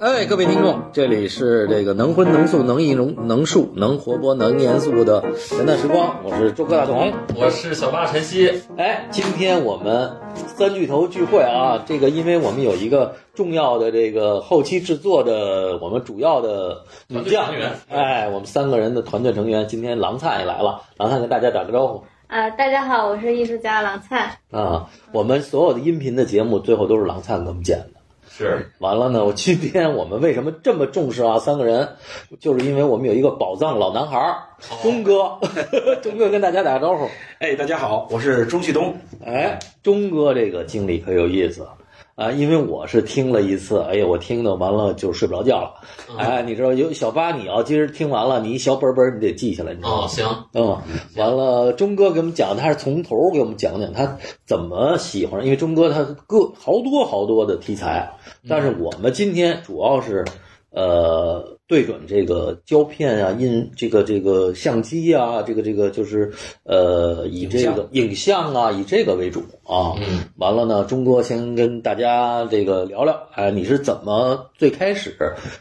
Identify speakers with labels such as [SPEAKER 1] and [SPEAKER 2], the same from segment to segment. [SPEAKER 1] 嗨，哎各位听众，这里是这个能荤能素能艺能能术能活泼能严肃的闲淡时光，我是周哥大同。
[SPEAKER 2] 我是小八晨曦，
[SPEAKER 1] 哎，今天我们三巨头聚会啊，这个因为我们有一个重要的这个后期制作的我们主要的女将
[SPEAKER 2] 团队成员，
[SPEAKER 1] 哎，我们三个人的团队成员，今天郎灿也来了，郎灿跟大家打个招呼。
[SPEAKER 3] 啊，大家好，我是艺术家郎灿。
[SPEAKER 1] 啊，我们所有的音频的节目最后都是郎灿给我们剪的。
[SPEAKER 2] 是
[SPEAKER 1] 完了呢，我今天我们为什么这么重视啊？三个人， 就是因为我们有一个宝藏老男孩儿，钟哥， 钟哥跟大家打个招呼。
[SPEAKER 4] 哎，大家好，我是钟旭东。
[SPEAKER 1] 哎，钟哥这个经历可有意思啊！因为我是听了一次，哎呀，我听的完了就睡不着觉了。哎，你知道有小八，你要今儿听完了，你一小本本儿你得记下来，你知道
[SPEAKER 2] 哦，
[SPEAKER 1] 吗？
[SPEAKER 2] 行，
[SPEAKER 1] 嗯，完了，钟哥给我们讲，他是从头给我们讲讲他怎么喜欢，因为钟哥他各好多好多的题材，啊但是我们今天主要是，呃，对准这个胶片啊、印这个这个相机啊，这个这个就是呃，以这个影像啊，以这个为主啊。
[SPEAKER 2] 嗯，
[SPEAKER 1] 完了呢，钟哥先跟大家这个聊聊，哎，你是怎么最开始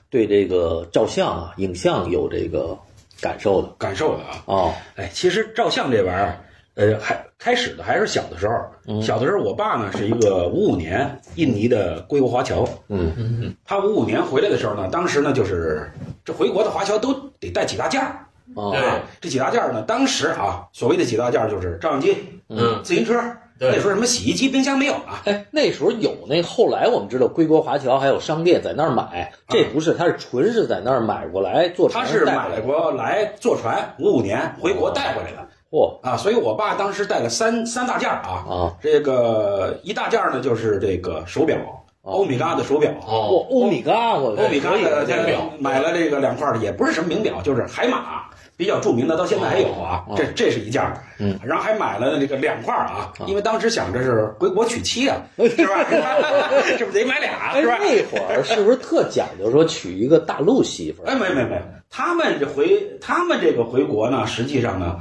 [SPEAKER 1] 对这个照相啊、影像有这个感受的
[SPEAKER 4] 感受的啊，
[SPEAKER 1] 啊？
[SPEAKER 4] 哎，其实照相这玩意儿，呃，还开始的还是小的时
[SPEAKER 2] 嗯
[SPEAKER 4] 候。小的时候，我爸呢是一个五五年印尼的归国华侨。
[SPEAKER 1] 嗯
[SPEAKER 2] 嗯
[SPEAKER 4] 他五五年回来的时候呢，当时呢就是这回国的华侨都得带几大件儿
[SPEAKER 1] 啊，
[SPEAKER 2] 哦对
[SPEAKER 4] 啊。这几大件儿呢，当时啊，所谓的几大件儿就是照相机、
[SPEAKER 2] 嗯，
[SPEAKER 4] 自行车，
[SPEAKER 2] 对
[SPEAKER 4] 那时候什么洗衣机、冰箱没有啊。
[SPEAKER 1] 哎，那时候有那，后来我们知道归国华侨还有商店在那儿买，这不是，他是纯是在那儿买过来做成
[SPEAKER 4] 啊他是
[SPEAKER 1] 带
[SPEAKER 4] 买过来坐船，五五年回国带回来的
[SPEAKER 1] 嚯
[SPEAKER 4] 啊，所以我爸当时带了三三大件儿啊，
[SPEAKER 1] 啊，
[SPEAKER 4] 这个一大件儿呢，就是这个手表，欧米伽的手表，
[SPEAKER 1] 我
[SPEAKER 2] 哦，
[SPEAKER 1] 欧米伽，我
[SPEAKER 4] 欧哦米伽
[SPEAKER 2] 可以
[SPEAKER 4] 的
[SPEAKER 2] 这个表
[SPEAKER 4] 买了这个两块儿的，也不是什么名表，就是海马，比较著名的，到现在还有啊
[SPEAKER 1] 哦。
[SPEAKER 4] 这这是一件儿，
[SPEAKER 1] 嗯
[SPEAKER 4] 然后还买了这个两块儿啊
[SPEAKER 1] 啊，
[SPEAKER 4] 因为当时想着是回国娶妻啊，是吧？ 这不得买俩
[SPEAKER 1] 哎，
[SPEAKER 4] 是吧？
[SPEAKER 1] 那会儿是不是特讲究说娶一个大陆媳妇儿？
[SPEAKER 4] 哎，没没没，他们这回他们这个回国呢，实际上呢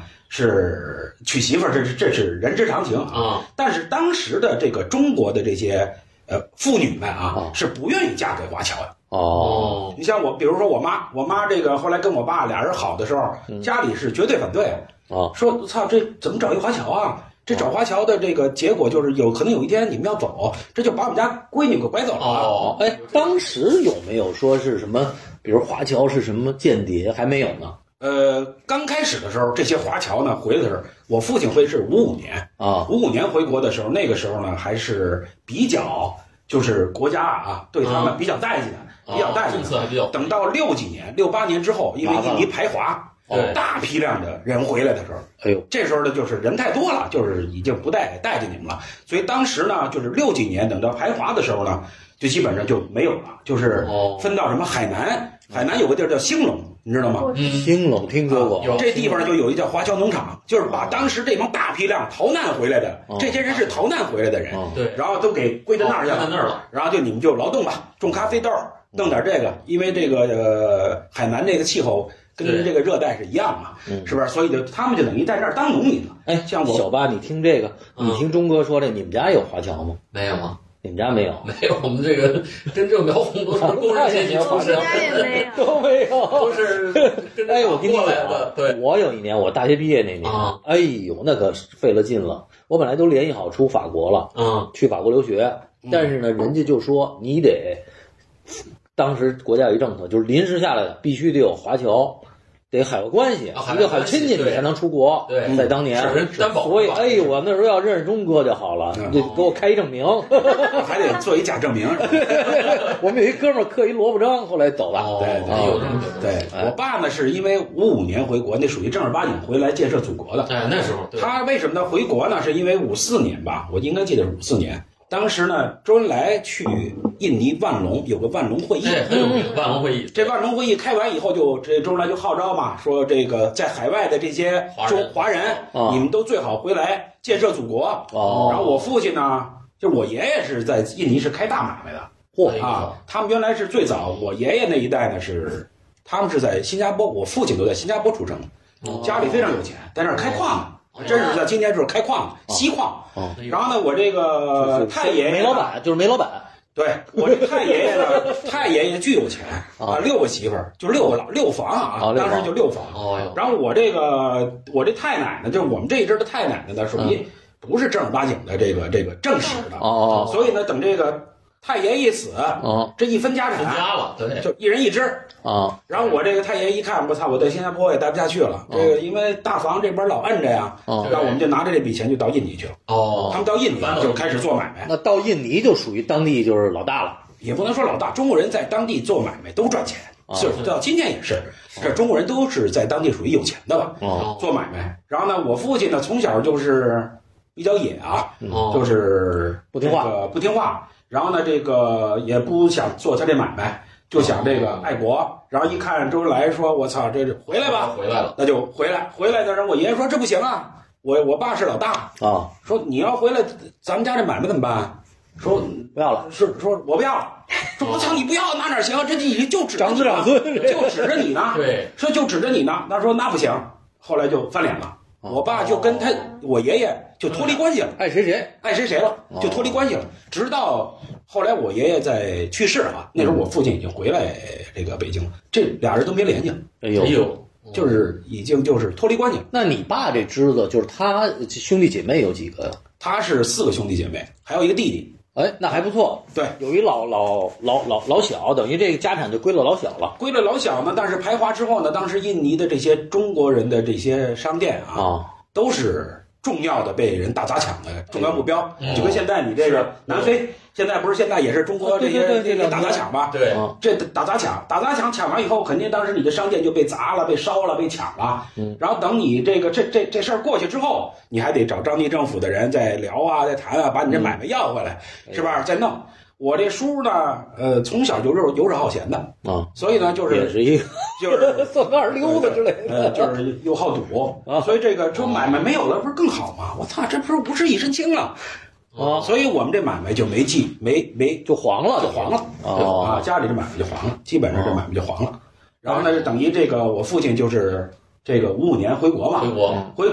[SPEAKER 4] 是娶媳妇儿，这是这是人之常情啊。
[SPEAKER 2] 啊，
[SPEAKER 4] 但是当时的这个中国的这些呃妇女们
[SPEAKER 1] 哦
[SPEAKER 4] 啊，是不愿意嫁给华侨的。
[SPEAKER 1] 哦，
[SPEAKER 2] 哦，
[SPEAKER 4] 你像我，比如说我妈，我妈这个后来跟我爸俩人好的时候，
[SPEAKER 2] 嗯
[SPEAKER 4] 家里是绝对反对，
[SPEAKER 1] 哦
[SPEAKER 4] 说操这怎么找一华侨啊？这
[SPEAKER 2] 哦
[SPEAKER 4] 找华侨的这个结果就是有可能有一天你们要走，这就把我们家闺女给拐走了啊。
[SPEAKER 2] 哦，
[SPEAKER 1] 哎，当时有没有说是什么？比如华侨是什么间谍？还没有呢
[SPEAKER 4] 呃，刚开始的时候，这些华侨呢回来的时候，我父亲回是五五年，
[SPEAKER 1] 啊
[SPEAKER 4] 五五年回国的时候，那个时候呢还是比较就是国家啊对他们比较待见的，比较
[SPEAKER 2] 哦
[SPEAKER 4] 待
[SPEAKER 2] 政
[SPEAKER 4] 见的。
[SPEAKER 2] 策还比较，
[SPEAKER 4] 等到六几年、六八年之后，因为
[SPEAKER 1] 麻烦
[SPEAKER 4] 印
[SPEAKER 1] 了
[SPEAKER 4] 尼排华，
[SPEAKER 2] 对
[SPEAKER 4] 大批量的人回来的时候，
[SPEAKER 1] 哎呦，
[SPEAKER 4] 这时候呢就是人太多了，就是已经不带待见你们了。所以当时呢，就是六几年等到排华的时候呢，就基本上就没有了，就是
[SPEAKER 2] 哦
[SPEAKER 4] 分到什么海南，海南有个地儿叫兴隆，你知道吗？
[SPEAKER 2] 嗯，
[SPEAKER 1] 兴隆听说过
[SPEAKER 2] 啊有哦
[SPEAKER 4] 这地方就有一叫华侨农场，就是把当时这帮大批量逃难回来的
[SPEAKER 1] 哦，
[SPEAKER 4] 这些人是逃难回来的人，
[SPEAKER 1] 啊？
[SPEAKER 2] 对，
[SPEAKER 4] 然后都给归到那儿去
[SPEAKER 2] 哦
[SPEAKER 4] 了
[SPEAKER 2] 在。那儿了，嗯
[SPEAKER 4] 然后就你们就劳动吧，种咖啡豆儿，弄点这个，因为这个呃海南这个气候
[SPEAKER 2] 对
[SPEAKER 4] 跟这个热带是一样嘛，
[SPEAKER 1] 嗯
[SPEAKER 4] 是不是？所以就他们就等于在这儿当农民了。
[SPEAKER 1] 哎，
[SPEAKER 4] 像我啊
[SPEAKER 1] 小八，你听这个，
[SPEAKER 2] 嗯
[SPEAKER 1] 你听钟哥说这，你们家有华侨吗？
[SPEAKER 2] 没有啊，
[SPEAKER 1] 你们家没有？
[SPEAKER 2] 没有，我们这个真正描红都是工人阶级出
[SPEAKER 3] 我们
[SPEAKER 2] 身，
[SPEAKER 3] 家也没 有。
[SPEAKER 1] 都没
[SPEAKER 2] 都
[SPEAKER 1] 有。
[SPEAKER 2] 是跟
[SPEAKER 1] 哎，
[SPEAKER 2] 着
[SPEAKER 1] 我
[SPEAKER 2] 打
[SPEAKER 1] 跟你
[SPEAKER 2] 过
[SPEAKER 1] 讲
[SPEAKER 2] 来的
[SPEAKER 1] 啊，，
[SPEAKER 2] 对，
[SPEAKER 1] 我有一年我大学毕业那年
[SPEAKER 2] 啊，
[SPEAKER 1] 哎呦，那可费了劲了。我本来都联系好出法国了，
[SPEAKER 2] 嗯，
[SPEAKER 1] 去法国留学，但是呢，人家就说你得，当时国家有一政策，就是临时下来的，必须得有华侨。得海外关系，
[SPEAKER 2] 啊海外
[SPEAKER 1] 你得很亲戚，
[SPEAKER 2] 关系
[SPEAKER 1] 你才能出国。
[SPEAKER 2] 嗯对
[SPEAKER 1] 在当年
[SPEAKER 2] 是人，担保
[SPEAKER 1] 所以，
[SPEAKER 2] 吧
[SPEAKER 1] 哎呦，我那时候要认识钟哥就好了，
[SPEAKER 4] 嗯
[SPEAKER 1] 你得给我开一证明。
[SPEAKER 4] 还得做一假 证明。
[SPEAKER 1] 我们有一哥们儿刻一萝卜章，后来走了。
[SPEAKER 2] 哦，
[SPEAKER 4] 对
[SPEAKER 1] 对
[SPEAKER 2] 有这么个，
[SPEAKER 4] 对
[SPEAKER 1] 哎
[SPEAKER 4] 我爸呢，是因为五五年回国，那属于正儿八经回来建设祖国的。
[SPEAKER 2] 哎，那时候对，
[SPEAKER 4] 他为什么呢？回国呢？是因为五四年吧，我应该记得是五四年。当时呢，周恩来去印尼万隆有个万隆会议，
[SPEAKER 2] 哎，很有名，万隆会议，
[SPEAKER 4] 这万隆会议开完以后就，这周恩来就号召嘛，说这个在海外的这些
[SPEAKER 2] 华人
[SPEAKER 4] 中华人，
[SPEAKER 1] 啊
[SPEAKER 4] 你们都最好回来建设祖国。
[SPEAKER 1] 哦
[SPEAKER 4] 然后我父亲呢，就是我爷爷是在印尼是开大买卖的
[SPEAKER 1] 嚯
[SPEAKER 2] 哎呦
[SPEAKER 4] 啊，他们原来是最早，我爷爷那一代呢是，他们是在新加坡，我父亲都在新加坡出生，
[SPEAKER 2] 哦
[SPEAKER 4] 家里非常有钱，在那儿开矿
[SPEAKER 2] 哦
[SPEAKER 4] 的，真是在今天就是开矿的，锡矿。
[SPEAKER 1] 哦
[SPEAKER 2] 哎呦
[SPEAKER 4] 然后呢，我这个
[SPEAKER 1] 就是
[SPEAKER 4] 呃太爷爷
[SPEAKER 1] 煤
[SPEAKER 4] 呢
[SPEAKER 1] 老板就是煤老板，
[SPEAKER 4] 对我这太爷爷呢，太爷爷巨有钱啊，六个媳妇儿，就六个老六房
[SPEAKER 1] 啊
[SPEAKER 4] 啊，
[SPEAKER 1] 六
[SPEAKER 4] 当
[SPEAKER 1] 房
[SPEAKER 4] 时就六房。
[SPEAKER 2] 哦哟，
[SPEAKER 4] 然后我这个我这太奶奶，就是我们这一支的太奶奶呢，属于不是正儿八经的这个这个正史的，
[SPEAKER 1] 哦
[SPEAKER 4] 所以呢，等这个太爷一死，
[SPEAKER 1] 哦
[SPEAKER 4] 这一分家
[SPEAKER 2] 分
[SPEAKER 4] 产
[SPEAKER 2] 家了，对，
[SPEAKER 4] 就一人一支。
[SPEAKER 1] 哦
[SPEAKER 4] 然后我这个太爷一看，我操，我在新加坡也待不下去了，这个因为大房这边老摁着呀，
[SPEAKER 1] 哦，
[SPEAKER 4] 然后我们就拿着这笔钱就到印尼去了。
[SPEAKER 2] 哦
[SPEAKER 4] 他，们到印尼
[SPEAKER 2] 搬到
[SPEAKER 4] 就开始做买卖，
[SPEAKER 1] 那到印尼就属于当地就是老大了。
[SPEAKER 4] 也不能说老大，中国人在当地做买卖都赚钱，
[SPEAKER 2] 哦
[SPEAKER 1] 啊
[SPEAKER 4] 就是到今天也是，这中国人都是在当地属于有钱的吧，
[SPEAKER 1] 哦
[SPEAKER 4] 做买卖。然后呢，我父亲呢从小就是比较野啊，
[SPEAKER 2] 哦，
[SPEAKER 4] 就是是
[SPEAKER 1] 不听话，
[SPEAKER 4] 不听话。然后呢，这个也不想做他这买卖，就想这个
[SPEAKER 2] 哦
[SPEAKER 4] 爱国。然后一看周恩来说：“我操，这是回来吧
[SPEAKER 2] 回来了，？”
[SPEAKER 4] 那就回来。回来的人，我爷爷说：“这不行啊，我我爸是老大，
[SPEAKER 1] 啊，
[SPEAKER 4] 说你要回来，咱们家这买卖怎么办啊？”说
[SPEAKER 1] 不要了，
[SPEAKER 4] 是说我不要了， 说我操你不要那哪行啊？这你就指着
[SPEAKER 1] 长
[SPEAKER 4] 你
[SPEAKER 1] 子
[SPEAKER 4] 呢
[SPEAKER 1] 长 孙。
[SPEAKER 4] 就指着 你呢，
[SPEAKER 2] 对，
[SPEAKER 4] 说就指着你呢。他说那不行，后来就翻脸了。
[SPEAKER 1] 哦
[SPEAKER 4] 我爸就跟他我爷爷就脱离关系了，
[SPEAKER 1] 爱谁谁
[SPEAKER 4] 爱谁谁了，
[SPEAKER 1] 哦
[SPEAKER 4] 就脱离关系了。直到后来我爷爷在去世啊，那时候我父亲已经回来这个北京了，这俩人都没联系，
[SPEAKER 1] 哎
[SPEAKER 2] 哎
[SPEAKER 1] 呦，
[SPEAKER 2] 呦，
[SPEAKER 4] 就是已经就是脱离关系了。
[SPEAKER 1] 那你爸这支子就是他兄弟姐妹有几个呀？
[SPEAKER 4] 他是四个兄弟姐妹，还有一个弟弟。
[SPEAKER 1] 哎，那还不错。
[SPEAKER 4] 对，
[SPEAKER 1] 有一老老老老老小，等于这个家产就归了老小了
[SPEAKER 4] 归了老小呢，但是排华之后呢，当时印尼的这些中国人的这些商店啊，
[SPEAKER 1] 啊。
[SPEAKER 4] 都是重要的被人大砸抢的重要目标，
[SPEAKER 2] 嗯
[SPEAKER 4] 就跟现在你这
[SPEAKER 2] 是
[SPEAKER 4] 个南非，现在不是现在也是中国这些、
[SPEAKER 1] 啊对对对
[SPEAKER 4] 这
[SPEAKER 1] 对
[SPEAKER 4] 个大砸抢吧？
[SPEAKER 2] 对，
[SPEAKER 1] 啊
[SPEAKER 4] 这打砸抢，打砸抢，抢完以后，肯定当时你的商店就被砸了、被烧了、被抢了。
[SPEAKER 1] 嗯，
[SPEAKER 4] 然后等你这个这这这事儿过去之后，你还得找当地政府的人再聊啊、再谈啊，把你这买卖要回来，
[SPEAKER 1] 嗯
[SPEAKER 4] 是吧？再弄。我这叔呢，呃，从小就是游手好闲的，
[SPEAKER 1] 啊，
[SPEAKER 4] 所以呢，就
[SPEAKER 1] 也
[SPEAKER 4] 是
[SPEAKER 1] 是一个
[SPEAKER 4] 就是
[SPEAKER 1] 算个二溜子之类的。
[SPEAKER 4] 呃，就是又好赌
[SPEAKER 1] 啊
[SPEAKER 4] 所以这个这买卖没有了，不是更好吗？我操，这不是无事一身轻了
[SPEAKER 2] 哦
[SPEAKER 1] 啊
[SPEAKER 4] 所以我们这买卖就没记，没没
[SPEAKER 1] 就黄了，
[SPEAKER 4] 就黄了
[SPEAKER 1] 哦
[SPEAKER 4] 啊，家里这买卖就黄了，基本上这买卖就黄了。然后呢，就等于这个我父亲就是这个五五年回国
[SPEAKER 2] 回
[SPEAKER 4] 嘛，
[SPEAKER 2] 国，
[SPEAKER 4] 回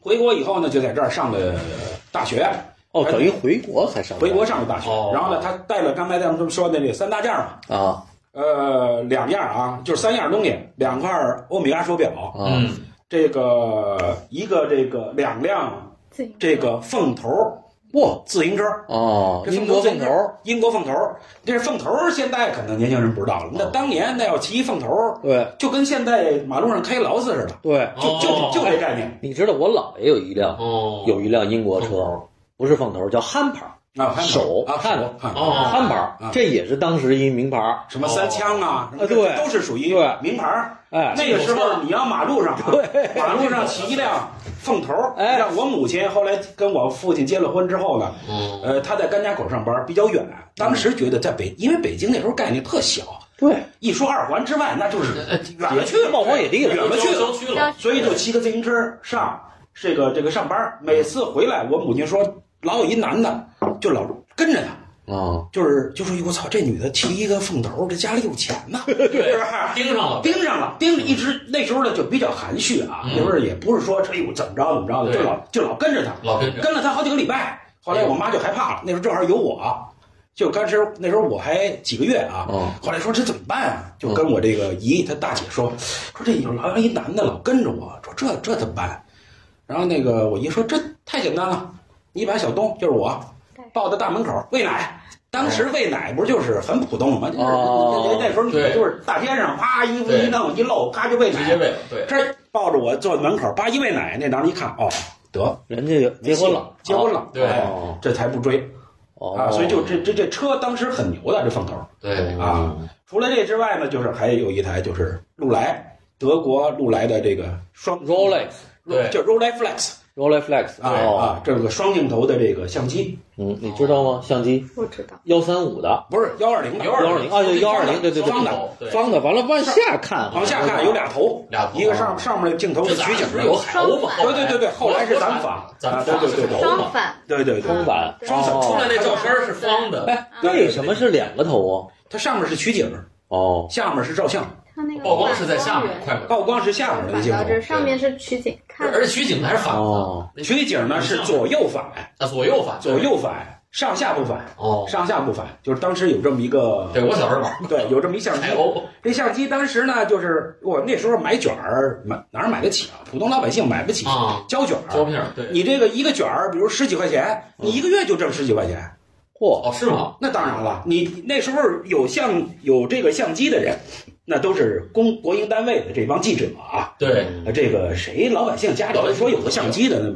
[SPEAKER 4] 回国以后呢，就在这儿上的大学，
[SPEAKER 1] 哦，等于回国才上班
[SPEAKER 4] 回国上的大学
[SPEAKER 2] 哦。
[SPEAKER 4] 然后呢，他带了刚才咱们说的那三大件儿嘛，
[SPEAKER 1] 啊
[SPEAKER 4] 呃，两样啊，就是三样东西，两块欧米伽手表，
[SPEAKER 1] 啊
[SPEAKER 2] 嗯，
[SPEAKER 4] 这个一个这个两辆
[SPEAKER 3] 自己
[SPEAKER 4] 这个凤头
[SPEAKER 1] 哇
[SPEAKER 4] 自行车，
[SPEAKER 1] 哦，
[SPEAKER 4] 这
[SPEAKER 1] 英国凤头
[SPEAKER 4] 自行车英国凤头，这是凤头，现在可能年轻人不知
[SPEAKER 1] 哦
[SPEAKER 4] 道了。那当年那要骑一凤头，
[SPEAKER 1] 对
[SPEAKER 4] 就跟现在马路上开劳斯似的，
[SPEAKER 1] 对，
[SPEAKER 4] 就就
[SPEAKER 2] 哦
[SPEAKER 4] 就这概念
[SPEAKER 1] 你知道我姥爷有一辆
[SPEAKER 2] 哦，
[SPEAKER 1] 有一辆英国
[SPEAKER 2] 凤
[SPEAKER 1] 车，
[SPEAKER 2] 头
[SPEAKER 1] 不是凤头，叫憨牌儿，
[SPEAKER 4] 啊，还有
[SPEAKER 1] 手
[SPEAKER 4] 啊，
[SPEAKER 1] 看
[SPEAKER 4] 手看
[SPEAKER 2] 哦
[SPEAKER 1] 憨牌儿
[SPEAKER 4] 啊，
[SPEAKER 1] 这也是当时一名牌儿。
[SPEAKER 4] 什么三枪啊，什么这
[SPEAKER 1] 哦对
[SPEAKER 4] 都是属于
[SPEAKER 1] 对
[SPEAKER 4] 名牌儿。
[SPEAKER 1] 哎，
[SPEAKER 4] 那个时候你要马路上啊，
[SPEAKER 1] 对
[SPEAKER 4] 马路上骑一辆凤头，
[SPEAKER 1] 哎
[SPEAKER 4] 让我母亲后来跟我父亲结了婚之后呢，
[SPEAKER 2] 嗯，
[SPEAKER 4] 呃，他在甘家口上班比较远，当时觉得在北，因为北京那时候概念特小，
[SPEAKER 1] 对，
[SPEAKER 4] 一说二环之外，那就是呃远了去
[SPEAKER 1] 暴
[SPEAKER 4] 了，
[SPEAKER 1] 荒野地了。
[SPEAKER 4] 远了去了，
[SPEAKER 2] 郊区了，
[SPEAKER 4] 所以就骑个自行车上这个这个上班。每次回来，我母亲说老有一男的就老跟着他。
[SPEAKER 1] 啊，
[SPEAKER 4] 就是就说，哎呦我操，这女的骑一个凤头，这家里有钱 呐，是不是？
[SPEAKER 2] 盯上了，
[SPEAKER 4] 盯上了，盯着一直那时候呢就比较含蓄啊，
[SPEAKER 2] 嗯
[SPEAKER 4] 那时候也不是说哎呦怎么着怎么着的，
[SPEAKER 2] 对
[SPEAKER 4] 就老就老跟着他，
[SPEAKER 2] 老跟着，
[SPEAKER 4] 跟了他好几个礼拜。后来我妈就害怕了，那时候正好有我，就当时那时候我还几个月啊。
[SPEAKER 1] 哦
[SPEAKER 4] 后来说这怎么办啊？就跟我这个姨她大姐说，说这有老有一男的老跟着我，说这这怎么办？然后那个我姨说这太简单了，你把小东就是我抱到大门口喂奶。当时喂奶不就是很普通吗？就是
[SPEAKER 1] 哦
[SPEAKER 4] 那时候你
[SPEAKER 2] 对
[SPEAKER 4] 就是大街上啪衣服
[SPEAKER 2] 对
[SPEAKER 4] 一弄一露，啪就喂
[SPEAKER 2] 直接
[SPEAKER 4] 奶。
[SPEAKER 2] 喂了，对，
[SPEAKER 4] 这抱着我坐在门口，啪一喂奶，那男的一看哦得
[SPEAKER 1] 人家结婚了，
[SPEAKER 4] 结婚了，
[SPEAKER 2] 对
[SPEAKER 4] 哎
[SPEAKER 1] 哦
[SPEAKER 4] 这才不追
[SPEAKER 1] 哦
[SPEAKER 4] 啊！所以就这这这车当时很牛的这风头。
[SPEAKER 2] 对，
[SPEAKER 4] 啊除了这之外呢，就是还有一台就是禄来，德国禄来的这个双
[SPEAKER 1] Rolex
[SPEAKER 2] 对
[SPEAKER 4] 叫 Rolex Flex
[SPEAKER 1] Rolex Flex
[SPEAKER 4] 啊
[SPEAKER 1] 哦，
[SPEAKER 4] 啊，这个双镜头的这个相机，
[SPEAKER 1] 嗯，你知道吗？相机
[SPEAKER 3] 不知道，
[SPEAKER 1] 幺三五的，
[SPEAKER 4] 不是幺二零的，
[SPEAKER 1] 120啊对120对对对
[SPEAKER 4] 双的，
[SPEAKER 2] 的，对，
[SPEAKER 1] 方的，完了往下看，
[SPEAKER 4] 往下看有俩头，
[SPEAKER 2] 俩头
[SPEAKER 4] 一个上上面的镜头
[SPEAKER 2] 这
[SPEAKER 4] 是
[SPEAKER 2] 咱
[SPEAKER 4] 取景
[SPEAKER 2] 是
[SPEAKER 4] 的，
[SPEAKER 2] 有海鸥嘛，
[SPEAKER 4] 对对对对，后来是咱仿
[SPEAKER 2] 咱
[SPEAKER 4] 啊，对对对
[SPEAKER 2] 咱
[SPEAKER 4] 对，
[SPEAKER 3] 双反，
[SPEAKER 4] 对对对
[SPEAKER 1] 双反，
[SPEAKER 3] 对
[SPEAKER 4] 双色
[SPEAKER 2] 出
[SPEAKER 1] 哦
[SPEAKER 2] 来那照片是方的，
[SPEAKER 1] 哎，为什么是两个头啊？
[SPEAKER 4] 它上面是取景，
[SPEAKER 1] 哦，
[SPEAKER 4] 下面是照相，
[SPEAKER 3] 它那个
[SPEAKER 2] 曝光是在下
[SPEAKER 3] 反
[SPEAKER 2] 面，
[SPEAKER 3] 光
[SPEAKER 2] 快门，
[SPEAKER 4] 曝光是下面
[SPEAKER 3] 源
[SPEAKER 4] 的
[SPEAKER 3] 反
[SPEAKER 4] 镜
[SPEAKER 3] 到这
[SPEAKER 4] 头，
[SPEAKER 3] 儿，上面是取景看，
[SPEAKER 2] 而且取景的还是反的，
[SPEAKER 1] 哦
[SPEAKER 2] 那
[SPEAKER 4] 取景呢是左右反，
[SPEAKER 2] 啊左右反，
[SPEAKER 4] 左右反，上下不反，
[SPEAKER 2] 哦，
[SPEAKER 4] 上下不反，就是当时有这么一个，
[SPEAKER 2] 对我小时候玩
[SPEAKER 4] 对，有这么一相机
[SPEAKER 2] 海，鸥，
[SPEAKER 4] 这相机当时呢，就是我那时候买卷儿，买哪儿买得起啊？普通老百姓买不起
[SPEAKER 2] 啊
[SPEAKER 4] 胶卷
[SPEAKER 2] 胶
[SPEAKER 4] 儿。
[SPEAKER 2] 片儿，对，
[SPEAKER 4] 你这个一个卷儿，比如十几块钱，
[SPEAKER 1] 嗯
[SPEAKER 4] 你一个月就挣十几块钱。
[SPEAKER 1] 嚯，
[SPEAKER 2] 哦，是吗？
[SPEAKER 4] 那当然了，你那时候有相有这个相机的人，那都是公国营单位的这帮记者啊。
[SPEAKER 2] 对，
[SPEAKER 4] 呃这个谁老百姓家里
[SPEAKER 2] 老百
[SPEAKER 4] 都
[SPEAKER 2] 姓
[SPEAKER 4] 说有个相机的，那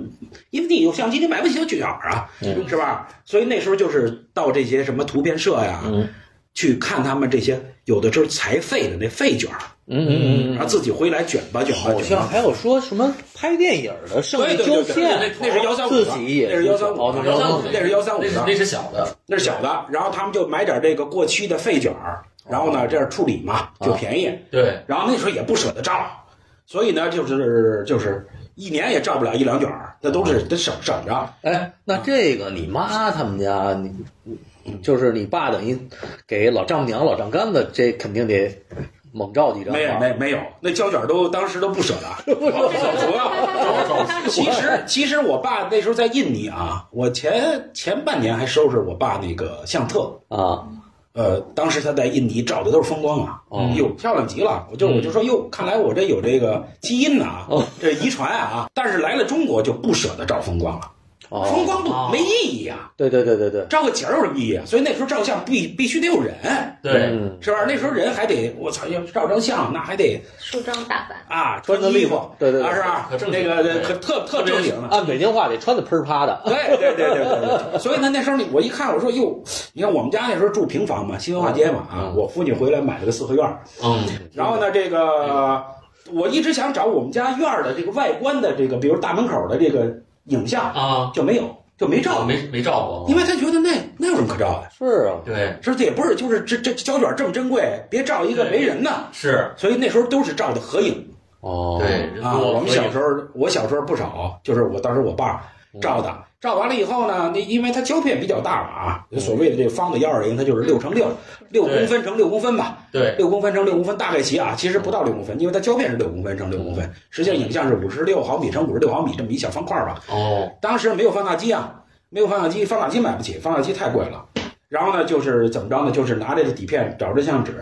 [SPEAKER 4] 因为你有相机，你买不起小卷儿啊，
[SPEAKER 1] 嗯
[SPEAKER 4] 是吧？所以那时候就是到这些什么图片社呀，
[SPEAKER 1] 嗯
[SPEAKER 4] 去看他们这些有的就是裁废的那废卷儿，
[SPEAKER 1] 嗯嗯嗯，
[SPEAKER 4] 然后自己回来卷吧卷吧，
[SPEAKER 1] 好像还有说什么拍电影的剩
[SPEAKER 4] 对
[SPEAKER 1] 的
[SPEAKER 4] 对
[SPEAKER 1] 胶
[SPEAKER 4] 对对
[SPEAKER 1] 片，
[SPEAKER 4] 那是幺三五
[SPEAKER 1] 自
[SPEAKER 4] 的，
[SPEAKER 1] 己也
[SPEAKER 4] 那是幺三
[SPEAKER 1] 哦
[SPEAKER 4] 五
[SPEAKER 1] 是
[SPEAKER 4] 的，
[SPEAKER 1] 然后
[SPEAKER 2] 135
[SPEAKER 4] 那是幺三五
[SPEAKER 2] 那是
[SPEAKER 4] 的，
[SPEAKER 2] 那是小的，
[SPEAKER 4] 那是小的。然后他们就买点这个过期的废卷儿，然后呢这样处理嘛就便宜。
[SPEAKER 2] 对，
[SPEAKER 4] 然后那时候也不舍得照，所以呢就是就是一年也照不了一两卷儿，那都是得省省着。
[SPEAKER 1] 哎，那
[SPEAKER 4] 嗯
[SPEAKER 1] 这个你妈他们家，你你就是你爸等于给老丈母娘、老丈杆子，这肯定得猛照几张吧。
[SPEAKER 4] 没有没有没有，那胶卷都当时都不舍 得，我手疼啊。 其实，其实我爸那时候在印尼啊，我前前半年还收拾我爸那个相册，
[SPEAKER 1] 啊，
[SPEAKER 4] 呃，当时他在印尼照的都是风光啊，
[SPEAKER 1] 哦
[SPEAKER 4] 哟，漂亮极了。我就
[SPEAKER 2] 嗯
[SPEAKER 4] 我就说，哟，看来我这有这个基因呐、啊，
[SPEAKER 1] 哦
[SPEAKER 4] 这遗传啊。但是来了中国就不舍得照风光了，风
[SPEAKER 1] 哦，
[SPEAKER 4] 光不、
[SPEAKER 2] 哦
[SPEAKER 4] 没意义啊，
[SPEAKER 1] 对对对对对，
[SPEAKER 4] 照个景儿有什么意义啊？所以那时候照相必必须得有人，
[SPEAKER 2] 对，
[SPEAKER 1] 嗯，
[SPEAKER 4] 是吧？那时候人还得，我操，要照张相那还得
[SPEAKER 3] 梳妆打扮，
[SPEAKER 4] 啊，
[SPEAKER 1] 穿
[SPEAKER 4] 穿
[SPEAKER 1] 个
[SPEAKER 4] 衣
[SPEAKER 1] 礼
[SPEAKER 4] 服
[SPEAKER 1] 服，对对
[SPEAKER 4] 啊，
[SPEAKER 1] 对
[SPEAKER 4] 是吧
[SPEAKER 2] 可？正
[SPEAKER 4] 那
[SPEAKER 2] 经
[SPEAKER 4] 个
[SPEAKER 2] 对
[SPEAKER 4] 可特特正经的。
[SPEAKER 1] 按北京话得穿的喷儿啪的。
[SPEAKER 4] 对对对对对对，所以呢，那时候你我一看，我说哟，你看我们家那时候住平房嘛，新文化街嘛啊
[SPEAKER 1] 嗯，
[SPEAKER 4] 我父亲回来买了个四合院儿，
[SPEAKER 2] 嗯，
[SPEAKER 4] 然后呢，这个我一直想找我们家院儿的这个外观的这个，比如大门口的这个影像，
[SPEAKER 2] 啊，
[SPEAKER 4] 就没有，就没照，
[SPEAKER 2] 哦没没照过，
[SPEAKER 4] 因为他觉得那那有什么可照的，
[SPEAKER 1] 是啊，
[SPEAKER 2] 对，
[SPEAKER 4] 是不是？也不是，就是这这胶卷这么珍贵，别照一个
[SPEAKER 2] 对
[SPEAKER 4] 没人呢。
[SPEAKER 2] 是，
[SPEAKER 4] 所以那时候都是照的合影
[SPEAKER 1] 哦，
[SPEAKER 2] 对，，人
[SPEAKER 4] 啊，
[SPEAKER 2] 多
[SPEAKER 4] 我们小
[SPEAKER 2] 所
[SPEAKER 4] 时候，我小时候不少，就是我当时我爸
[SPEAKER 2] 嗯
[SPEAKER 4] 照的，照完了以后呢，那因为它胶片比较大嘛啊，所谓的这个方的幺二零，它就是六乘六，六公分乘六公分吧，
[SPEAKER 2] 以嗯对，
[SPEAKER 4] 六公分乘六公分大概齐啊，其实不到六公分，因为它胶片是六公分乘六公
[SPEAKER 2] 嗯
[SPEAKER 4] 分，实际上影像是五十六毫米乘五十六毫米这么一小方块吧。
[SPEAKER 2] 哦，
[SPEAKER 4] 当时没有放大机啊，没有放大机，放大机买不起，放大机太贵了。然后呢，就是怎么着呢？就是拿这个底片找这相纸，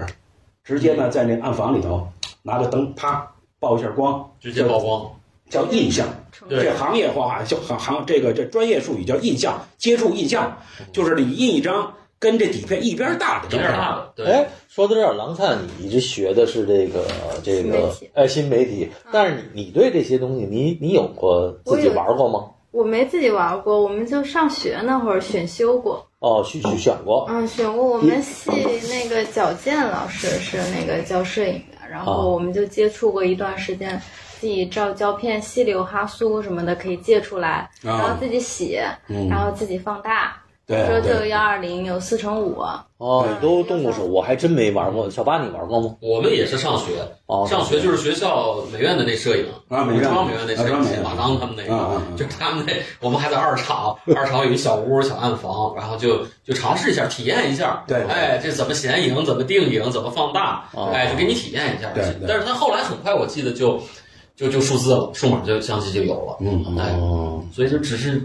[SPEAKER 4] 直接
[SPEAKER 2] 嗯
[SPEAKER 4] 呢在那暗房里头拿着灯啪曝一下光，
[SPEAKER 2] 直接曝光，
[SPEAKER 4] 叫印象。
[SPEAKER 3] 重
[SPEAKER 2] 对
[SPEAKER 4] 这行业化就行行这个这专业术语叫印象，接触印象，就是你印一张跟这底片一边大的
[SPEAKER 2] 有
[SPEAKER 4] 照
[SPEAKER 2] 点
[SPEAKER 4] 片。
[SPEAKER 2] 大的，对，
[SPEAKER 4] 哦
[SPEAKER 1] 哎，说到这儿，郎灿，你一直学的是这个这
[SPEAKER 3] 新媒
[SPEAKER 1] 个
[SPEAKER 3] 体嗯
[SPEAKER 1] 哎新媒体，但是你你对这些东西，你你有过自己
[SPEAKER 3] 我有
[SPEAKER 1] 玩过吗？
[SPEAKER 3] 我没自己玩过，我们就上学那会儿选修过，
[SPEAKER 1] 哦，去去选过，
[SPEAKER 3] 嗯，选过我们系那个矫健老师是那个教摄影的，然
[SPEAKER 1] 哦
[SPEAKER 3] 后我们就接触过一段时间，自己照胶片、细流、哈苏什么的可以借出来，
[SPEAKER 1] 哦
[SPEAKER 3] 然后
[SPEAKER 4] 啊，
[SPEAKER 3] 自己洗，
[SPEAKER 4] 嗯
[SPEAKER 3] 然后自己放大，
[SPEAKER 4] 对
[SPEAKER 3] 说就有
[SPEAKER 4] 对，
[SPEAKER 3] 幺二零，有四乘五，
[SPEAKER 1] 哦，
[SPEAKER 3] 嗯
[SPEAKER 1] 你都动过手，我还真没玩过。小八，你玩过吗？
[SPEAKER 2] 我们也是上学，
[SPEAKER 1] 哦，
[SPEAKER 2] 上学就是学校美院的那摄影，
[SPEAKER 4] 啊美院
[SPEAKER 2] 武昌美院那摄
[SPEAKER 4] 啊美
[SPEAKER 2] 影，
[SPEAKER 4] 院
[SPEAKER 2] 马当他们那个，
[SPEAKER 4] 啊啊啊
[SPEAKER 2] 就他们那，我们还在二厂，二厂有一小屋、小暗房，然后就就尝试一下，体验一下，
[SPEAKER 4] 对
[SPEAKER 2] 哎，这怎么显影，怎么定影，怎么放大，
[SPEAKER 1] 哦
[SPEAKER 2] 哎，就给你体验一下
[SPEAKER 4] 对对。
[SPEAKER 2] 但是他后来很快，我记得就就就数字了，数码就相机就有了，
[SPEAKER 4] 嗯
[SPEAKER 2] 哎，
[SPEAKER 1] 哦，
[SPEAKER 2] 所以就只是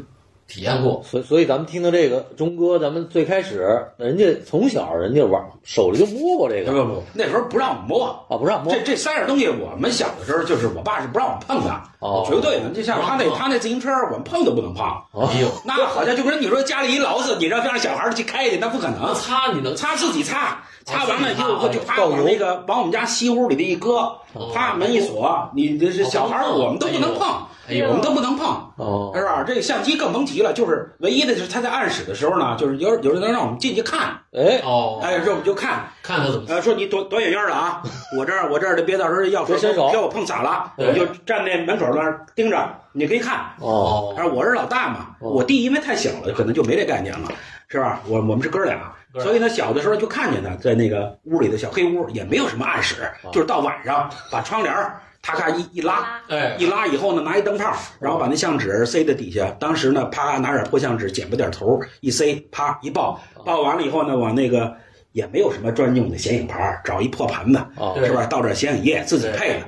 [SPEAKER 2] 体验过，
[SPEAKER 1] 所以所以咱们听到这个钟哥，咱们最开始人家从小人家玩手里就摸过这
[SPEAKER 4] 不
[SPEAKER 1] 个
[SPEAKER 4] 不不，那时候不让我们摸。
[SPEAKER 1] 啊，不让摸
[SPEAKER 4] 这这三样东西，我们小的时候就是我爸是不让我碰的，
[SPEAKER 1] 哦
[SPEAKER 4] 绝对的。就像他那
[SPEAKER 2] 不让碰
[SPEAKER 4] 他那自行车，我们碰都不能碰。
[SPEAKER 1] 哦
[SPEAKER 2] 哎呦，
[SPEAKER 4] 那好像就跟你说家里一劳斯，你让让小孩儿去开去，那不可能。
[SPEAKER 2] 擦你能
[SPEAKER 4] 擦自己擦，擦完了以
[SPEAKER 2] 哦
[SPEAKER 4] 后
[SPEAKER 2] 自
[SPEAKER 4] 就
[SPEAKER 2] 己
[SPEAKER 1] 擦
[SPEAKER 4] 啪
[SPEAKER 1] 倒油
[SPEAKER 4] 往那个往我们家西屋里的一搁，啪门一锁，你这是小孩儿，
[SPEAKER 2] 哦
[SPEAKER 4] 我们都不能碰，
[SPEAKER 2] 哎呦
[SPEAKER 4] 我们都不能碰。
[SPEAKER 1] 哦
[SPEAKER 4] 是吧？这个相机更甭提了，就是唯一的就是他在暗室的时候呢，就是有有人能让我们进去看，
[SPEAKER 1] 哎，
[SPEAKER 2] 哦，嗯
[SPEAKER 4] 哎，这我们就看，
[SPEAKER 2] 看他怎么
[SPEAKER 4] 呃，说你躲躲远远的啊，我这儿我这儿的别到时候要
[SPEAKER 1] 别伸手
[SPEAKER 4] 给我碰洒了，
[SPEAKER 2] 对
[SPEAKER 4] 我就站那门口那儿盯着，你可以看，
[SPEAKER 1] 哦
[SPEAKER 4] 而我是老大嘛，
[SPEAKER 1] 哦
[SPEAKER 4] 我弟因为太小了，可能就没这概念了，是吧？我我们是哥俩，啊
[SPEAKER 2] 哥俩
[SPEAKER 4] 所以呢，小的时候就看见他在那个屋里的小黑屋，也没有什么暗室
[SPEAKER 1] 哦，
[SPEAKER 4] 就是到晚上把窗帘儿咔咔一一拉，
[SPEAKER 2] 哎
[SPEAKER 4] 一拉以后呢，拿一灯
[SPEAKER 1] 哦
[SPEAKER 4] 泡，然后把那相纸塞在底下，当时
[SPEAKER 1] 哦
[SPEAKER 4] 呢，啪拿点破相纸剪吧点头，一塞，啪一抱，抱完了以后呢，往那个。也没有什么专用的显影牌，找一破盘子，
[SPEAKER 1] 啊
[SPEAKER 2] 对
[SPEAKER 4] 是吧？倒点显影液自己配的，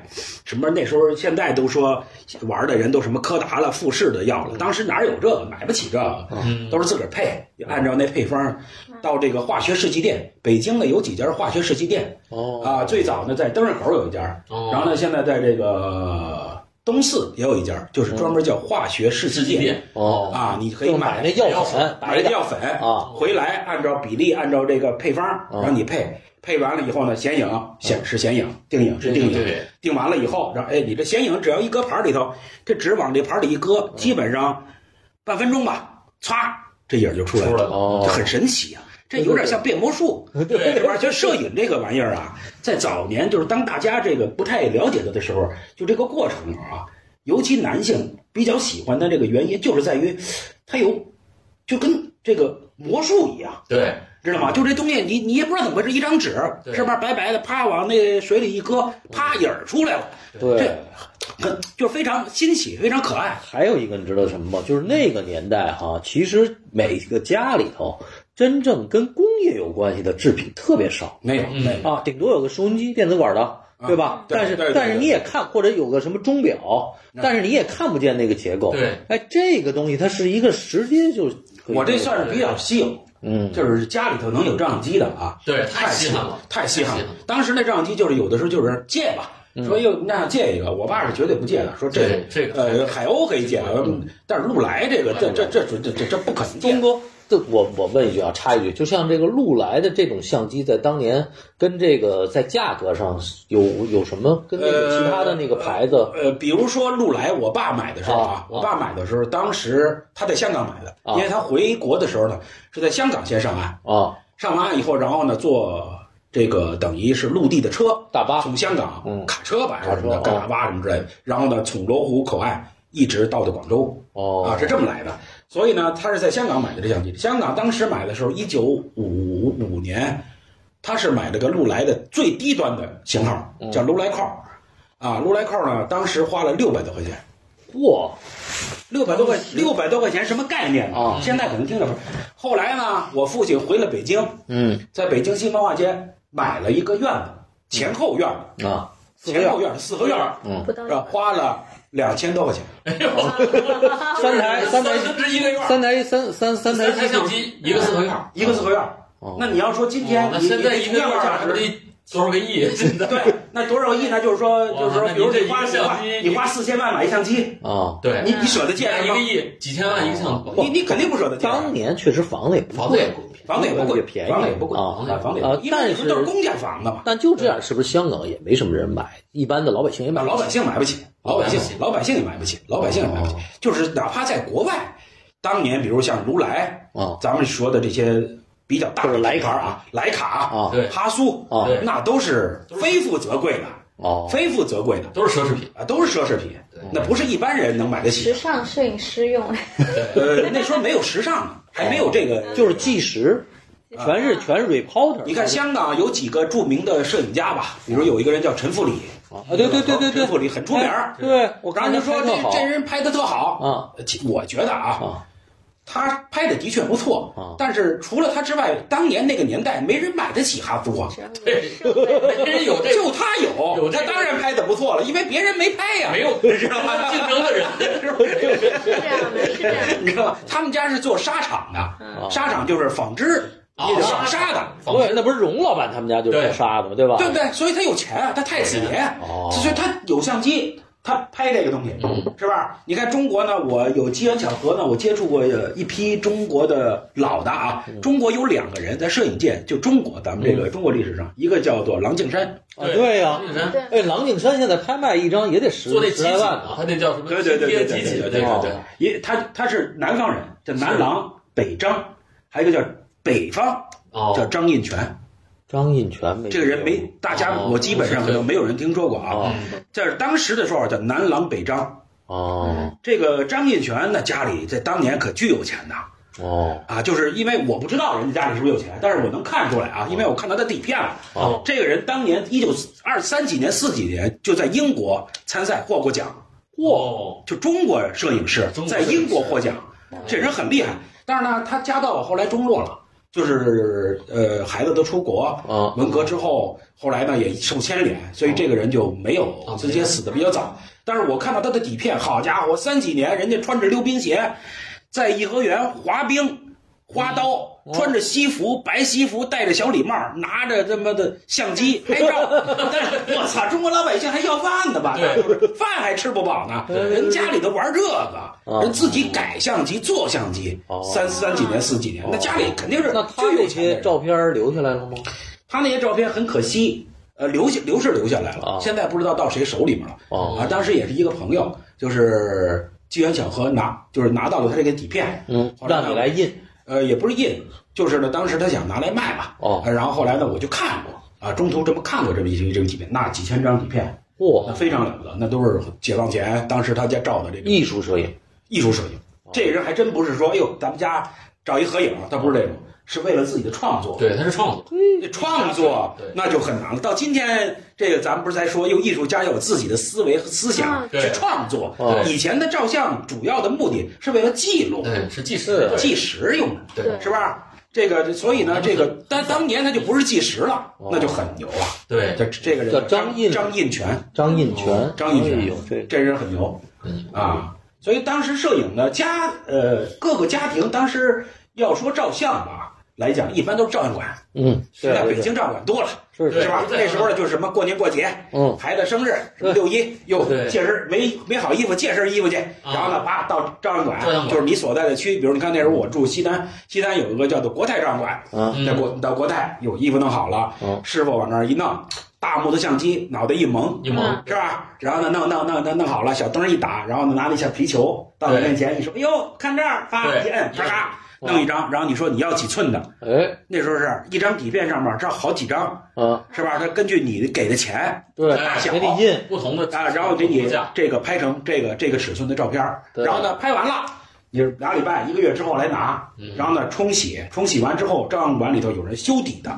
[SPEAKER 4] 什么那时候现在都说玩的人都什么柯达了、富士的药了，当时哪有这个，买不起这个，
[SPEAKER 2] 嗯
[SPEAKER 4] 都是自个儿配，按照那配方到这个化学试剂店，北京呢有几家化学试剂店
[SPEAKER 1] 哦
[SPEAKER 4] 啊，最早呢在灯市口有一家，
[SPEAKER 2] 哦
[SPEAKER 4] 然后呢现在在这个东四也有一家，就是专门叫化学试
[SPEAKER 2] 是
[SPEAKER 4] 剂
[SPEAKER 2] 几
[SPEAKER 4] 店
[SPEAKER 2] 点？
[SPEAKER 1] 哦，
[SPEAKER 4] 啊，你可以
[SPEAKER 1] 就
[SPEAKER 4] 买
[SPEAKER 1] 买那药粉，
[SPEAKER 4] 买这药粉
[SPEAKER 1] 啊
[SPEAKER 4] 回来按照比例，按照这个配方
[SPEAKER 2] 啊
[SPEAKER 4] 让你配，配完了以后呢，显影显是显影，定影是定影，
[SPEAKER 2] 对，
[SPEAKER 4] 定完了以后，然后哎，你这显影只要一搁盘里头，这纸往这盘里一搁，基本
[SPEAKER 2] 啊
[SPEAKER 4] 上半分钟吧，歘，这影就出来
[SPEAKER 2] 出
[SPEAKER 4] 了，
[SPEAKER 2] 来了，
[SPEAKER 1] 哦
[SPEAKER 4] 这，很神奇啊。这有点像变魔术，对吧？就摄影这个玩意儿啊，在早年就是当大家这个不太了解它的时候，就这个过程啊，尤其男性比较喜欢的这个原因，就是在于它有，就跟这个魔术一样，
[SPEAKER 2] 对，
[SPEAKER 4] 知道吗？就这东西，你你也不知道怎么回事，一张纸
[SPEAKER 2] 对
[SPEAKER 4] 是吧？白白的，啪往那水里一搁，啪影儿出来了，
[SPEAKER 1] 对
[SPEAKER 4] 这。很就非常欣喜，非常可爱。
[SPEAKER 1] 还有一个你知道什么吗？就是那个年代哈，其实每个家里头真正跟工业有关系的制品特别少
[SPEAKER 4] 没有，
[SPEAKER 2] 嗯
[SPEAKER 4] 没有，
[SPEAKER 1] 啊，顶多有个收音机、电子管的，对吧？
[SPEAKER 4] 啊对
[SPEAKER 1] 但是
[SPEAKER 4] 对对
[SPEAKER 1] 但是
[SPEAKER 4] 对
[SPEAKER 1] 你也看或者有个什么钟表，
[SPEAKER 4] 嗯
[SPEAKER 1] 但是你也看不见那个结构。
[SPEAKER 2] 对，
[SPEAKER 1] 哎，这个东西它是一个直接就可以
[SPEAKER 4] 我这算是比较稀有，
[SPEAKER 1] 嗯
[SPEAKER 4] 就是家里头能有照相机的啊，
[SPEAKER 2] 对，
[SPEAKER 4] 太
[SPEAKER 2] 稀罕了，
[SPEAKER 4] 太稀罕
[SPEAKER 2] 太
[SPEAKER 4] 了。当时那照相机就是有的时候就是借吧，说哟，那借一个，我爸是绝对不借的，说这
[SPEAKER 2] 对这个
[SPEAKER 4] 呃海鸥可以借，嗯但是禄来这个这这这这这这不可能借
[SPEAKER 1] 东。哥，这我我问一句啊，插一句，就像这个禄来的这种相机，在当年跟这个在价格上有有什么跟那个其他的那个牌子
[SPEAKER 4] 呃，比如说禄来，我爸买的时候
[SPEAKER 1] 啊
[SPEAKER 4] 啊，我爸买的时候，当时他在香港买的，
[SPEAKER 1] 啊
[SPEAKER 4] 因为他回国的时候呢，是在香港先上岸，
[SPEAKER 1] 啊？
[SPEAKER 4] 上完岸以后，然后呢坐这个等于是陆地的车，
[SPEAKER 1] 大巴
[SPEAKER 4] 从香港
[SPEAKER 1] 嗯
[SPEAKER 4] 卡车吧，还是什么
[SPEAKER 1] 卡
[SPEAKER 4] 的，
[SPEAKER 1] 车
[SPEAKER 4] 干
[SPEAKER 1] 哦
[SPEAKER 4] 大巴什么之类的，然后呢从罗湖口岸一直到的广州啊，
[SPEAKER 1] 哦
[SPEAKER 4] 是这么来的。所以呢，他是在香港买的这相机。香港当时买的时候，一九五五年，他是买了个禄来的最低端的型号，
[SPEAKER 1] 嗯
[SPEAKER 4] 叫禄来扣。啊，禄来扣呢，当时花了六百多块钱，
[SPEAKER 1] 嚯
[SPEAKER 4] 六百多块，六百多块钱什么概念呢
[SPEAKER 1] 啊
[SPEAKER 4] 现在可能听着不是。后来呢，我父亲回了北京，
[SPEAKER 1] 嗯
[SPEAKER 4] 在北京新文化街买了一个院子，前后院，
[SPEAKER 1] 啊四合
[SPEAKER 4] 前
[SPEAKER 1] 院
[SPEAKER 4] 后院四合院，
[SPEAKER 1] 嗯
[SPEAKER 3] 不到
[SPEAKER 4] 然后花了两千多块钱。
[SPEAKER 1] 三台三台
[SPEAKER 2] 分之一个院儿，
[SPEAKER 1] 三台三三三台
[SPEAKER 2] 三台
[SPEAKER 1] 机
[SPEAKER 2] 相
[SPEAKER 1] 器
[SPEAKER 2] 机，一个四合院儿。
[SPEAKER 4] 一个四合院儿
[SPEAKER 1] 哦。
[SPEAKER 4] 那你要说今天
[SPEAKER 2] 哦那
[SPEAKER 4] 你
[SPEAKER 2] 现在
[SPEAKER 4] 你
[SPEAKER 2] 一
[SPEAKER 4] 同
[SPEAKER 2] 个
[SPEAKER 4] 样
[SPEAKER 2] 院
[SPEAKER 4] 的
[SPEAKER 2] 儿
[SPEAKER 4] 价
[SPEAKER 2] 价值
[SPEAKER 4] 值，
[SPEAKER 2] 得多少个亿？真的，
[SPEAKER 4] 对，那多少个亿呢？就是说，
[SPEAKER 2] 哇
[SPEAKER 4] 就是说，
[SPEAKER 2] 那
[SPEAKER 4] 比如
[SPEAKER 2] 你这
[SPEAKER 4] 你
[SPEAKER 2] 一
[SPEAKER 4] 花
[SPEAKER 2] 个
[SPEAKER 4] 四
[SPEAKER 2] 相
[SPEAKER 4] 万
[SPEAKER 2] 机，
[SPEAKER 4] 你花四千万买一相机，
[SPEAKER 1] 啊。
[SPEAKER 2] 对，
[SPEAKER 4] 你你舍得借
[SPEAKER 2] 现在一
[SPEAKER 4] 吗
[SPEAKER 2] 个？亿，几千万一个相机，
[SPEAKER 4] 你你肯定不舍得借，
[SPEAKER 1] 当年确实房子也不
[SPEAKER 2] 房子也
[SPEAKER 1] 贵，
[SPEAKER 2] 贵，
[SPEAKER 4] 房子也不
[SPEAKER 1] 也
[SPEAKER 4] 贵，
[SPEAKER 1] 便宜
[SPEAKER 4] 房子也不贵
[SPEAKER 1] 啊
[SPEAKER 4] 房子也
[SPEAKER 1] 啊
[SPEAKER 4] 不贵，因为你们都是公家房子嘛，
[SPEAKER 1] 但就这样，是不是香港也没什么人买？一般的老百姓也买
[SPEAKER 4] 那
[SPEAKER 1] 不起。
[SPEAKER 4] 老百姓买不起，老百姓老百姓也买不起，老百姓也买不起
[SPEAKER 1] 哦，
[SPEAKER 4] 就是哪怕在国外，当年比如像如来，
[SPEAKER 1] 啊
[SPEAKER 4] 咱们说的这些比较大
[SPEAKER 1] 或
[SPEAKER 4] 的
[SPEAKER 1] 者徕
[SPEAKER 4] 品牌
[SPEAKER 1] 卡
[SPEAKER 4] 啊，徕卡、
[SPEAKER 1] 啊
[SPEAKER 2] 对，
[SPEAKER 4] 哈苏
[SPEAKER 1] 啊
[SPEAKER 2] 对
[SPEAKER 4] 那都是非富则贵的，
[SPEAKER 1] 哦
[SPEAKER 4] 非富则贵的。
[SPEAKER 2] 都是奢侈品。
[SPEAKER 4] 啊，都是奢侈品
[SPEAKER 2] 对，
[SPEAKER 4] 那不是一般人能买得起
[SPEAKER 3] 时。尚摄影师用，
[SPEAKER 4] 呃，那时候没有时尚呢，还没有这个。
[SPEAKER 1] 就是计时，全是全是 reporter。
[SPEAKER 4] 啊你看香港有几个著名的摄影家吧，比如有一个人叫陈富理，
[SPEAKER 1] 啊，对对对对对
[SPEAKER 4] 陈，富理很出名儿。
[SPEAKER 1] 对，我刚才
[SPEAKER 4] 然后就说
[SPEAKER 1] 特好
[SPEAKER 4] 这这人拍的特好，
[SPEAKER 1] 啊
[SPEAKER 4] 呃其我觉得啊，
[SPEAKER 1] 啊
[SPEAKER 4] 他拍的的确不
[SPEAKER 1] 啊
[SPEAKER 4] 错，但是除了他之外，当年那个年代没人买得起哈苏啊，
[SPEAKER 3] 只要有
[SPEAKER 2] 对
[SPEAKER 3] 设备，
[SPEAKER 2] 没人有这
[SPEAKER 4] 就他有，
[SPEAKER 2] 有这
[SPEAKER 4] 他当然拍的不错了，因为别人没拍呀，
[SPEAKER 2] 没有
[SPEAKER 4] 知道吗？
[SPEAKER 2] 竞争的人，是吧？
[SPEAKER 3] 是这样的，是这样的。
[SPEAKER 4] 你知道吧？他们家是做纱厂的，
[SPEAKER 1] 啊！
[SPEAKER 4] 纱厂就是纺织，
[SPEAKER 2] 啊
[SPEAKER 4] 也得
[SPEAKER 2] 纱
[SPEAKER 4] 纺纱的，
[SPEAKER 1] 对，那不是荣老板他们家就是
[SPEAKER 2] 对
[SPEAKER 1] 杀的嘛，对吧？
[SPEAKER 4] 对不对？所以他有钱啊，他太子爷，
[SPEAKER 1] 哦
[SPEAKER 4] 所以他有相机，他拍这个东西，是吧？你看中国呢，我有机缘巧合呢，我接触过呃一批中国的老的啊，中国有两个人在摄影界，就中国咱们这个中国历史上，一个叫做郎静山，
[SPEAKER 1] 啊，对呀。
[SPEAKER 2] 这人
[SPEAKER 3] 对，
[SPEAKER 1] 哎，郎景山现在拍卖一张也得十
[SPEAKER 2] 做那机
[SPEAKER 1] 十
[SPEAKER 2] 器
[SPEAKER 1] 来万
[SPEAKER 2] 啊，
[SPEAKER 1] 呢。
[SPEAKER 2] 他那叫什么？
[SPEAKER 4] 对对对对对
[SPEAKER 2] 机器
[SPEAKER 4] 对对
[SPEAKER 2] 对
[SPEAKER 1] 哦
[SPEAKER 4] 对，一他他是南方人，叫南郎北张，还有一个叫北方，
[SPEAKER 2] 哦，
[SPEAKER 4] 叫张印全，
[SPEAKER 1] 张印全没
[SPEAKER 4] 这个人没大家
[SPEAKER 1] 哦
[SPEAKER 4] 我基本上可能没有人听说过啊，
[SPEAKER 1] 哦
[SPEAKER 2] 嗯
[SPEAKER 4] 这是当时的说法叫南郎北张。
[SPEAKER 1] 哦
[SPEAKER 4] 这个张印全呢，家里在当年可巨有钱的
[SPEAKER 1] 哦
[SPEAKER 4] 啊，就是因为我不知道人家家里是不是有钱，但是我能看出来啊，因为我看他的底片了。
[SPEAKER 2] 哦
[SPEAKER 4] 这个人当年一九二三几年、四几年就在英国参赛获过奖，
[SPEAKER 2] 哇，
[SPEAKER 4] 就中国摄影师
[SPEAKER 2] 中国摄
[SPEAKER 4] 在
[SPEAKER 2] 影师啊
[SPEAKER 4] 英国获奖，这人很厉害。但是呢，他家道后来中落了，就是呃，孩子都出国，
[SPEAKER 1] 啊
[SPEAKER 4] 文革之后，后来呢也受牵连，所以这个人就没有
[SPEAKER 2] 啊
[SPEAKER 4] 直接死的比较早。但是我看到他的底片，好家伙，三几年人家穿着溜冰鞋，在颐和园滑冰、花刀，
[SPEAKER 2] 嗯
[SPEAKER 4] 穿着西服白西服，戴着小礼帽，拿着他妈的相机拍 照。但是我操，中国老百姓还要饭呢吧？
[SPEAKER 2] 对
[SPEAKER 4] 就是 饭还吃不饱呢，人家里头玩这个，人自己改相机做相机
[SPEAKER 1] 哦，
[SPEAKER 4] 三三几年四几年，那家里肯定是
[SPEAKER 1] 那他
[SPEAKER 4] 就有
[SPEAKER 1] 那
[SPEAKER 4] 钱的
[SPEAKER 1] 些
[SPEAKER 4] 人
[SPEAKER 1] 照片留下来了吗？
[SPEAKER 4] 他那些照片很可惜，呃，留下留是留下来了，
[SPEAKER 1] 啊
[SPEAKER 4] 现在不知道到谁手里面了。
[SPEAKER 1] 哦
[SPEAKER 4] 啊，当时也是一个朋友，就是机缘巧合拿，就是拿到了他这个底片，
[SPEAKER 1] 嗯，
[SPEAKER 4] 好像
[SPEAKER 1] 让你来印
[SPEAKER 4] 呃，也不是印，就是呢，当时他想拿来卖嘛。
[SPEAKER 1] 哦
[SPEAKER 4] 呃然后后来呢，我就看过啊，中途这么看过这么一些这个底片，那几千张底片，
[SPEAKER 1] 嚯
[SPEAKER 4] 那，非常了不得，那都是解放前当时他家照的这个
[SPEAKER 1] 艺术摄影
[SPEAKER 4] 艺术水平。
[SPEAKER 1] 哦
[SPEAKER 4] 这人还真不是说，哎呦，咱们家照一合影，他不是
[SPEAKER 1] 哦
[SPEAKER 4] 这种，是为了自己的创作。
[SPEAKER 2] 对，他是创作，
[SPEAKER 4] 这创作
[SPEAKER 2] 对
[SPEAKER 4] 那就很难了。到今天，这个咱们不是在说，又艺术家有自己的思维和思想
[SPEAKER 3] 啊
[SPEAKER 2] 对
[SPEAKER 4] 去创作
[SPEAKER 1] 哦。
[SPEAKER 2] 嗯对
[SPEAKER 4] 以前的照相主要的目的是为了记录、
[SPEAKER 2] 对，是纪
[SPEAKER 1] 是
[SPEAKER 2] 实，对
[SPEAKER 4] 纪实用的，
[SPEAKER 2] 对
[SPEAKER 4] 是吧？这个，所以呢，这个但当年他就不是纪实了
[SPEAKER 1] 嗯哦，
[SPEAKER 4] 那就很牛了。
[SPEAKER 2] 对，
[SPEAKER 4] 这这个人
[SPEAKER 1] 叫张
[SPEAKER 4] 张
[SPEAKER 1] 印
[SPEAKER 4] 张印泉，
[SPEAKER 1] 张印泉
[SPEAKER 2] 哦，
[SPEAKER 4] 张印泉
[SPEAKER 1] 哎呦，这
[SPEAKER 4] 这人很牛
[SPEAKER 2] 嗯
[SPEAKER 4] 啊。所以当时摄影呢，家呃各个家庭当时要说照相吧来讲，一般都是照相馆，
[SPEAKER 1] 嗯，
[SPEAKER 4] 现
[SPEAKER 1] 对
[SPEAKER 4] 在北
[SPEAKER 1] 对，
[SPEAKER 4] 京照相馆多了。
[SPEAKER 1] 是
[SPEAKER 2] 对
[SPEAKER 1] 是
[SPEAKER 4] 是吧？
[SPEAKER 2] 对
[SPEAKER 4] 那时候就是什么过年过节，
[SPEAKER 1] 嗯
[SPEAKER 4] 孩子生日，什么六一，哟
[SPEAKER 2] 对，
[SPEAKER 4] 借身没没好衣服，借身衣服去，
[SPEAKER 2] 啊
[SPEAKER 4] 然后呢，啪到照相馆
[SPEAKER 2] 照相，馆
[SPEAKER 4] 就是你所在的区，比如你看那时候我住西单，西单有一个叫做国泰照相馆，
[SPEAKER 1] 啊，
[SPEAKER 4] 在
[SPEAKER 2] 嗯
[SPEAKER 4] 国到国泰有衣服弄好了
[SPEAKER 1] 嗯，
[SPEAKER 4] 师傅往那儿一弄，大木头相机，脑袋一蒙。
[SPEAKER 2] 一萌，
[SPEAKER 4] 是吧？然后呢，弄弄弄弄弄好了，小灯一打，然后呢，拿那小皮球到你
[SPEAKER 2] 对
[SPEAKER 4] 面前，你说：“哎呦，看这儿！”啪
[SPEAKER 2] 对
[SPEAKER 4] 一摁，
[SPEAKER 2] 一
[SPEAKER 4] 咔
[SPEAKER 2] 摁
[SPEAKER 4] 咔弄一张。然后你说你要几寸的？
[SPEAKER 1] 哎
[SPEAKER 4] 那时候是一张底片上面照好几张，
[SPEAKER 1] 啊，
[SPEAKER 4] 是吧？他根据你给的钱
[SPEAKER 1] 对，
[SPEAKER 2] 哎
[SPEAKER 1] 给你印，
[SPEAKER 2] 不同的
[SPEAKER 4] 啊，然后给你
[SPEAKER 2] 骨架
[SPEAKER 4] 这个拍成这个这个尺寸的照片儿，
[SPEAKER 1] 对
[SPEAKER 4] 然后呢拍完了，你俩礼拜一个月之后来拿，
[SPEAKER 2] 嗯
[SPEAKER 4] 然后呢冲洗，冲洗完之后照相馆里头有人修底的，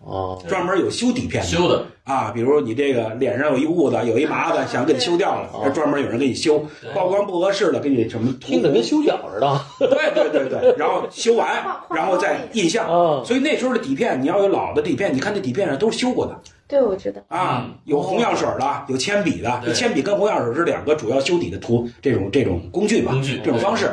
[SPEAKER 1] 哦，
[SPEAKER 2] 对
[SPEAKER 4] 专门有修底片的
[SPEAKER 2] 修的，
[SPEAKER 4] 啊，比如你这个脸上有一痦子，有一麻子，想给你修掉了，
[SPEAKER 1] 哦
[SPEAKER 4] 这专门有人给你修，
[SPEAKER 2] 对
[SPEAKER 4] 曝光不合适的给你什么涂
[SPEAKER 1] 听着跟修脚似的
[SPEAKER 4] 对对对对，然后修完
[SPEAKER 3] 画画，
[SPEAKER 4] 然后再印象。
[SPEAKER 1] 啊，
[SPEAKER 4] 所以那时候的底片，你要有老的底片，你看那底片上都是修过的，
[SPEAKER 3] 对，我知道。
[SPEAKER 4] 啊
[SPEAKER 2] 嗯，
[SPEAKER 4] 有红药水的，有铅笔的，
[SPEAKER 2] 对
[SPEAKER 4] 这铅笔跟红药水是两个主要修底的图这种这种工具吧，
[SPEAKER 2] 工具
[SPEAKER 4] 这种方式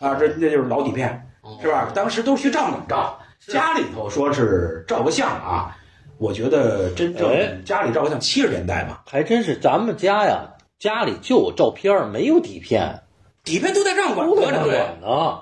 [SPEAKER 4] 啊，这那就是老底片
[SPEAKER 2] 哦
[SPEAKER 4] 是吧？当时都是去照馆照，
[SPEAKER 2] 是
[SPEAKER 4] 家里头说是照个相啊，我觉得真
[SPEAKER 1] 哎
[SPEAKER 4] 正家里照个相，七十年代嘛，
[SPEAKER 1] 还真是咱们家呀，家里就有照片儿，没有底片，
[SPEAKER 4] 底片都在照馆
[SPEAKER 1] 都
[SPEAKER 4] 搁
[SPEAKER 1] 在
[SPEAKER 4] 着
[SPEAKER 1] 那
[SPEAKER 4] 呢。
[SPEAKER 1] 管呢。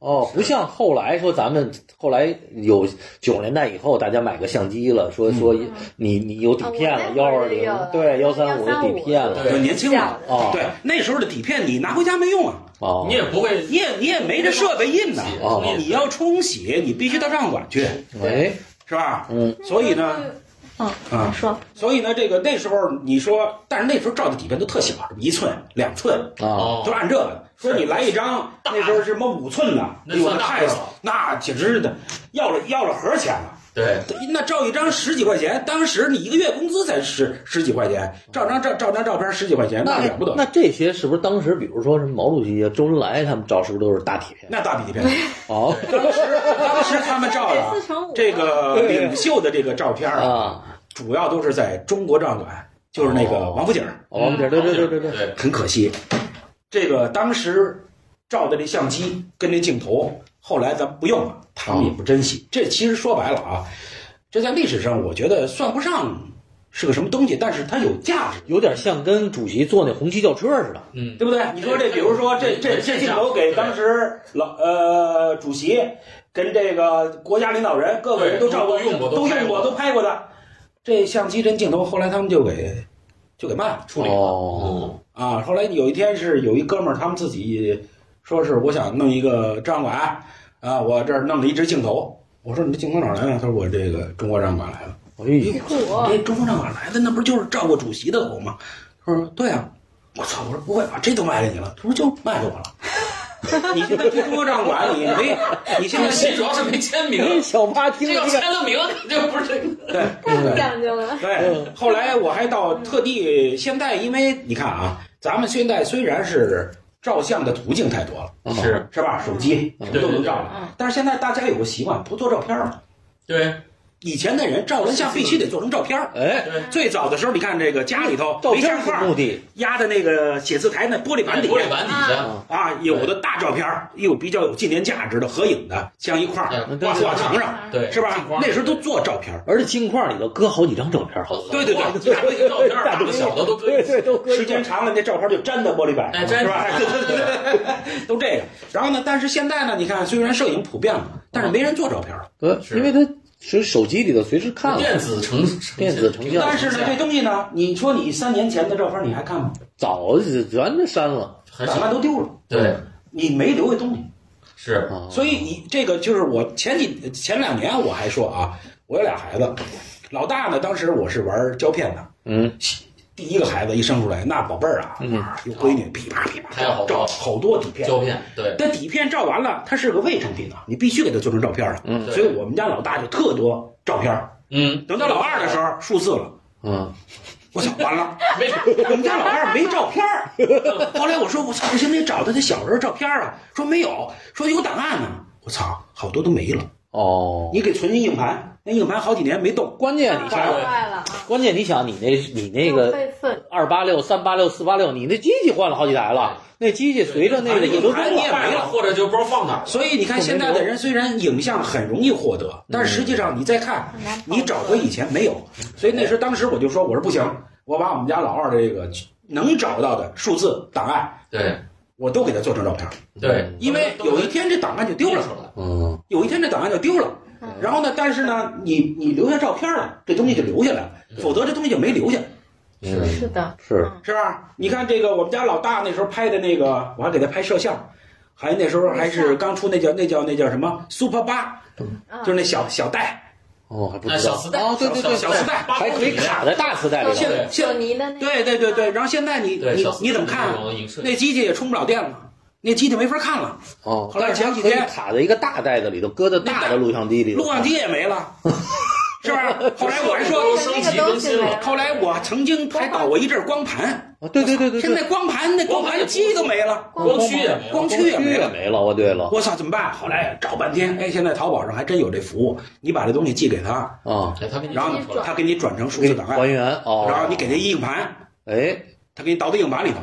[SPEAKER 1] 哦，不像后来说咱们后来有九十年代以后，大家买个相机了，说
[SPEAKER 2] 嗯
[SPEAKER 1] 说你你有底
[SPEAKER 3] 哦
[SPEAKER 1] 片
[SPEAKER 3] 啊
[SPEAKER 1] 了，幺二零对幺三五的底片了，
[SPEAKER 2] 对
[SPEAKER 4] 就年轻嘛
[SPEAKER 3] 小，的
[SPEAKER 1] 哦
[SPEAKER 4] 对，那时候的底片你拿回家没用啊，
[SPEAKER 1] 哦
[SPEAKER 2] 你，也不会
[SPEAKER 4] 你也你也没这设备印呢，
[SPEAKER 1] 哦
[SPEAKER 4] 你要冲洗，你必须到照馆去，
[SPEAKER 1] 哎，
[SPEAKER 4] 是吧？
[SPEAKER 1] 嗯，
[SPEAKER 4] 所以呢，，
[SPEAKER 3] 嗯，
[SPEAKER 4] 啊
[SPEAKER 3] 你。说
[SPEAKER 4] 所以呢，这个那时候你说，但是那时候照的底片都特小，一寸、两寸，
[SPEAKER 1] 啊，
[SPEAKER 2] 哦
[SPEAKER 4] 都，按这个。说你来一张，那时候是什么五寸的，
[SPEAKER 2] 那
[SPEAKER 4] 哎呦
[SPEAKER 2] 算大
[SPEAKER 4] 太
[SPEAKER 2] 了
[SPEAKER 4] 小，那简直是的，要了要了盒钱了。
[SPEAKER 2] 对，
[SPEAKER 4] 那照一张十几块钱，当时你一个月工资才十十几块钱，照张照照张照片十几块钱， 那了不得，
[SPEAKER 1] 那这些是不是当时比如说什么毛主席啊、周恩来他们照是不是都是大啊底片？
[SPEAKER 4] 那大笔的片。
[SPEAKER 1] 哦
[SPEAKER 4] 当时当时他们照的
[SPEAKER 3] 四乘五啊
[SPEAKER 4] 这个领袖的这个照片啊，
[SPEAKER 1] 啊，
[SPEAKER 4] 主要都是在中国照相馆，就是那
[SPEAKER 2] 哦
[SPEAKER 4] 个王府井。
[SPEAKER 1] 我们这哦对对对对对，
[SPEAKER 2] 对，
[SPEAKER 4] 很可惜，这个当时照的这相机跟这镜头，后来咱不用了，他们也不珍惜。这其实说白了啊，这在历史上我觉得算不上是个什么东西，但是它有价值，
[SPEAKER 1] 有点像跟主席坐那红旗轿车似的。
[SPEAKER 2] 嗯，
[SPEAKER 4] 对不对？你说这，比如说这这这镜头给当时老呃主席跟这个国家领导人各个人都照过，
[SPEAKER 2] 对都用过
[SPEAKER 4] 都
[SPEAKER 2] 都拍
[SPEAKER 4] 用
[SPEAKER 2] 过
[SPEAKER 4] 过，都拍过的。这相机跟镜头后来他们就给就给卖了。
[SPEAKER 2] 处理嗯了
[SPEAKER 1] 哦，
[SPEAKER 4] 啊，后来有一天是有一哥们儿，他们自己说是我想弄一个照相馆，啊，我这儿弄了一支镜头。我说你这镜头哪儿来的？他说我这个中国照相馆来的。
[SPEAKER 1] 哎呦，
[SPEAKER 3] 酷，
[SPEAKER 4] 这中国照相馆来的，那不就是照过主席的头吗？他说对啊。我操！我说不会把这都卖给你了？他说就卖给我了。你现在去中国照相馆，你没，你现在
[SPEAKER 2] 这戏主 要是没签名，
[SPEAKER 1] 小妈听
[SPEAKER 2] 这
[SPEAKER 1] 着
[SPEAKER 2] 要
[SPEAKER 1] 这
[SPEAKER 2] 签
[SPEAKER 1] 个，
[SPEAKER 2] 了名，这不是这个，
[SPEAKER 4] 对
[SPEAKER 3] 太
[SPEAKER 4] 对
[SPEAKER 3] 讲究了。
[SPEAKER 4] 对。后来我还到特地，现在因为你看啊，咱们现在虽然是照相的途径太多了，
[SPEAKER 1] 啊
[SPEAKER 2] 是
[SPEAKER 4] 是吧？手机
[SPEAKER 1] 嗯
[SPEAKER 4] 什么都能
[SPEAKER 2] 对
[SPEAKER 4] 照了。
[SPEAKER 3] 嗯，
[SPEAKER 4] 但是现在大家有个习惯，不做照片了。
[SPEAKER 2] 对
[SPEAKER 4] 以前的人照人像必须得做成照片儿。
[SPEAKER 1] 哎，
[SPEAKER 2] 对，
[SPEAKER 4] 最早的时候，你看这个家里头
[SPEAKER 1] 照
[SPEAKER 4] 没
[SPEAKER 1] 片
[SPEAKER 4] 相
[SPEAKER 1] 是
[SPEAKER 4] 框
[SPEAKER 1] 目的，
[SPEAKER 4] 压在那个写字台那玻璃板底
[SPEAKER 2] 玻璃
[SPEAKER 4] 下
[SPEAKER 2] 板底下，
[SPEAKER 4] 啊，有的大照片儿，有比较有纪念价值的合影的，像一块儿
[SPEAKER 2] 嗯
[SPEAKER 4] 挂
[SPEAKER 1] 对
[SPEAKER 4] 挂墙上，
[SPEAKER 3] 嗯
[SPEAKER 2] 对
[SPEAKER 4] 是吧
[SPEAKER 2] 镜框？
[SPEAKER 4] 那时候都做照片儿，
[SPEAKER 1] 而且镜框里头搁好几张照片，好多。
[SPEAKER 4] 对对对
[SPEAKER 2] 一大堆照片， 大的小的都可以。
[SPEAKER 1] 对，都搁
[SPEAKER 4] 时间长了，那照片就粘在玻璃板
[SPEAKER 2] 哎，
[SPEAKER 4] 上，
[SPEAKER 2] 真
[SPEAKER 4] 是吧？
[SPEAKER 2] 对对对，
[SPEAKER 4] 都这个。然后呢，但是现在呢，你看，虽然摄影普遍了，但是没人做照片了。
[SPEAKER 1] 呃，
[SPEAKER 2] 是
[SPEAKER 1] 因为它是手机里头随时看了，
[SPEAKER 2] 电子成
[SPEAKER 1] 电子成像
[SPEAKER 4] 但是呢，这东西呢，你说你三年前的照片你还看吗？
[SPEAKER 1] 早就全都删了
[SPEAKER 2] 很
[SPEAKER 4] 档
[SPEAKER 2] 少。
[SPEAKER 4] 案都丢了，
[SPEAKER 2] 对，
[SPEAKER 4] 你没留下东西。
[SPEAKER 2] 是
[SPEAKER 1] 啊。
[SPEAKER 4] 所以你这个就是我前几前两年我还说啊，我有俩孩子，老大呢，当时我是玩胶片的，
[SPEAKER 1] 嗯，
[SPEAKER 4] 第一个孩子一生出来，那宝贝儿啊，
[SPEAKER 1] 嗯
[SPEAKER 4] 啊有闺女，噼啪噼啪，
[SPEAKER 2] 还有好多
[SPEAKER 4] 照好多底片。
[SPEAKER 2] 胶片，对
[SPEAKER 4] 但底片照完了，它是个未成品啊，你必须给它做成照片了。
[SPEAKER 1] 嗯
[SPEAKER 2] 对
[SPEAKER 4] 所以我们家老大就特多照片儿。
[SPEAKER 2] 嗯。
[SPEAKER 4] 等到老二的时候，数字了，
[SPEAKER 1] 嗯，
[SPEAKER 4] 我想完了，
[SPEAKER 2] 候，没
[SPEAKER 4] 我们家老二没照片儿。 后来我说我操，我行得找他的小时候照片儿啊，说没有，说有档案呢。我操，好多都没了。
[SPEAKER 1] 哦，
[SPEAKER 4] 你给存进硬盘，那硬盘好几年没动，
[SPEAKER 1] 关键你
[SPEAKER 3] 太
[SPEAKER 1] 想，
[SPEAKER 3] 坏了啊！
[SPEAKER 1] 关键你想，你那你那个
[SPEAKER 3] 备份，
[SPEAKER 1] 二八六、三八六、四八六，你那机器换了好几台了，那机器随着那个
[SPEAKER 4] 对
[SPEAKER 1] 也都
[SPEAKER 4] 盘
[SPEAKER 1] 动
[SPEAKER 4] 你也
[SPEAKER 1] 了。
[SPEAKER 2] 坏了，或者就不知道放哪儿了。
[SPEAKER 4] 所以你看，现在的人虽然影像很容易获得，但实际上你再看
[SPEAKER 3] 很难，保
[SPEAKER 4] 你找回以前没有。所以那时候，当时我就说，我说不行，我把我们家老二这个能找到的数字档案，
[SPEAKER 2] 对
[SPEAKER 4] 我都给他做成照片，
[SPEAKER 2] 对，
[SPEAKER 4] 因为有一天这档案就丢了，
[SPEAKER 2] 了。
[SPEAKER 1] 嗯，
[SPEAKER 4] 有一天这档案就丢了。
[SPEAKER 3] 嗯
[SPEAKER 4] 然后呢，但是呢，你你留下照片了，这东西就留下来了，否则这东西就没留下，
[SPEAKER 1] 嗯
[SPEAKER 3] 是的，
[SPEAKER 1] 是
[SPEAKER 4] 是吧？你看这个，我们家老大那时候拍的那个，我还给他拍摄像。还那时候还是刚出那叫那叫那叫什么 Super 八，
[SPEAKER 3] 嗯
[SPEAKER 4] 就是那小小带，
[SPEAKER 1] 哦，还不
[SPEAKER 2] 那
[SPEAKER 4] 呃
[SPEAKER 1] 知道
[SPEAKER 2] 小磁带
[SPEAKER 1] 哦，对对对，
[SPEAKER 2] 小小磁带
[SPEAKER 1] 还可以卡在大磁带里
[SPEAKER 3] 索
[SPEAKER 1] 头
[SPEAKER 4] 现。在现
[SPEAKER 3] 索尼的那个
[SPEAKER 4] 对对对对，，然后现在你
[SPEAKER 2] 对，
[SPEAKER 4] 你
[SPEAKER 2] 小四
[SPEAKER 4] 你怎么
[SPEAKER 2] 那
[SPEAKER 4] 看啊？
[SPEAKER 2] 种影视
[SPEAKER 4] 那机器也充不了电了，那机器没法看了，
[SPEAKER 1] 哦，
[SPEAKER 4] 后来
[SPEAKER 1] 但是它
[SPEAKER 4] 前几
[SPEAKER 1] 可以
[SPEAKER 4] 天
[SPEAKER 1] 卡在一个大袋子里头，搁在大的录像机里头。
[SPEAKER 4] 录像机也没 了，是吧？后来我还
[SPEAKER 3] 那
[SPEAKER 4] 说，
[SPEAKER 3] 个那个东啊西没了
[SPEAKER 4] 后来我曾经还搞过一阵光盘，
[SPEAKER 1] 啊，对对对对
[SPEAKER 4] 哦现在
[SPEAKER 1] 对，
[SPEAKER 4] 光盘那光盘机都没了，
[SPEAKER 2] 光驱也没有
[SPEAKER 4] 光
[SPEAKER 1] 光
[SPEAKER 4] 驱也没
[SPEAKER 1] 也
[SPEAKER 4] 了。
[SPEAKER 1] 没了。哦，对了，
[SPEAKER 4] 我操，怎么办？后来找半天，哎，现在淘宝上还真有这服务，你把这东西寄给他，
[SPEAKER 1] 啊，
[SPEAKER 2] 哎，他给你
[SPEAKER 4] 然后
[SPEAKER 2] 转出来
[SPEAKER 4] 他给你转成数
[SPEAKER 1] 给
[SPEAKER 4] 字
[SPEAKER 1] 你
[SPEAKER 4] 档
[SPEAKER 1] 还
[SPEAKER 4] 案，
[SPEAKER 1] 原哦，
[SPEAKER 4] 然后你给他一硬盘，
[SPEAKER 1] 哎，
[SPEAKER 4] 他给你倒到硬盘里头，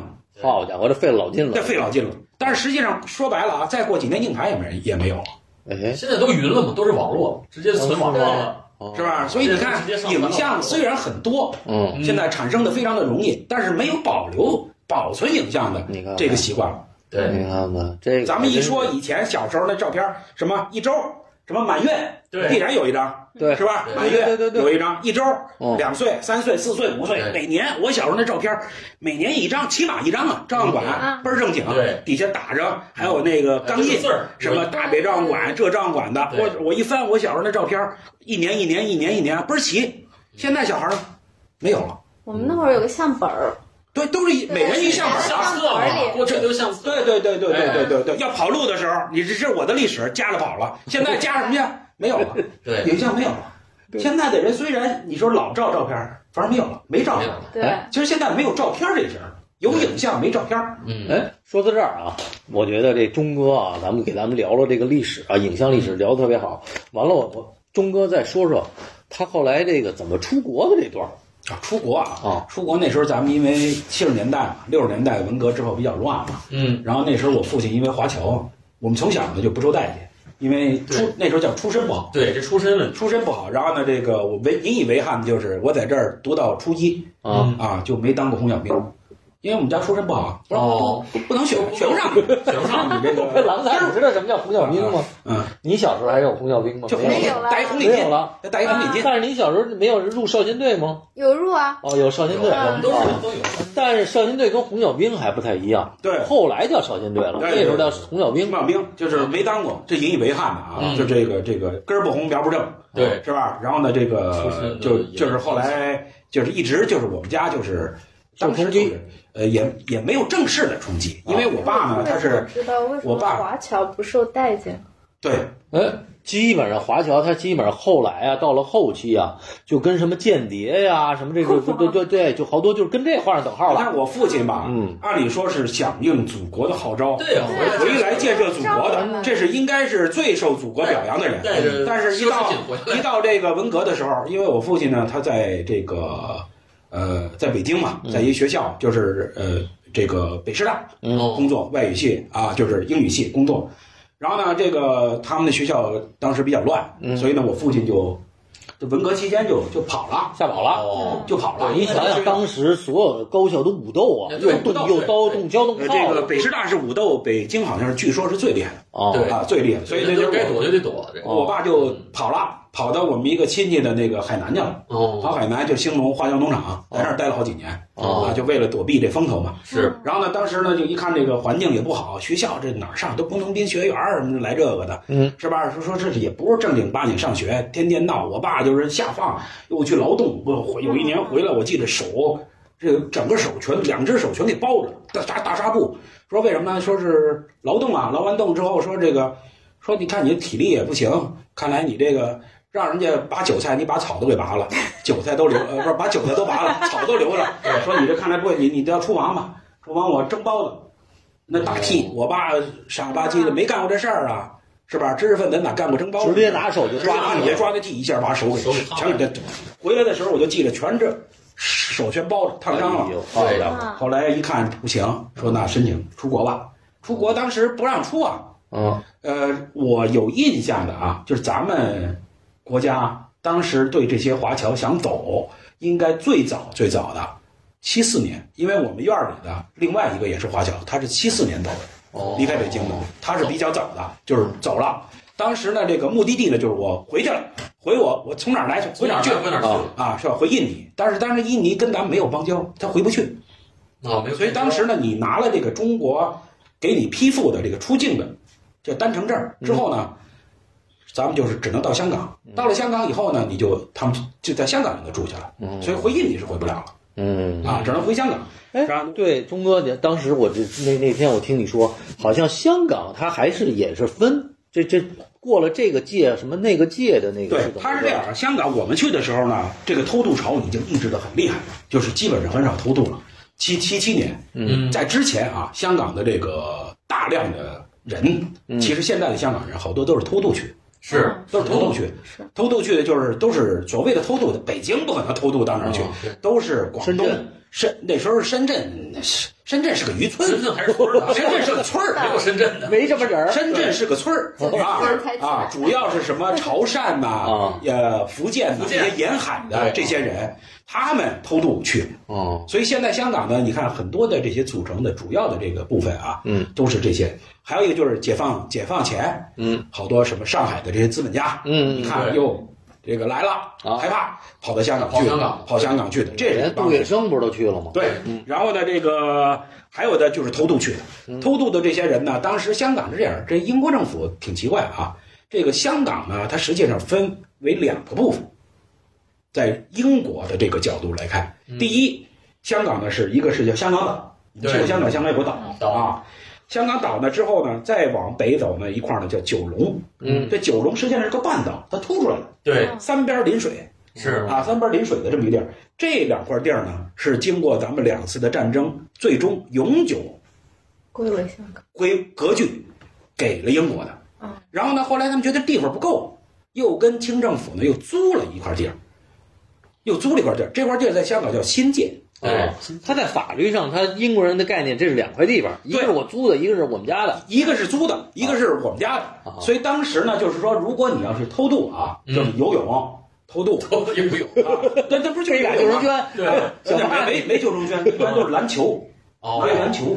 [SPEAKER 1] 好家伙，这费了老劲了
[SPEAKER 4] 这。费老劲了。但是实际上说白了啊，再过几年硬盘也没也没有了。
[SPEAKER 1] 哎，
[SPEAKER 2] 现在都云了嘛，都是网络，直接存网上了。
[SPEAKER 1] 哦
[SPEAKER 4] 是？吧？所以你看
[SPEAKER 2] 直接，上传了
[SPEAKER 4] 影像虽然很多，
[SPEAKER 1] 嗯，
[SPEAKER 2] 嗯
[SPEAKER 4] 现在产生的非常的容易，但是没有保留保存影像的
[SPEAKER 1] 你看
[SPEAKER 4] 这个习惯了。
[SPEAKER 1] 你
[SPEAKER 2] 对
[SPEAKER 1] 看看这个，
[SPEAKER 4] 咱们一说以前小时候那照片，什么一周，什么满月，
[SPEAKER 2] 对
[SPEAKER 4] 必然有一张，
[SPEAKER 1] 对
[SPEAKER 4] 是吧
[SPEAKER 2] 对？
[SPEAKER 4] 满月
[SPEAKER 1] 对对对
[SPEAKER 4] 有一张，一周
[SPEAKER 1] 嗯，
[SPEAKER 4] 两岁、三岁、四岁、五岁，
[SPEAKER 2] 对
[SPEAKER 4] 每年我小时候那照片，每年一张，起码一张啊，照相
[SPEAKER 3] 嗯
[SPEAKER 4] 馆倍儿正经，啊
[SPEAKER 2] 对，嗯呃
[SPEAKER 4] 底下打着还有那个钢
[SPEAKER 2] 这
[SPEAKER 4] 印
[SPEAKER 2] 个字儿
[SPEAKER 4] 什么大北照相馆、浙照相馆的，
[SPEAKER 2] 对
[SPEAKER 4] 我我一翻我小时候那照片，一年一年一年一年倍儿
[SPEAKER 2] 嗯
[SPEAKER 4] 齐。现在小孩儿没有了，
[SPEAKER 3] 我们那会儿有个相本儿，
[SPEAKER 4] 对，都是一
[SPEAKER 3] 对
[SPEAKER 4] 每人一相本
[SPEAKER 3] 是
[SPEAKER 4] 的
[SPEAKER 3] 的。
[SPEAKER 2] 相册嘛，过去都相册。
[SPEAKER 4] 对对对对对
[SPEAKER 2] 哎
[SPEAKER 4] 对对对，要跑路的时候，你这是我的历史，加了跑了。现在加什么呀？没有了，
[SPEAKER 2] 对，
[SPEAKER 4] 影像没有了。
[SPEAKER 1] 对
[SPEAKER 4] 现在的人虽然你说老照照片儿，反正没有了，没照
[SPEAKER 2] 没
[SPEAKER 4] 片
[SPEAKER 2] 有
[SPEAKER 4] 儿。
[SPEAKER 2] 了。
[SPEAKER 3] 对，
[SPEAKER 1] 哎
[SPEAKER 4] 其实现在没有照片儿这事儿，有影像没照片儿。
[SPEAKER 2] 嗯，
[SPEAKER 1] 哎，说到这儿啊，我觉得这钟哥啊，咱们给咱们聊了这个历史啊，影像历史聊得特别好。完了，我我钟哥再说说他后来这个怎么出国的这段儿
[SPEAKER 4] 啊，出国啊，
[SPEAKER 1] 啊
[SPEAKER 4] 出国那时候咱们因为七十年代嘛，六十年代文革之后比较乱嘛，
[SPEAKER 2] 嗯，
[SPEAKER 4] 然后那时候我父亲因为华侨，我们从小呢就不受待见，因为出
[SPEAKER 2] 对
[SPEAKER 4] 那时候叫出身不好，
[SPEAKER 2] 对，这出身问题。
[SPEAKER 4] 出身不好。然后呢，这个我为引以为憾的就是我在这儿读到初一
[SPEAKER 1] 啊。
[SPEAKER 4] 啊，就没当过红小兵，因为我们家出身不好，不让
[SPEAKER 2] 哦，
[SPEAKER 4] 不能选，选不上。
[SPEAKER 2] 选不上。
[SPEAKER 4] 你 这
[SPEAKER 1] 这
[SPEAKER 4] 个，
[SPEAKER 1] 郎三，你知道什么叫红小兵吗？
[SPEAKER 4] 嗯，
[SPEAKER 1] 你小时候还有红小兵吗？
[SPEAKER 4] 就红
[SPEAKER 1] 没
[SPEAKER 4] 领
[SPEAKER 1] 有
[SPEAKER 4] 巾
[SPEAKER 3] 有了
[SPEAKER 4] 戴一红
[SPEAKER 1] 没
[SPEAKER 4] 领
[SPEAKER 1] 有
[SPEAKER 4] 巾，
[SPEAKER 1] 了。啊
[SPEAKER 4] 戴一红领巾。
[SPEAKER 1] 但是你小时候没有入少先队吗？
[SPEAKER 3] 有入啊，
[SPEAKER 1] 哦，有少先队，
[SPEAKER 2] 有我们都
[SPEAKER 1] 啊
[SPEAKER 2] 是都有。
[SPEAKER 1] 但是少先队跟红小兵还不太一样，
[SPEAKER 4] 对，
[SPEAKER 1] 后来叫少先队了，
[SPEAKER 4] 对
[SPEAKER 1] 那
[SPEAKER 4] 对
[SPEAKER 1] 时候叫红小兵
[SPEAKER 4] 红。小兵就是没当过，这引以为憾的啊，
[SPEAKER 2] 嗯
[SPEAKER 4] 就这个这个根儿不红苗不正，啊
[SPEAKER 2] 对，
[SPEAKER 4] 是吧？然后呢，这
[SPEAKER 2] 出身
[SPEAKER 4] 个
[SPEAKER 2] 的
[SPEAKER 4] 就
[SPEAKER 2] 也
[SPEAKER 4] 就是后来就是一直就是我们家就是
[SPEAKER 1] 受
[SPEAKER 4] 当时
[SPEAKER 1] 冲击
[SPEAKER 4] 就是呃也也哎
[SPEAKER 3] 啊
[SPEAKER 4] 没有正式的冲击，因为我爸呢啊
[SPEAKER 3] 我
[SPEAKER 4] 他是
[SPEAKER 3] 知道为什么
[SPEAKER 4] 我爸
[SPEAKER 3] 华侨不受待见，
[SPEAKER 4] 对，
[SPEAKER 1] 哎，基本上华侨他基本上后来啊，到了后期啊，就跟什么间谍呀、什么这个，对对对，就好多就是跟这画上等号
[SPEAKER 4] 但
[SPEAKER 1] 了。
[SPEAKER 4] 是我父亲吧，
[SPEAKER 1] 嗯，
[SPEAKER 4] 按理说是响应祖国的号召，
[SPEAKER 2] 对呀对啊呀
[SPEAKER 4] 回来建设祖国
[SPEAKER 3] 照顾
[SPEAKER 4] 的
[SPEAKER 3] 嘛，
[SPEAKER 4] 这是应该是最受祖国表扬的人。
[SPEAKER 2] 带着
[SPEAKER 4] 但是一
[SPEAKER 2] 奢侈
[SPEAKER 4] 到
[SPEAKER 2] 品回来
[SPEAKER 4] 一到这个文革的时候，因为我父亲呢，他在这个呃，在北京
[SPEAKER 1] 嗯
[SPEAKER 4] 嘛，在一学校，就是呃，这个北师大
[SPEAKER 2] 哦，
[SPEAKER 4] 工作，外语系啊，就是英语系工作。然后呢，这个他们的学校当时比较乱，
[SPEAKER 1] 嗯
[SPEAKER 4] 所以呢，我父亲就就文革期间就就跑了，
[SPEAKER 1] 吓跑了。
[SPEAKER 2] 哦，
[SPEAKER 4] 就跑了。
[SPEAKER 1] 你想想，当时所有的高校都武斗啊，又
[SPEAKER 2] 对
[SPEAKER 1] 动又刀动交动
[SPEAKER 4] 呃，
[SPEAKER 1] 炮
[SPEAKER 4] 这个北师大是武斗，北京好像是据说是最厉害的
[SPEAKER 1] 啊，
[SPEAKER 2] 对
[SPEAKER 4] 啊，最厉害的。所以那
[SPEAKER 2] 就
[SPEAKER 4] 时
[SPEAKER 2] 是
[SPEAKER 4] 候
[SPEAKER 2] 该
[SPEAKER 4] 我
[SPEAKER 2] 躲就得躲，这个
[SPEAKER 4] 我爸就跑了，跑到我们一个亲戚的那个海南去了，跑
[SPEAKER 2] 哦，
[SPEAKER 4] 海南就兴隆花椒农场，在那儿待了好几年
[SPEAKER 1] 哦
[SPEAKER 4] 啊，就为了躲避这风头嘛。
[SPEAKER 2] 是
[SPEAKER 3] 嗯
[SPEAKER 4] 然后呢，当时呢就一看这个环境也不好，学校这哪儿上都不农兵学院儿什么的来这个的，
[SPEAKER 1] 嗯，
[SPEAKER 4] 是吧？说说这也不是正经八经上学，天天闹。我爸就是下放又去劳动，我有一年回来，我记得手这个整个手全两只手全给包着大大大纱布，说为什么呢？说是劳动啊，劳完动之后说这个，说你看你体力也不行，看来你这个。让人家拔韭菜，你把草都给拔了，韭菜都留，呃，不是把韭菜都拔了，草都留着。 说你这看来不，你你要出王吧？厨房我蒸包子，那大屉，我爸傻了吧唧的没干过这事儿啊，是吧？知识分子哪干过蒸包子？
[SPEAKER 1] 直接拿手就
[SPEAKER 4] 抓
[SPEAKER 1] 抓
[SPEAKER 4] 你，
[SPEAKER 1] 地
[SPEAKER 4] 别
[SPEAKER 1] 了。
[SPEAKER 4] 抓那屉，一下把手给
[SPEAKER 2] 手给烫
[SPEAKER 4] 全给他。回来的时候我就记着，全这手全包着烫伤了
[SPEAKER 1] 哎。呦
[SPEAKER 2] 对
[SPEAKER 1] 好家伙，
[SPEAKER 3] 啊，
[SPEAKER 4] 后来一看不行，说那申请出国吧。出国当时不让出啊。
[SPEAKER 1] 嗯，
[SPEAKER 4] 呃，我有印象的啊，就是咱们国家当时对这些华侨想走，应该最早最早的七四年，因为我们院儿里的另外一个也是华侨，他是七四年走的，
[SPEAKER 1] 哦
[SPEAKER 4] 离开北京的，他是比较早的，就是走了。当时呢，这个目的地呢，就是我回去了，回我我从哪儿来去，
[SPEAKER 2] 回
[SPEAKER 4] 哪
[SPEAKER 2] 哪儿
[SPEAKER 4] 儿去
[SPEAKER 2] 去回哪儿去
[SPEAKER 4] 啊，是吧？回印尼，但是当时印尼跟咱们没有邦交，他回不去，
[SPEAKER 2] 啊，没有
[SPEAKER 4] 所以当时呢，你拿了这个中国给你批复的这个出境的这单程证之后呢，咱们就是只能到香港。到了香港以后呢，你就他们就就在香港人就住去了，
[SPEAKER 1] 嗯
[SPEAKER 4] 所以回印尼是回不了了
[SPEAKER 1] 嗯，
[SPEAKER 4] 啊，只能回香港。
[SPEAKER 1] 哎
[SPEAKER 4] 然后，
[SPEAKER 1] 对，钟哥，你当时我这那那天我听你说，好像香港它还是也是分这这过了这个界什么那个界的那个，
[SPEAKER 4] 对，他是这样的。香港我们去的时候呢，这个偷渡潮已经抑制的很厉害了，就是基本上很少偷渡了。七七七年，
[SPEAKER 2] 嗯
[SPEAKER 4] 在之前啊，香港的这个大量的人，其实现在的香港人好多都是偷渡去，
[SPEAKER 2] 是
[SPEAKER 4] 都是偷渡去。
[SPEAKER 3] 是
[SPEAKER 4] 偷渡去的就是都是所谓的偷渡的，北京不可能偷渡到哪儿去，
[SPEAKER 2] 嗯对
[SPEAKER 4] 都是广
[SPEAKER 1] 深
[SPEAKER 4] 东
[SPEAKER 1] 圳
[SPEAKER 4] 深那时候深圳，深圳是个渔村，
[SPEAKER 2] 深圳还是村儿呢，
[SPEAKER 4] 深圳是个村
[SPEAKER 2] 没
[SPEAKER 4] 儿，
[SPEAKER 2] 有深圳的，
[SPEAKER 1] 没什么人儿，
[SPEAKER 4] 深圳是个村儿
[SPEAKER 3] 对
[SPEAKER 4] 啊
[SPEAKER 3] 人才起来
[SPEAKER 4] 啊，主要是什么潮汕呐、
[SPEAKER 1] 啊
[SPEAKER 4] 呃福建
[SPEAKER 2] 福
[SPEAKER 4] 呐、这
[SPEAKER 2] 建
[SPEAKER 4] 些沿海
[SPEAKER 2] 对
[SPEAKER 4] 的这些人，他们偷渡去，
[SPEAKER 1] 哦，
[SPEAKER 4] 所以现在香港呢，你看很多的这些组成的主要的这个部分啊，
[SPEAKER 1] 嗯，
[SPEAKER 4] 都是这些。还有一个就是解放解放前，
[SPEAKER 1] 嗯，
[SPEAKER 4] 好多什么上海的这些资本家，
[SPEAKER 1] 嗯
[SPEAKER 4] 你
[SPEAKER 2] 对
[SPEAKER 4] 看又这个来了，
[SPEAKER 1] 啊
[SPEAKER 4] 害怕跑到香港去，
[SPEAKER 2] 跑香港
[SPEAKER 4] 跑香港去的，这人
[SPEAKER 1] 连杜月笙不是都去了吗？
[SPEAKER 4] 对，
[SPEAKER 2] 嗯
[SPEAKER 4] 然后呢，这个还有的就是偷渡去的，偷渡的这些人呢，当时香港是这样，这英国政府挺奇怪啊，这个香港呢，它实际上分为两个部分，在英国的这个角度来看，第一，香港呢是一个是叫香港岛，你去
[SPEAKER 2] 嗯
[SPEAKER 4] 过
[SPEAKER 2] 对嗯
[SPEAKER 4] 香港，香港有个岛
[SPEAKER 2] 岛
[SPEAKER 4] 啊。香港岛呢之后呢，再往北走呢一块儿呢叫九龙，
[SPEAKER 1] 嗯，
[SPEAKER 4] 这九龙实际上是个半岛，它凸出来了，
[SPEAKER 2] 对，
[SPEAKER 4] 三边临水，
[SPEAKER 2] 是
[SPEAKER 4] 啊，三边临水的这么一地儿，这两块地儿呢是经过咱们两次的战争，最终永久
[SPEAKER 3] 归为香港
[SPEAKER 4] 归割据给了英国的
[SPEAKER 3] 嗯。
[SPEAKER 4] 然后呢，后来他们觉得地方不够，又跟清政府呢又租了一块地儿，又租了一块地儿。这块地儿在香港叫新界，
[SPEAKER 2] 对
[SPEAKER 1] 啊，他在法律上，他英国人的概念，这是两块地方，一个是我租的，一个是我们家的。
[SPEAKER 4] 一个是租的，一个是我们家的。所以当时呢，就是说，如果你要是偷渡啊，就是游泳、偷渡，
[SPEAKER 2] 偷的也不有
[SPEAKER 4] 啊，那那不是就
[SPEAKER 1] 这
[SPEAKER 4] 是
[SPEAKER 1] 俩
[SPEAKER 4] 游
[SPEAKER 1] 救
[SPEAKER 4] 泳
[SPEAKER 1] 生
[SPEAKER 4] 吗？
[SPEAKER 1] 圈，
[SPEAKER 2] 对
[SPEAKER 4] 那
[SPEAKER 1] 小马
[SPEAKER 4] 没没没救生圈，一般都是篮球。
[SPEAKER 2] 哦
[SPEAKER 4] 拍篮球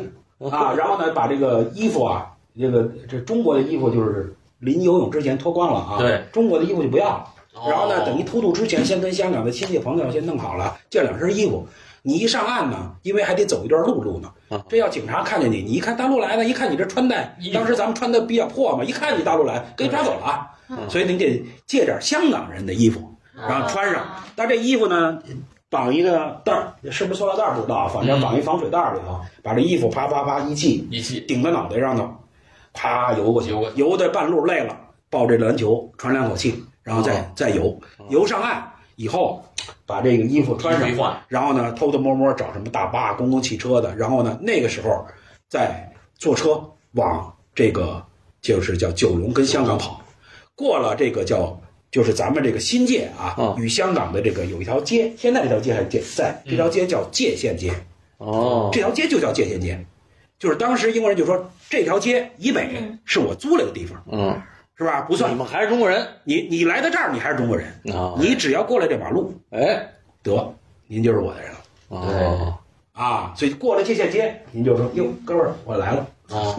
[SPEAKER 4] 啊，然后呢，把这个衣服啊，这个这中国的衣服就是临游泳之前脱光了啊，
[SPEAKER 2] 对，
[SPEAKER 4] 中国的衣服就不要了。
[SPEAKER 2] 哦
[SPEAKER 4] 然后呢，等于偷渡之前，先跟香港的亲戚朋友先弄好了，借两身衣服。你一上岸呢，因为还得走一段陆路呢
[SPEAKER 1] 啊，
[SPEAKER 4] 这要警察看见你，你一看大陆来的，一看你这穿戴
[SPEAKER 2] 衣，服
[SPEAKER 4] 当时咱们穿的比较破嘛，一看你大陆来，给你抓走了，所以你得借点香港人的衣服，然后穿上
[SPEAKER 3] 啊。
[SPEAKER 4] 但这衣服呢，绑一个袋儿，是不是塑料袋儿不知道啊，反正绑一防水袋儿里头，把这衣服啪啪啪一系，
[SPEAKER 2] 一起
[SPEAKER 4] 顶在脑袋上头，啪游过去
[SPEAKER 2] 游过，去
[SPEAKER 4] 游的半路累了，抱这篮球喘两口气，然后再、
[SPEAKER 1] 哦
[SPEAKER 4] 再游，游上岸以后，把这个衣服穿上
[SPEAKER 2] 衣，服一换
[SPEAKER 4] 然后呢偷偷摸摸找什么大巴、公共汽车的，然后呢那个时候再坐车往这个就是叫九龙跟香港跑，过了这个叫。就是咱们这个新界啊，
[SPEAKER 1] 哦
[SPEAKER 4] 与香港的这个有一条街，现在这条街还健在，这条街叫界限街。
[SPEAKER 1] 哦
[SPEAKER 4] 这条街就叫界限街，就是当时英国人就说这条街以北
[SPEAKER 3] 嗯
[SPEAKER 4] 是我租来的地方，
[SPEAKER 1] 嗯，
[SPEAKER 4] 是吧？不
[SPEAKER 1] 你
[SPEAKER 4] 算
[SPEAKER 1] 们还是中国人
[SPEAKER 4] 你你来到这儿，你还是中国人，
[SPEAKER 1] 啊？
[SPEAKER 4] 你只要过来这马路，
[SPEAKER 1] 哎，
[SPEAKER 4] 得您就是我的人了
[SPEAKER 1] 哦，
[SPEAKER 4] 啊！所以过了界限街，您就说哟，哥们儿，我来了，
[SPEAKER 2] 哦，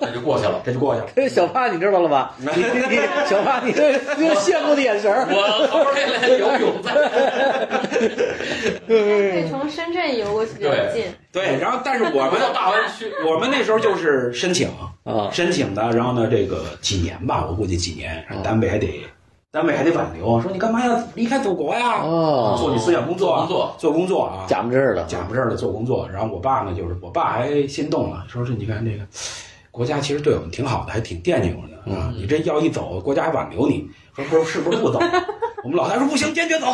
[SPEAKER 2] 那就过去了。
[SPEAKER 4] 这就过去了。
[SPEAKER 1] 这小帕你知道了 吧？你你你，小帕，你这这羡慕的眼神儿。
[SPEAKER 2] 我后边来游泳在，
[SPEAKER 3] 可以从深圳游过去比较近。
[SPEAKER 4] 对，然后但是我
[SPEAKER 2] 我们到
[SPEAKER 4] 们
[SPEAKER 2] 大湾区，
[SPEAKER 4] 我们那时候就是申请
[SPEAKER 1] 啊
[SPEAKER 4] 申请的，然后呢，这个几年吧，我估计几年，单位还得单位还得挽留，说你干嘛要离开祖国呀？
[SPEAKER 1] 哦，
[SPEAKER 4] 做你思想工作
[SPEAKER 2] 做
[SPEAKER 4] 啊，
[SPEAKER 2] 工作
[SPEAKER 4] 做工作啊，
[SPEAKER 1] 假模真儿的，
[SPEAKER 4] 假不正的做工作。然后我爸呢，就是我爸还心动了，说是你看这个国家其实对我们挺好的，还挺惦记我们的啊。你这要一走，国家还挽留你，说不是是不是不 走？我们老太说不行，坚决走，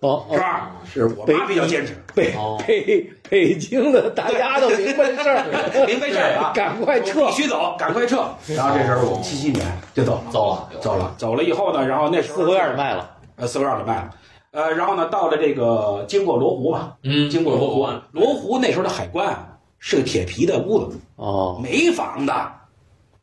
[SPEAKER 1] 哦
[SPEAKER 4] 是
[SPEAKER 1] 哦，
[SPEAKER 4] 吧？是我妈比较坚持，
[SPEAKER 1] 北
[SPEAKER 2] 哦
[SPEAKER 1] 北北京的大家都明白这事儿，
[SPEAKER 4] 您没事儿啊，
[SPEAKER 1] 赶快撤
[SPEAKER 4] 必须走，赶快撤。然后这时候我们七七年就走了，
[SPEAKER 2] 走了，
[SPEAKER 4] 走了，走了以后呢，然后那时候
[SPEAKER 1] 四合院儿卖了，
[SPEAKER 4] 呃四合院儿给卖了。呃，然后呢，到了这个经过罗湖嘛，
[SPEAKER 2] 嗯，
[SPEAKER 4] 经过罗湖
[SPEAKER 2] 湾，，
[SPEAKER 4] 罗湖那时候的海关啊是个铁皮的屋子，
[SPEAKER 1] 哦
[SPEAKER 4] 没房的。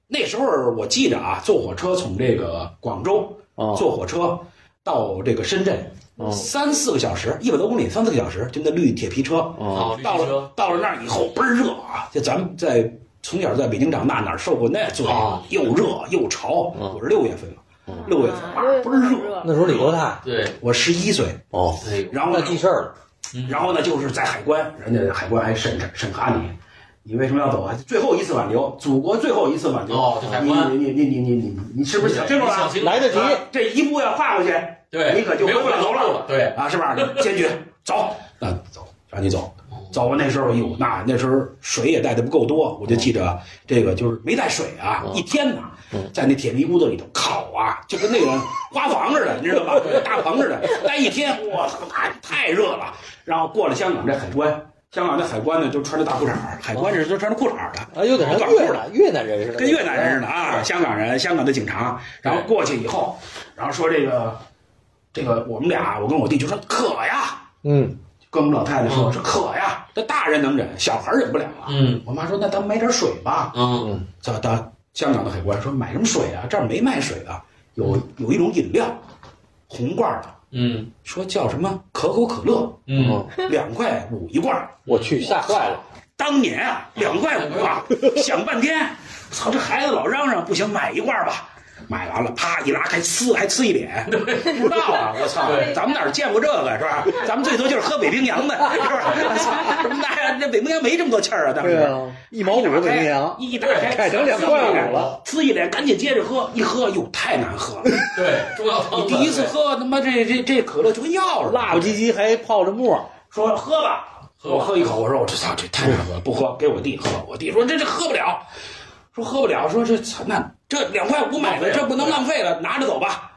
[SPEAKER 4] 那时候我记着啊，坐火车从这个广州
[SPEAKER 1] 哦
[SPEAKER 4] 坐火车到这个深圳，
[SPEAKER 1] 哦
[SPEAKER 4] 三四个小时，一百多公里，三四个小时，就那绿铁皮车。
[SPEAKER 1] 哦，
[SPEAKER 2] 哦，
[SPEAKER 4] 到了到了那儿以后倍儿热啊！就咱们在从小在北京长大，哪受过那罪
[SPEAKER 2] 哦？
[SPEAKER 4] 又热又潮。
[SPEAKER 2] 啊
[SPEAKER 1] 嗯
[SPEAKER 4] 我是六月份嘛，
[SPEAKER 1] 嗯
[SPEAKER 4] 六月份
[SPEAKER 3] 啊
[SPEAKER 4] 哇
[SPEAKER 3] 六月
[SPEAKER 4] 倍儿
[SPEAKER 3] 份很
[SPEAKER 4] 热。
[SPEAKER 3] 热，
[SPEAKER 1] 那时候你多大？
[SPEAKER 2] 对，
[SPEAKER 4] 我十一岁，
[SPEAKER 1] 哦，
[SPEAKER 2] 哎呦，
[SPEAKER 4] 然后
[SPEAKER 1] 那
[SPEAKER 4] 呢
[SPEAKER 1] 记事儿了，
[SPEAKER 4] 然后呢，就是在海关，人家海关还审审审查你，你为什么要走啊？最后一次挽留，祖国最后一次挽留。
[SPEAKER 2] 哦这海关
[SPEAKER 4] 你你你你你你你你是不是想清楚
[SPEAKER 2] 想
[SPEAKER 4] 了？
[SPEAKER 2] 清楚
[SPEAKER 1] 来得及，
[SPEAKER 4] 啊这一步要跨过去
[SPEAKER 2] 对，
[SPEAKER 4] 你可就
[SPEAKER 2] 没有
[SPEAKER 4] 回不了头
[SPEAKER 2] 路
[SPEAKER 4] 了
[SPEAKER 2] 了，对，
[SPEAKER 4] 啊，是吧？坚决走，那走，让你走。走那时候，哎呦，那那时候水也带的不够多，我就记着这个就是没带水啊，一天呐，在那铁皮屋子里头烤啊，就跟那个花房似的，你知道吧？大棚似的，待一天，我操，太太热了。然后过了香港这海关，香港这海关呢，就穿着大裤衩儿，海关是都穿着裤衩儿的，
[SPEAKER 1] 啊，有点像
[SPEAKER 4] 短
[SPEAKER 1] 越
[SPEAKER 4] 裤的。
[SPEAKER 1] 南越南人似的，
[SPEAKER 4] 跟越南人似的啊，香港人，香港的警察，然后过去以后，然后说这个，这个我们俩，我跟我弟就说渴呀，
[SPEAKER 1] 嗯，
[SPEAKER 4] 跟我们老太太说
[SPEAKER 2] 嗯
[SPEAKER 4] 说渴呀，这大人能忍，小孩忍不了啊。
[SPEAKER 2] 嗯
[SPEAKER 4] 我妈说那咱买点水吧，
[SPEAKER 2] 嗯，
[SPEAKER 4] 到到香港的海关说买什么水啊？这儿没卖水的，有有一种饮料，红罐儿的，
[SPEAKER 2] 嗯
[SPEAKER 4] 说叫什么可口可 乐，
[SPEAKER 2] 嗯，
[SPEAKER 4] 两块五一罐儿。
[SPEAKER 1] 哦我去，吓坏了，
[SPEAKER 4] 当年啊，两块五 啊，想半天，操，这孩子老嚷嚷，不行，买一罐吧。买完了，啪一拉开，呲还呲一 脸，不知道啊！ 我操
[SPEAKER 2] 对，
[SPEAKER 4] 咱们哪儿见过这个是 吧？咱们最多就是喝北冰 洋的，是吧？我操，什么大呀？这北冰洋没这么多气儿啊！当时
[SPEAKER 1] 对啊，一毛五的啊北冰洋，
[SPEAKER 4] 一打开
[SPEAKER 1] 改成两块五了，
[SPEAKER 4] 呲一脸，赶紧接着喝，一喝哟太难 喝了。
[SPEAKER 2] 对，中药汤
[SPEAKER 4] 你
[SPEAKER 2] 粉，
[SPEAKER 4] 第一次喝他妈这这这可乐就跟药似的，
[SPEAKER 1] 辣不唧唧还泡着沫，
[SPEAKER 4] 说喝吧，
[SPEAKER 2] 喝吧
[SPEAKER 4] 我喝一口，我说我这操这太难喝了，不喝，给我弟喝。我弟说这这喝不了，说喝不了，说这操那这两块五买的这不能浪费了，拿着走吧，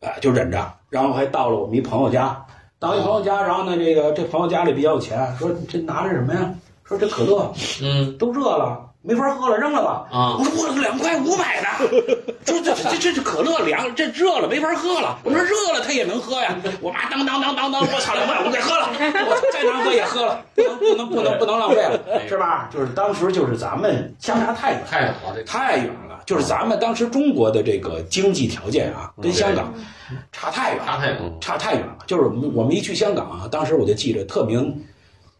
[SPEAKER 4] 啊、就忍着，然后还到了我们一朋友家，到一朋友家，然后呢这个这朋友家里比较有钱，说你这拿着什么呀？说这可乐
[SPEAKER 2] 对，嗯
[SPEAKER 4] 都热了。没法喝了，扔了吧！
[SPEAKER 2] 啊
[SPEAKER 4] 我说我两块五买的，说这这这这可乐凉，这热了没法喝了。我说热了它也能喝呀。我妈当当当当当，我操两块五给喝了，我操再难喝也喝了，不能不能不能不能浪费了，是吧？就是当时就是咱们相差太远
[SPEAKER 2] 太远了，这
[SPEAKER 4] 太远了，就是咱们当时中国的这个经济条件啊，跟香港差太远了。
[SPEAKER 2] 差太远了，
[SPEAKER 4] 差太远了。就是我们我们一去香港啊，当时我就记着特别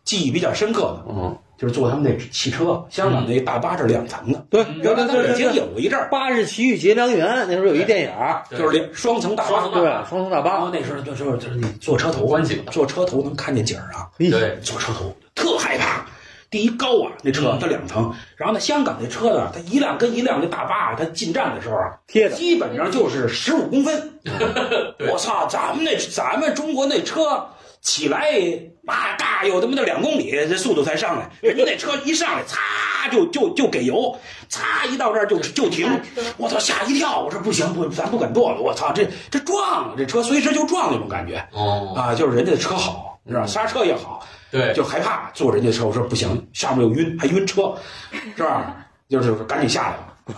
[SPEAKER 4] 记忆比较深刻的，
[SPEAKER 1] 嗯，
[SPEAKER 4] 就是坐他们那汽车，香港那大巴是两层的。
[SPEAKER 1] 嗯对，
[SPEAKER 4] 原来在北京有一阵儿，
[SPEAKER 1] 八日奇遇结良缘，那时候有一电影儿，
[SPEAKER 2] 对
[SPEAKER 4] 就是这双层大
[SPEAKER 2] 双
[SPEAKER 4] 巴
[SPEAKER 2] 层。
[SPEAKER 1] 对，双层大
[SPEAKER 4] 然
[SPEAKER 1] 巴
[SPEAKER 4] 后，那时候就是就是你坐车头
[SPEAKER 2] 观景的
[SPEAKER 4] 坐车头能看见景儿啊，
[SPEAKER 1] 嘿
[SPEAKER 2] 对，
[SPEAKER 4] 坐车头特害怕。第一高啊，那车它两层，然后呢，香港那车呢，它一辆跟一辆那大巴啊，它进站的时候啊，
[SPEAKER 1] 贴着，
[SPEAKER 4] 基 本上就是十五公分。我操，咱们那咱们中国那车起来，哇嘎，有他妈的两公里，这速度才上来。人家那车一上来，擦就就就给油，擦一到这儿就就停
[SPEAKER 3] 下车。
[SPEAKER 4] 我操，吓一跳！我说不行，不，咱不敢剁了。我操，这这撞了，这车随时就撞那种感觉
[SPEAKER 2] 哦，
[SPEAKER 4] 啊！就是人家的车好，你知道吧，刹车也好，
[SPEAKER 2] 对，
[SPEAKER 4] 啊就害怕坐人家车，我说不行，上面又晕，还晕车，是吧？就是赶紧下来了。啊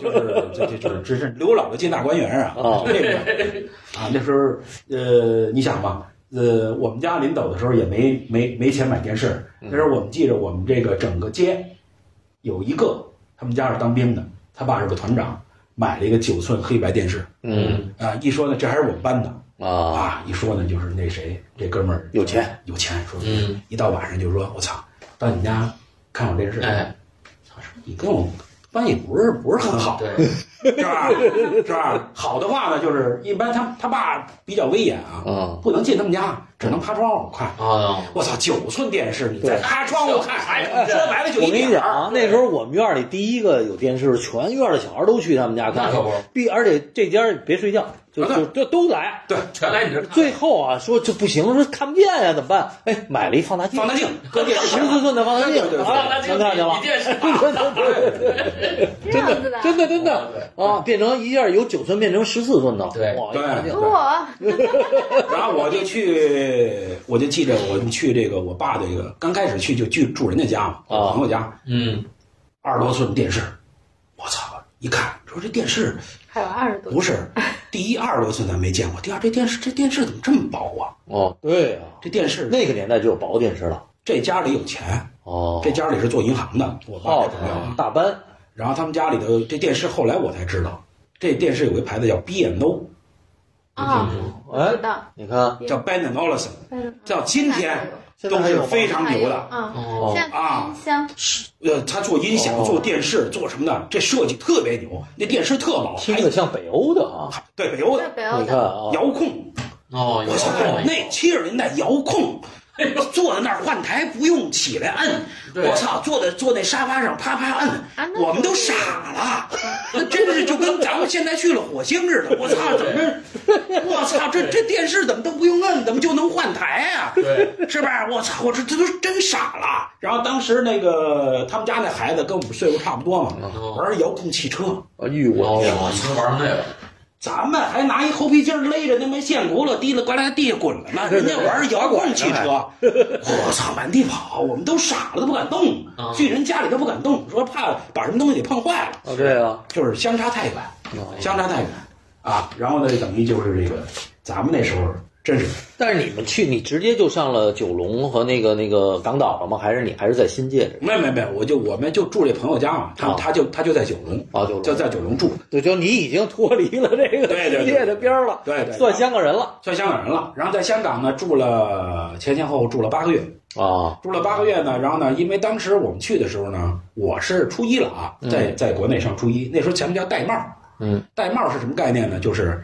[SPEAKER 4] 就是这这就是这是刘姥姥进大观园啊，
[SPEAKER 1] 哦
[SPEAKER 4] 就那个啊，那时候呃，你想吧，呃，我们家临走的时候也没没没钱买电视，
[SPEAKER 1] 嗯
[SPEAKER 4] 那时候我们记着我们这个整个街有一个他们家是当兵的，他爸是个团长，买了一个九寸黑白电视
[SPEAKER 1] 嗯
[SPEAKER 4] 啊，一说呢这还是我们班的
[SPEAKER 1] 啊，
[SPEAKER 4] 啊，一说呢就是那谁这哥们儿
[SPEAKER 1] 有钱
[SPEAKER 4] 有钱，说
[SPEAKER 2] 嗯，
[SPEAKER 4] 一到晚上就说：“我操，到你家看会儿电视。”
[SPEAKER 2] 哎，
[SPEAKER 4] 操，你跟我关系不是不是很好，
[SPEAKER 2] 对，
[SPEAKER 4] 是吧？是吧？好的话呢，就是一般他他爸比较威严啊，
[SPEAKER 1] 啊，
[SPEAKER 4] 不能进他们家，只能爬窗户看。
[SPEAKER 2] 哦，
[SPEAKER 4] 我操，九寸电视，你再
[SPEAKER 1] 对
[SPEAKER 4] 爬窗户看，哎，说白了就
[SPEAKER 1] 我
[SPEAKER 4] 一
[SPEAKER 1] 跟你
[SPEAKER 4] 点
[SPEAKER 1] 讲
[SPEAKER 4] 儿
[SPEAKER 1] 啊，那时候我们院里第一个有电视，全院的小孩都去他们家看
[SPEAKER 2] 那可不，
[SPEAKER 1] 必而且这家儿别睡觉，就
[SPEAKER 4] 啊
[SPEAKER 1] 就就都来。
[SPEAKER 4] 对
[SPEAKER 2] 全来你这儿看，
[SPEAKER 1] 最后啊，说这不行，说看不见呀，怎么办？哎，买了一放大镜
[SPEAKER 4] 放，大镜，搁电视
[SPEAKER 1] 十
[SPEAKER 4] 上
[SPEAKER 1] 四寸的放大镜
[SPEAKER 4] 对对对，
[SPEAKER 1] 啊
[SPEAKER 2] 放大镜
[SPEAKER 1] 全看见了
[SPEAKER 2] 比。电视大
[SPEAKER 3] 这样子的，
[SPEAKER 1] 真的真的啊，变成一下由九寸变成十四寸的，
[SPEAKER 2] 对
[SPEAKER 1] 哇，
[SPEAKER 4] 对
[SPEAKER 1] 一看就
[SPEAKER 3] 哇，
[SPEAKER 4] 然后我就去，我就记着我们去这个我爸的一个，刚开始去就去住人家家嘛，
[SPEAKER 1] 啊
[SPEAKER 4] 朋友家，
[SPEAKER 2] 嗯，
[SPEAKER 4] 二十多寸电视，我操！一看说这电视
[SPEAKER 3] 还有二十多，
[SPEAKER 4] 不是，第一二十多寸咱没见过，第二这电视这电视怎么这么薄啊？
[SPEAKER 1] 哦，对啊，
[SPEAKER 4] 这电视
[SPEAKER 1] 那个年代就有薄电视了，
[SPEAKER 4] 这家里有钱，
[SPEAKER 1] 哦，
[SPEAKER 4] 这家里是做银行的，我爸
[SPEAKER 1] 好
[SPEAKER 4] 是朋友啊。
[SPEAKER 1] 大班
[SPEAKER 4] 然后他们家里头这电视，后来我才知道，这电视有个牌子叫 B&O，
[SPEAKER 3] 啊，
[SPEAKER 1] 哎
[SPEAKER 3] 我知道，
[SPEAKER 1] 你看
[SPEAKER 4] 叫 Ben Olufsen，
[SPEAKER 3] 嗯
[SPEAKER 4] 到今天
[SPEAKER 1] 现在
[SPEAKER 4] 都
[SPEAKER 1] 还有
[SPEAKER 4] 是
[SPEAKER 1] 吗
[SPEAKER 4] 非常牛的。
[SPEAKER 3] 嗯，
[SPEAKER 2] 哦，
[SPEAKER 3] 像
[SPEAKER 4] 啊
[SPEAKER 3] 音箱，
[SPEAKER 4] 呃，他做音响、
[SPEAKER 1] 哦
[SPEAKER 4] 做电视、做什么的，这设计特别牛。那电视特薄，
[SPEAKER 1] 听
[SPEAKER 4] 还
[SPEAKER 1] 着像北欧的啊，
[SPEAKER 4] 对北欧
[SPEAKER 3] 对
[SPEAKER 4] 的
[SPEAKER 3] 北欧
[SPEAKER 1] 你看
[SPEAKER 3] 的，
[SPEAKER 1] 啊，
[SPEAKER 4] 遥控，
[SPEAKER 2] 哦，
[SPEAKER 4] 我操
[SPEAKER 2] 有，
[SPEAKER 4] 那七十年代遥控，坐在那儿换台不用起来摁，
[SPEAKER 2] 哎对
[SPEAKER 4] 我操，坐在坐那沙发上啪啪
[SPEAKER 3] 啊
[SPEAKER 4] 摁，
[SPEAKER 3] 那
[SPEAKER 4] 我们都傻了，那真是就跟咱们现在去了火星似的，我操，怎 么，我操，这这电视怎么都不用摁，怎么就能换台啊？
[SPEAKER 2] 对，
[SPEAKER 4] 是吧？我操，我这这都是真傻了。然后当时那个他们家那孩子跟我们岁数差不多嘛，
[SPEAKER 2] 哦
[SPEAKER 4] 玩遥控汽车，
[SPEAKER 1] 哎呦
[SPEAKER 2] 我
[SPEAKER 1] 我天，
[SPEAKER 2] 已经玩那个，
[SPEAKER 4] 咱们还拿一猴皮筋儿勒着那么线轱辘，滴了呱啦地下滚了呢。人家玩遥控汽车， 我操，满地跑，我们都傻了，都不敢动
[SPEAKER 2] 啊，
[SPEAKER 4] 去人家里都不敢动，说怕把什么东西给碰坏了，
[SPEAKER 1] 啊对啊，
[SPEAKER 4] 就是相差太远，相差太远啊。然后呢，等于就是这个，咱们那时候真是
[SPEAKER 1] 但是你们去，你直接就上了九龙和那个那个港岛了吗？还是你还是在新界
[SPEAKER 4] 没没没，我就我们就住这朋友家嘛，他
[SPEAKER 1] 啊
[SPEAKER 4] 他就他就在九龙，
[SPEAKER 1] 啊？九龙
[SPEAKER 4] 就在九龙住，
[SPEAKER 1] 对，就你已经脱离了这个
[SPEAKER 4] 对对对
[SPEAKER 1] 新界的边儿了，
[SPEAKER 4] 对对，
[SPEAKER 1] 算香港人了
[SPEAKER 4] 算香港人了。然后在香港呢住了前前后后住了八个月，
[SPEAKER 1] 啊
[SPEAKER 4] 住了八个月呢，然后呢，因为当时我们去的时候呢，我是初一了啊，在在国内上初一，那时候咱们叫戴帽，
[SPEAKER 1] 嗯，
[SPEAKER 4] 戴帽是什么概念呢？就是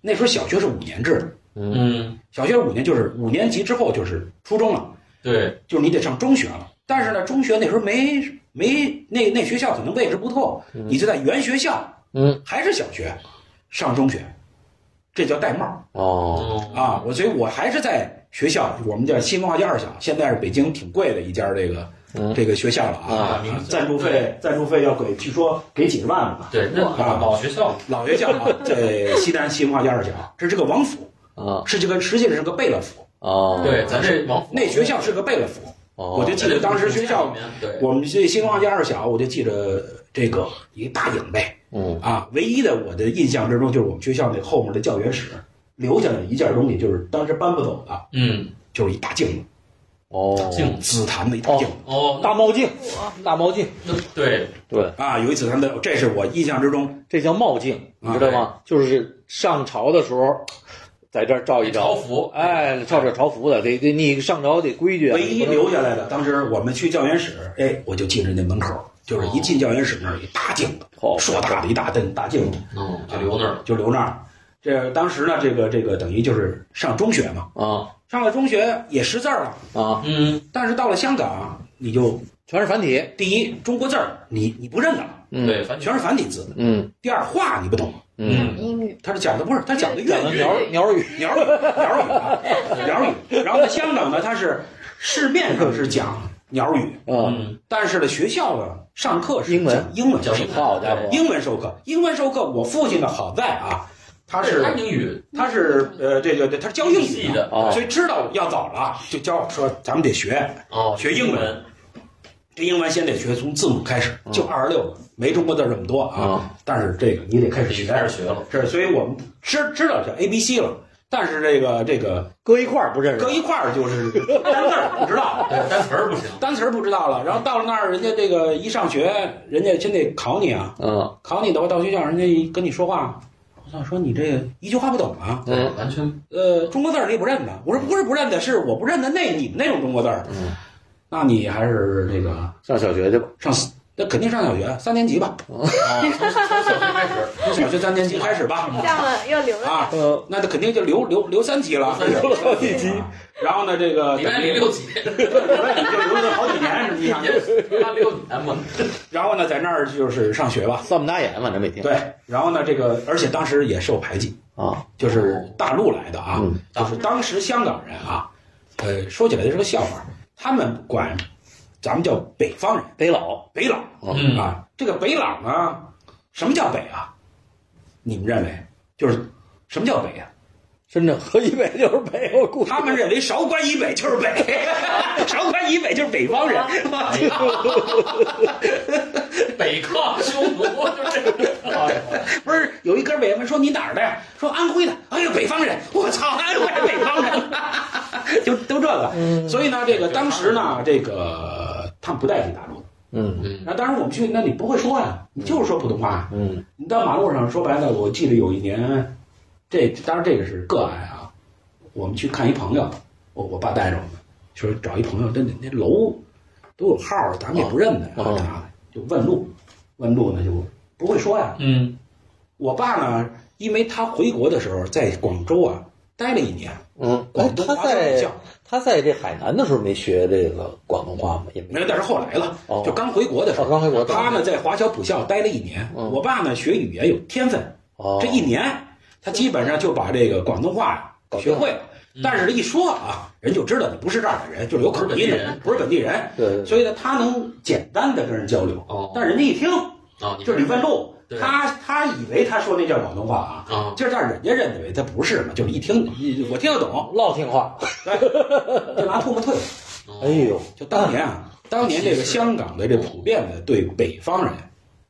[SPEAKER 4] 那时候小学是五年制的，
[SPEAKER 2] 嗯，
[SPEAKER 4] 小学五年就是五年级之后就是初中了，
[SPEAKER 2] 对，
[SPEAKER 4] 就是你得上中学了。但是呢，中学那时候没没那那学校可能位置不错，你就在原学校
[SPEAKER 1] 嗯
[SPEAKER 4] 还是小学上中学，这叫戴帽。
[SPEAKER 1] 哦
[SPEAKER 2] 哦，
[SPEAKER 4] 啊，我所以我还是在学校，我们叫新文化街二小，现在是北京挺贵的一家这个、这个学校了
[SPEAKER 2] 啊
[SPEAKER 4] 啊，
[SPEAKER 2] 名字
[SPEAKER 4] 赞助费赞助费要给，据说给几十万了吧。
[SPEAKER 2] 对，那
[SPEAKER 4] 啊
[SPEAKER 2] 老学校，
[SPEAKER 4] 老学校啊，在西单新文化街二小，这是个王府，
[SPEAKER 1] 啊
[SPEAKER 4] 是这个实际上是个贝勒府，
[SPEAKER 1] 哦，
[SPEAKER 2] 对，咱这往
[SPEAKER 4] 那学校是个贝勒府。
[SPEAKER 1] 哦，
[SPEAKER 4] 我就记得当时学校
[SPEAKER 2] 里，面，对，
[SPEAKER 4] 我们这新文化街二小，我就记着这个一个大影呗
[SPEAKER 1] 嗯
[SPEAKER 4] 啊，唯一的我的印象之中就是我们学校那后面的教学室留下的一件东西，就是当时搬不走的，
[SPEAKER 2] 嗯，
[SPEAKER 4] 就是一大镜子。
[SPEAKER 1] 哦，
[SPEAKER 2] 镜子，
[SPEAKER 4] 紫檀的一大镜、
[SPEAKER 2] 哦，
[SPEAKER 1] 大帽镜，大帽镜，
[SPEAKER 2] 那对，
[SPEAKER 1] 对，
[SPEAKER 4] 啊，有一紫檀的，这是我印象之中
[SPEAKER 1] 这叫帽镜，你知道吗？就是上朝的时候，在这儿照一
[SPEAKER 2] 朝
[SPEAKER 1] 照，
[SPEAKER 2] 服，
[SPEAKER 1] 哎，照照朝服的，得得你上朝得规矩啊，
[SPEAKER 4] 唯一
[SPEAKER 1] 你不能
[SPEAKER 4] 留下来的。当时我们去教研室，哎，我就记着那门口，就是
[SPEAKER 2] 哦
[SPEAKER 4] 一进教研室那儿一大镜子，
[SPEAKER 1] 哦
[SPEAKER 4] 硕大的一大灯大镜子，
[SPEAKER 2] 嗯，就留那儿了，
[SPEAKER 4] 就留那儿。这当时呢，这个这个等于就是上中学嘛，
[SPEAKER 1] 啊
[SPEAKER 4] 上了中学也识字儿了，
[SPEAKER 1] 啊，
[SPEAKER 2] 嗯，
[SPEAKER 4] 但是到了香港，你就
[SPEAKER 1] 全是繁体，
[SPEAKER 4] 第一中国字儿你你不认得了，
[SPEAKER 1] 嗯
[SPEAKER 2] 对，反正
[SPEAKER 4] 全是繁体字；
[SPEAKER 1] 嗯
[SPEAKER 4] 第二话你不懂，
[SPEAKER 1] 嗯
[SPEAKER 3] 英语，
[SPEAKER 4] 他是讲的不是，他讲的粤
[SPEAKER 1] 讲的
[SPEAKER 4] 语，
[SPEAKER 1] 鸟儿鸟儿语，
[SPEAKER 4] 鸟儿语，鸟儿语啊， 鸟儿语。然后在香港呢，他是市面上是讲鸟儿语，
[SPEAKER 1] 啊，
[SPEAKER 2] 嗯，
[SPEAKER 4] 但是呢，学校呢上课是
[SPEAKER 1] 英文
[SPEAKER 4] 讲英文
[SPEAKER 2] 讲
[SPEAKER 4] 授课
[SPEAKER 1] 好家伙，
[SPEAKER 4] 英文授课，英文授课。我父亲呢，好在啊，他
[SPEAKER 2] 对他
[SPEAKER 4] 是
[SPEAKER 2] 英语
[SPEAKER 4] 他是呃，这个他是教英语
[SPEAKER 2] 系的
[SPEAKER 1] 啊
[SPEAKER 4] 所以知道要早了，就教我说咱们得学
[SPEAKER 2] 哦，
[SPEAKER 4] 学英文
[SPEAKER 2] 文
[SPEAKER 4] 这英文，先得学从字母开
[SPEAKER 1] 嗯
[SPEAKER 4] 始，就二十六个，没中国字儿这么多啊。但是这个你得开始学，
[SPEAKER 2] 开始学了，
[SPEAKER 4] 是，所以我们知知道叫 A B C 了。但是这个这个
[SPEAKER 1] 搁一块儿不认识
[SPEAKER 4] 搁，一块儿就是 单字儿不知道，
[SPEAKER 2] 对单词儿不行，
[SPEAKER 4] 单词儿不知道了。然后到了那儿，人家这个一上学，人家先得考你啊，
[SPEAKER 1] 嗯
[SPEAKER 4] 考你的话，到学校人家一跟你说话，我操，说你这个一句话不懂啊？
[SPEAKER 2] 对，
[SPEAKER 1] 嗯
[SPEAKER 2] 完全
[SPEAKER 4] 呃，中国字儿你也不认得。我说不是不认得，是我不认得那你们那种中国字儿。
[SPEAKER 1] 嗯，
[SPEAKER 4] 那你还是这个
[SPEAKER 1] 上小学去吧，
[SPEAKER 4] 上四，那肯定上小学三年级吧，
[SPEAKER 2] 啊，从从小学开始，
[SPEAKER 4] 从小学三年级开始吧。
[SPEAKER 3] 这样了要留了。
[SPEAKER 4] 啊，
[SPEAKER 1] 嗯，
[SPEAKER 4] 那他肯定就留留留三级了，
[SPEAKER 2] 留
[SPEAKER 1] 了好几级
[SPEAKER 4] 啊。 然后呢，这个
[SPEAKER 2] 礼拜零六几年，
[SPEAKER 4] 对吧你就留了好几年，是不是？你想
[SPEAKER 2] 他妈六年嘛，
[SPEAKER 4] 然后呢，在那儿就是上学吧。
[SPEAKER 1] 三不搭眼，反正每天
[SPEAKER 4] 对，然后呢，这个而且当时也受排挤，
[SPEAKER 1] 啊，
[SPEAKER 4] 就是大陆来的啊，
[SPEAKER 1] 嗯
[SPEAKER 4] 就是当时香港人啊，呃，说起来这是个笑话，他们管咱们叫北方人，
[SPEAKER 1] 北佬，
[SPEAKER 4] 北佬
[SPEAKER 2] 嗯
[SPEAKER 4] 啊，这个北佬呢，什么叫北啊？你们认为就是什么叫北啊？
[SPEAKER 1] 深圳河以北就是北，我估计
[SPEAKER 4] 他们认为韶关以北就是北， 韶关以北就是北方人，
[SPEAKER 2] 北抗匈奴就是这个，
[SPEAKER 4] 不是有一哥北问说你哪儿的呀？说安徽的。哎呦，北方人！我操，安徽北方人， 就都这个。所以呢，这个当时呢，这个他们不待见大陆。
[SPEAKER 1] 嗯
[SPEAKER 2] 嗯，
[SPEAKER 4] 那当时我们去，那你不会说呀、你就是说普通话呀、
[SPEAKER 1] 嗯
[SPEAKER 4] 你到马路上，说白了，我记得有一年，这当然这个是个案啊。我们去看一朋友，我我爸带着我们，说找一朋友，那那那楼都有号儿，咱们也不认得呀，
[SPEAKER 1] 哦
[SPEAKER 4] 啥的就问路，问路呢就不会说呀、
[SPEAKER 2] 嗯，
[SPEAKER 4] 我爸呢，因为他回国的时候在广州啊待了一年，
[SPEAKER 1] 嗯，哎
[SPEAKER 4] 广，东
[SPEAKER 1] 他
[SPEAKER 4] 华侨母
[SPEAKER 1] 在
[SPEAKER 4] 校，
[SPEAKER 1] 他在这海南的时候没学这个广东话吗？也
[SPEAKER 4] 没
[SPEAKER 1] 没
[SPEAKER 4] 有，但是后来了，
[SPEAKER 1] 哦
[SPEAKER 4] 就刚回国的时
[SPEAKER 1] 哦，
[SPEAKER 4] 候，
[SPEAKER 1] 刚回国
[SPEAKER 4] 他呢在华侨补校待了一年。
[SPEAKER 1] 嗯
[SPEAKER 4] 我爸呢学语言有天分，
[SPEAKER 1] 哦
[SPEAKER 4] 这一年他基本上就把这个广东话
[SPEAKER 1] 搞定
[SPEAKER 4] 学
[SPEAKER 1] 了
[SPEAKER 4] 会了。但是，一说啊，人就知道你不是这儿的人，就是有口音的，不是本地人。
[SPEAKER 1] 对对
[SPEAKER 4] 所以呢，他能简单的跟人交流。
[SPEAKER 2] 哦，
[SPEAKER 4] 但人家一听，
[SPEAKER 2] 哦，
[SPEAKER 1] 嗯
[SPEAKER 2] 你
[SPEAKER 4] 就是你问路，
[SPEAKER 2] 对
[SPEAKER 4] 他他以为他说那叫广东话啊，
[SPEAKER 1] 嗯
[SPEAKER 2] 啊，
[SPEAKER 4] 就是让人家认为他不是嘛，就是一听一我听得懂，
[SPEAKER 1] 唠听话，
[SPEAKER 4] 就拿唾沫退。
[SPEAKER 1] 哎呦，
[SPEAKER 4] 就当年啊，当年这个香港的这普遍的对北方人，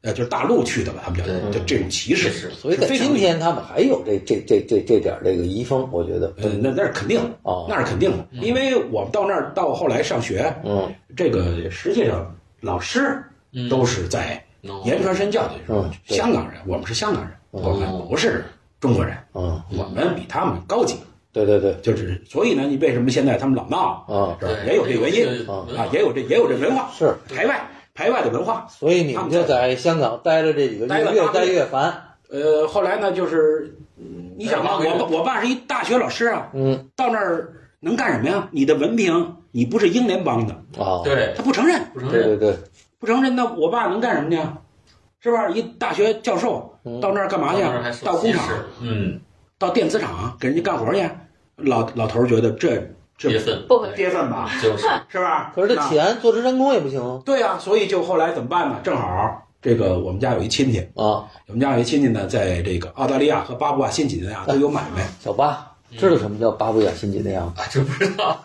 [SPEAKER 4] 呃，就是大陆去的吧，他们叫
[SPEAKER 2] 对
[SPEAKER 4] 就这种歧
[SPEAKER 2] 是
[SPEAKER 4] 视。
[SPEAKER 2] 是，
[SPEAKER 1] 所以在
[SPEAKER 4] 是非常
[SPEAKER 1] 今天他们还有这这这这这点儿这个遗风，我觉得
[SPEAKER 4] 呃，那那是肯定的，
[SPEAKER 1] 哦
[SPEAKER 4] 那是肯定的，因为我们到那儿到后来上学，
[SPEAKER 1] 嗯
[SPEAKER 4] 这个实际上老师
[SPEAKER 2] 嗯
[SPEAKER 4] 都是在言传身教的，就是
[SPEAKER 1] 嗯对
[SPEAKER 4] 香港人，我们是香港人，
[SPEAKER 1] 嗯
[SPEAKER 4] 我们不是中国人，
[SPEAKER 1] 嗯，
[SPEAKER 4] 我们比他们高级，
[SPEAKER 1] 对对对，
[SPEAKER 4] 就是所以呢，你为什么现在他们老闹，
[SPEAKER 1] 啊
[SPEAKER 4] 是吧？也有这原因。啊，也有这也有这文化，
[SPEAKER 1] 是，
[SPEAKER 4] 排外排外的文化。
[SPEAKER 1] 所以你们就在香港待了这几个
[SPEAKER 4] 待了
[SPEAKER 1] 月，越待越烦，
[SPEAKER 4] 呃，后来呢，就是嗯你想吧，
[SPEAKER 2] 哎
[SPEAKER 4] 我爸我爸是一大学老师啊，
[SPEAKER 1] 嗯
[SPEAKER 4] 到那儿能干什么呀？你的文凭你不是英联邦的，
[SPEAKER 1] 啊，
[SPEAKER 2] 对，
[SPEAKER 4] 他不承认，
[SPEAKER 2] 不承
[SPEAKER 1] 对
[SPEAKER 2] 认，
[SPEAKER 1] 对对，
[SPEAKER 4] 不承认，那我爸能干什么去啊？是吧？一大学教授
[SPEAKER 1] 嗯
[SPEAKER 4] 到那儿干嘛去
[SPEAKER 2] 当时还
[SPEAKER 4] 啊？
[SPEAKER 2] 受
[SPEAKER 4] 到工
[SPEAKER 2] 歧
[SPEAKER 4] 厂
[SPEAKER 2] 视，嗯，
[SPEAKER 4] 到电子厂啊给人家干活去。老老头儿觉得这这
[SPEAKER 2] 别分，
[SPEAKER 3] 不合
[SPEAKER 4] 憋愤吧，
[SPEAKER 2] 就是
[SPEAKER 4] 是吧？
[SPEAKER 1] 可是这
[SPEAKER 4] 那
[SPEAKER 1] 钱坐直升空也不行啊
[SPEAKER 4] 对啊，所以就后来怎么办呢？正好这个我们家有一亲戚，
[SPEAKER 1] 啊，
[SPEAKER 4] 我们家有一亲戚呢，在这个澳大利亚和巴布亚新几内亚都有买卖。
[SPEAKER 1] 小八
[SPEAKER 4] 嗯
[SPEAKER 1] 知道什么叫巴布亚新几内亚吗？
[SPEAKER 2] 啊，这不知道，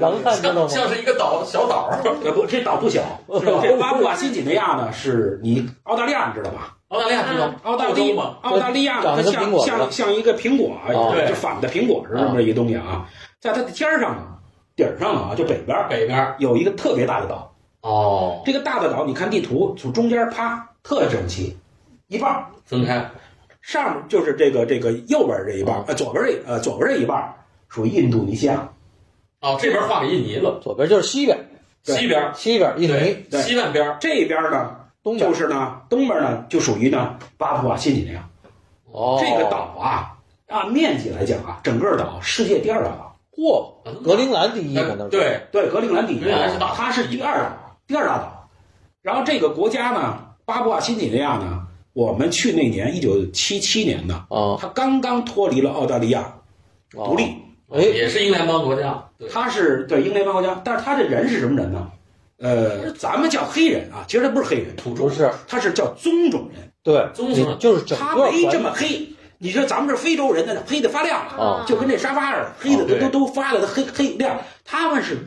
[SPEAKER 1] 杨灿知道
[SPEAKER 2] 像
[SPEAKER 1] 吗？
[SPEAKER 2] 像是一个岛小岛，
[SPEAKER 4] 呃，不，这岛不小， 是吧？这巴布亚新几内亚呢，是你澳大利亚你知道吧？
[SPEAKER 2] 澳大利亚知道，
[SPEAKER 4] 澳大利
[SPEAKER 2] 洲
[SPEAKER 4] 亚
[SPEAKER 2] 嘛，，
[SPEAKER 4] 澳大利亚呢它
[SPEAKER 1] 长得跟苹
[SPEAKER 4] 像
[SPEAKER 1] 果似
[SPEAKER 4] 像
[SPEAKER 1] 的
[SPEAKER 4] 像一个苹果，啊
[SPEAKER 1] 哦
[SPEAKER 4] 就
[SPEAKER 2] 对
[SPEAKER 4] 反的苹果是这么一个东西啊，在它的天儿上啊，顶儿上啊，就北边儿
[SPEAKER 2] 北边
[SPEAKER 4] 有一个特别大的岛，
[SPEAKER 2] 哦，
[SPEAKER 4] 这个大的岛你看地图，从中间啪特整齐，一半儿
[SPEAKER 2] 分开，
[SPEAKER 4] 上面就是这个这个右边儿这一半儿，呃，左边儿这呃左边儿这一半儿属于印度尼西亚，
[SPEAKER 2] 哦，这边划给印尼了，
[SPEAKER 1] 左边就是西边，
[SPEAKER 4] 对
[SPEAKER 2] 西边
[SPEAKER 1] 西边印尼，
[SPEAKER 4] 对
[SPEAKER 2] 西半边，
[SPEAKER 4] 这边儿呢
[SPEAKER 1] 东边
[SPEAKER 4] 就是呢东边儿呢就属于呢巴布亚新几内亚。
[SPEAKER 1] 哦，
[SPEAKER 4] 这个岛啊，按面积来讲啊，整个岛世界第二大岛，
[SPEAKER 1] 嚯，格陵兰第一可能是，
[SPEAKER 2] 嗯对，
[SPEAKER 4] 呃对，格陵兰第一
[SPEAKER 2] 格陵兰是大岛
[SPEAKER 4] 它是第二大岛，第二大岛。然后这个国家呢，巴布亚新几内亚呢，我们去那年一九七七年呢，
[SPEAKER 1] 啊，
[SPEAKER 4] 他刚刚脱离了澳大利亚独立，
[SPEAKER 1] 哎
[SPEAKER 2] 也是英联邦国家，对，
[SPEAKER 4] 他是对英联邦国家，但是他这人是什么人呢？呃，咱们叫黑人啊，其实他不是黑人，
[SPEAKER 2] 土
[SPEAKER 1] 不
[SPEAKER 2] 著
[SPEAKER 1] 是，
[SPEAKER 4] 他是叫棕种人，
[SPEAKER 1] 对，
[SPEAKER 2] 棕
[SPEAKER 1] 你
[SPEAKER 2] 色
[SPEAKER 1] 就是整
[SPEAKER 4] 他
[SPEAKER 1] 个
[SPEAKER 4] 没这
[SPEAKER 1] 环
[SPEAKER 4] 么黑。你说咱们这非洲人呢，黑的发亮了，
[SPEAKER 2] 哦
[SPEAKER 3] 嗯
[SPEAKER 1] 啊
[SPEAKER 4] 就跟这沙发似的，黑
[SPEAKER 2] 啊
[SPEAKER 4] 的都
[SPEAKER 2] 对
[SPEAKER 4] 都都发的黑黑亮。他们是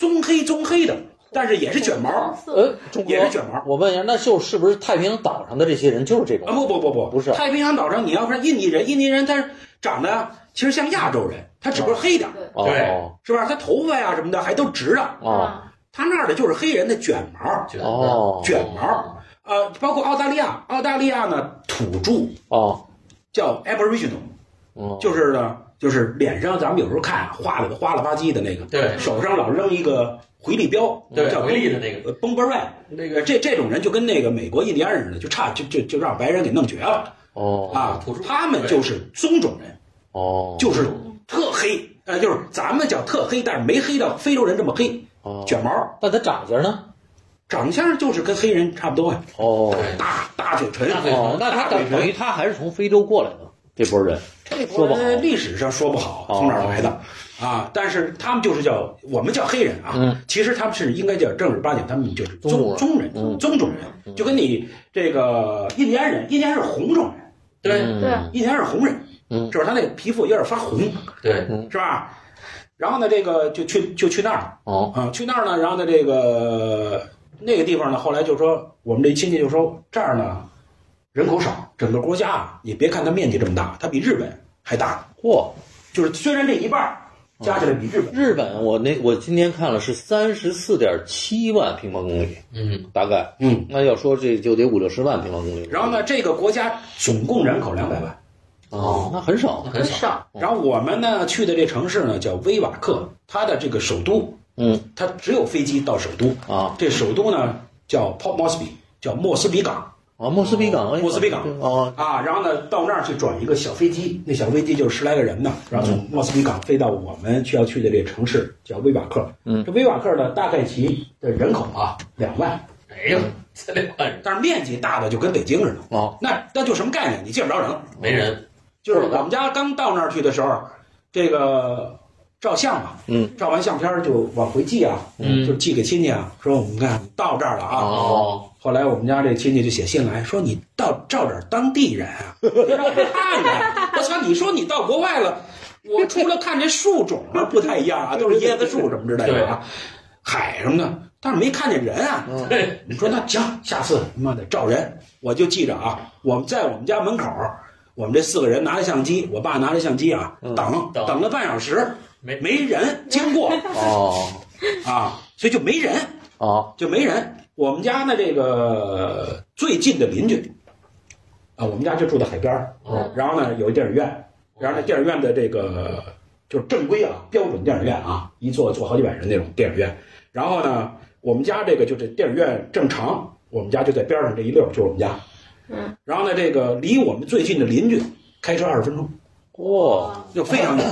[SPEAKER 4] 棕黑棕黑的，但是也是卷毛
[SPEAKER 3] 黄
[SPEAKER 4] 啊！
[SPEAKER 1] 呃
[SPEAKER 3] 色，
[SPEAKER 1] 中国
[SPEAKER 4] 也是卷毛
[SPEAKER 1] 我问一下，那就是不是太平洋岛上的这些人就是这种？
[SPEAKER 4] 啊不不不不，
[SPEAKER 1] 不是
[SPEAKER 4] 太平洋岛上，你要看印尼人，印尼人他是长得其实像亚洲人，他只不过黑点儿，
[SPEAKER 3] 对
[SPEAKER 1] 哦
[SPEAKER 4] 是吧？他头发呀什么的还都直的，
[SPEAKER 1] 哦
[SPEAKER 4] 他那儿的就是黑人的卷毛。
[SPEAKER 2] 卷的
[SPEAKER 1] 哦
[SPEAKER 4] 卷毛，呃，包括澳大利亚，澳大利亚呢土著
[SPEAKER 1] 哦，
[SPEAKER 4] 叫 Aboriginal，
[SPEAKER 1] 嗯，
[SPEAKER 4] 就是呢，就是脸上咱们有时候看花了花了吧唧的那个，
[SPEAKER 2] 对
[SPEAKER 4] 手上老扔一个回力镖，
[SPEAKER 2] 对
[SPEAKER 4] 叫
[SPEAKER 2] 回力的那个
[SPEAKER 4] 呃 bomber ray，
[SPEAKER 2] 那
[SPEAKER 4] 这这这种人就跟那个美国印第安人似的，就差就就就让白人给弄绝了
[SPEAKER 1] 哦
[SPEAKER 4] 啊
[SPEAKER 2] 土著！
[SPEAKER 4] 他们就是棕种人，
[SPEAKER 1] 哦，
[SPEAKER 4] 就是特黑，呃，就是咱们叫特黑，但是没黑到非洲人这么黑，
[SPEAKER 1] 哦
[SPEAKER 4] 卷毛，
[SPEAKER 1] 那他长相呢？
[SPEAKER 4] 长相就是跟黑人差不多呀，
[SPEAKER 1] 哦
[SPEAKER 2] 对
[SPEAKER 4] 大大嘴唇，
[SPEAKER 2] 大嘴
[SPEAKER 1] 哦，那他等等于他还是从非洲过来的这波人
[SPEAKER 4] 这
[SPEAKER 1] 说不好
[SPEAKER 4] 人历史上说不好
[SPEAKER 1] 哦
[SPEAKER 4] 从哪儿来的啊，但是他们就是叫我们叫黑人啊，
[SPEAKER 1] 嗯
[SPEAKER 4] 其实他们是应该叫正儿八经，他们就是
[SPEAKER 1] 棕种
[SPEAKER 4] 棕
[SPEAKER 1] 人
[SPEAKER 4] 棕人
[SPEAKER 1] 嗯，
[SPEAKER 4] 棕种人，就跟你这个印第安人，印第安人是红种人，
[SPEAKER 2] 对
[SPEAKER 1] 嗯
[SPEAKER 3] 对
[SPEAKER 4] 印第安人是红人，
[SPEAKER 1] 嗯
[SPEAKER 4] 就是他那个皮肤有点发红，
[SPEAKER 2] 对，
[SPEAKER 4] 是吧？然后呢，这个就去就去那儿了
[SPEAKER 1] 哦
[SPEAKER 4] 啊，去那儿呢，然后呢，这个那个地方呢，后来就说我们这亲戚就说这儿呢人口少，整个国家啊，你别看它面积这么大，它比日本还大。
[SPEAKER 1] 嚯，
[SPEAKER 4] 就是虽然这一半儿加起来比日本，
[SPEAKER 1] 日本我那我今天看了是三十四点七万平方公里，
[SPEAKER 2] 嗯，
[SPEAKER 1] 大概
[SPEAKER 4] 嗯，
[SPEAKER 1] 那要说这就得五六十万平方公里。
[SPEAKER 4] 然后呢，这个国家总共人口两百万，
[SPEAKER 1] 哦，那很少
[SPEAKER 2] 那
[SPEAKER 3] 很
[SPEAKER 2] 很少，
[SPEAKER 3] 少，
[SPEAKER 4] 然后我们呢去的这城市呢叫威瓦克，它的这个首都，
[SPEAKER 1] 嗯，
[SPEAKER 4] 它只有飞机到首都，
[SPEAKER 1] 啊
[SPEAKER 4] 这首都呢叫 Port Moresby，叫莫斯比港
[SPEAKER 1] 啊！莫斯比港，哎
[SPEAKER 4] 莫斯比港
[SPEAKER 1] 哦
[SPEAKER 4] 啊，然后呢到那儿去转一个小飞机，那小飞机就是十来个人呢，然后从莫斯比港飞到我们需要去的这城市叫威瓦克，
[SPEAKER 1] 嗯
[SPEAKER 4] 这威瓦克呢大概其的人口啊两万，
[SPEAKER 2] 哎呦，才两万人，
[SPEAKER 4] 但是面积大的就跟北京似的，
[SPEAKER 1] 哦
[SPEAKER 4] 那那就什么概念？你见不着人。
[SPEAKER 2] 没人，
[SPEAKER 4] 就是我们家刚到那儿去的时候，这个照相嘛，
[SPEAKER 1] 嗯，
[SPEAKER 4] 照完相片儿就往回寄啊，
[SPEAKER 2] 嗯
[SPEAKER 4] 就寄给亲戚啊，说我们看到这儿了啊。
[SPEAKER 2] 哦，
[SPEAKER 4] 后来我们家这亲戚就写信来说你到照点儿当地人啊，别让我看看。我操，你说你到国外了，我除了看这树种啊不太一样啊，都是椰子树什么之类的啊，海什么的，但是没看见人啊。
[SPEAKER 1] 嗯
[SPEAKER 2] 对，
[SPEAKER 4] 你说那行，下次他妈的照人，我就记着啊，我们在我们家门口，我们这四个人拿着相机，我爸拿着相机啊，
[SPEAKER 1] 嗯
[SPEAKER 4] 等
[SPEAKER 2] 等
[SPEAKER 4] 等了半小时，
[SPEAKER 2] 没
[SPEAKER 4] 没人经过
[SPEAKER 1] 哦
[SPEAKER 4] 啊，所以就没人，
[SPEAKER 1] 哦
[SPEAKER 4] 就没人。我们家呢，这个最近的邻居啊，我们家就住在海边儿嗯
[SPEAKER 2] 哦
[SPEAKER 4] 然后呢有一电影院，然后呢电影院的这个就是正规啊，标准电影院啊，一坐坐好几百人那种电影院。然后呢，我们家这个就这电影院正常，我们家就在边上这一溜儿就是我们家。
[SPEAKER 3] 嗯，
[SPEAKER 4] 然后呢，这个离我们最近的邻居开车二十分钟，
[SPEAKER 1] 嚯，
[SPEAKER 2] 哦
[SPEAKER 4] 就非常近。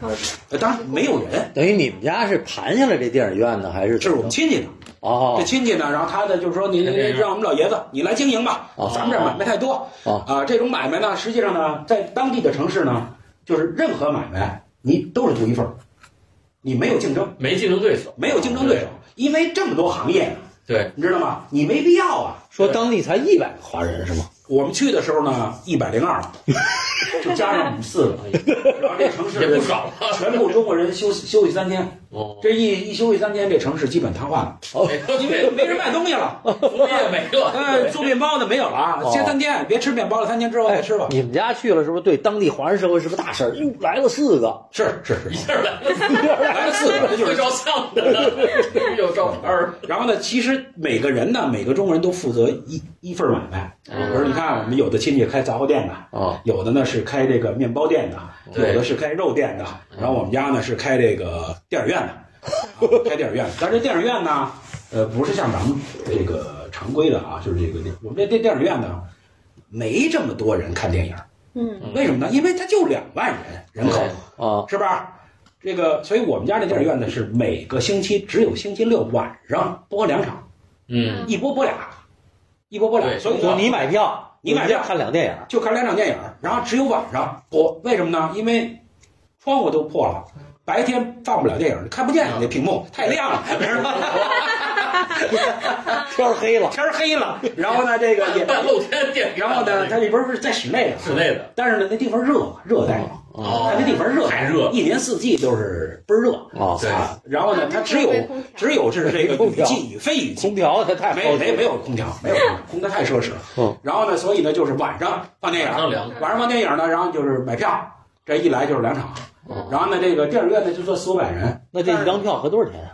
[SPEAKER 3] 好
[SPEAKER 4] 呃当然没有人，
[SPEAKER 1] 等于你们家是盘下来这电影院呢，还是
[SPEAKER 4] 这是我们亲戚的。
[SPEAKER 1] 哦
[SPEAKER 4] 这亲戚呢，然后他呢就说：“您
[SPEAKER 2] 这样
[SPEAKER 4] 让我们老爷子你来经营吧
[SPEAKER 1] 哦，
[SPEAKER 4] 咱们这儿买卖太多
[SPEAKER 1] 哦
[SPEAKER 4] 啊。这种买卖呢，实际上呢，在当地的城市呢，就是任何买卖你都是独一份儿，你没有竞争，
[SPEAKER 2] 没竞争对手，
[SPEAKER 4] 没有竞争对手，因为这么多行业，
[SPEAKER 2] 对，
[SPEAKER 4] 你知道吗？你没必要啊。
[SPEAKER 1] 说当地才一百个华人是吗？
[SPEAKER 4] 我们去的时候呢，一百零二，就加上我们四个，然后这城市
[SPEAKER 2] 也不少了，
[SPEAKER 4] 全部中国人休息休息三天，
[SPEAKER 2] 哦，
[SPEAKER 4] 这一一休息三天，这城市基本瘫痪了，
[SPEAKER 2] 哎没
[SPEAKER 4] 因为没人卖东西了。”
[SPEAKER 2] 服务业没了，
[SPEAKER 4] 呃，做面包的没有了啊
[SPEAKER 1] 哦，
[SPEAKER 4] 歇三天，别吃面包了，三天之后再吃吧。
[SPEAKER 1] 你们家去了是不是对当地华人社会是不是大事儿？哟，来了四个，
[SPEAKER 4] 是是是，
[SPEAKER 2] 一下 来
[SPEAKER 4] 来了四个，这就
[SPEAKER 2] 会
[SPEAKER 4] 是。
[SPEAKER 2] 照相的，有照片儿，
[SPEAKER 4] 然后呢，其实每个人呢，每个中国人都负责一一份买卖。
[SPEAKER 2] 嗯
[SPEAKER 4] 比如你看，我们有的亲戚开杂货店的，
[SPEAKER 1] 啊
[SPEAKER 4] 有的呢是开这个面包店的，
[SPEAKER 2] 对
[SPEAKER 4] 有的是开肉店的，然后我们家呢是开这个电 影院的，啊、开电影院的。但是电影院呢，呃，不是像咱们这个常规的啊，就是这个我们这这电影院呢，没这么多人看电影。
[SPEAKER 3] 嗯，
[SPEAKER 4] 为什么呢？因为它就两万人人口，
[SPEAKER 1] 啊
[SPEAKER 4] 是吧？这个，所以我们家这电影院呢是每个星期只有星期六晚上播两场，
[SPEAKER 2] 嗯，
[SPEAKER 4] 一播播俩，一播播俩。
[SPEAKER 2] 对
[SPEAKER 4] 所以
[SPEAKER 1] 就
[SPEAKER 4] 说
[SPEAKER 1] 你买票，
[SPEAKER 4] 你买票
[SPEAKER 1] 人家看两电影，
[SPEAKER 4] 就看两场电影，然后只有晚上播，为什么呢？因为窗户都破了，白天放不了电影，看不见
[SPEAKER 2] 嗯
[SPEAKER 4] 你那屏幕太 亮了，是吧？
[SPEAKER 1] 天儿黑了，
[SPEAKER 4] 天儿黑了，然后呢，这个也，
[SPEAKER 2] 半露天电影，
[SPEAKER 4] 然后呢，它里边是在室内的，
[SPEAKER 2] 嗯室内的，
[SPEAKER 4] 但是呢，那地方热，热带嘛，
[SPEAKER 2] 哦
[SPEAKER 4] 它嗯那地方热，
[SPEAKER 2] 还热
[SPEAKER 4] 一年四季都是倍儿热
[SPEAKER 1] 哦
[SPEAKER 2] 对
[SPEAKER 4] 啊。然后呢，它只有
[SPEAKER 3] 没空调
[SPEAKER 4] 只有是这个
[SPEAKER 1] 空
[SPEAKER 4] 雨
[SPEAKER 1] 调
[SPEAKER 4] 季与非雨季，
[SPEAKER 1] 空调它太
[SPEAKER 4] 没有
[SPEAKER 1] 高级
[SPEAKER 4] 没
[SPEAKER 1] 了
[SPEAKER 4] 没有空调，没有空调，空调太奢侈了。
[SPEAKER 1] 嗯
[SPEAKER 4] 然后呢，所以呢，就是晚上放电影
[SPEAKER 2] 晚，上凉
[SPEAKER 4] 晚上放电影呢，然后就是买票，这一来就是两场。
[SPEAKER 1] 嗯
[SPEAKER 4] 然后呢，这个电影院呢就坐四五百人，
[SPEAKER 1] 那这一张票合多少钱啊？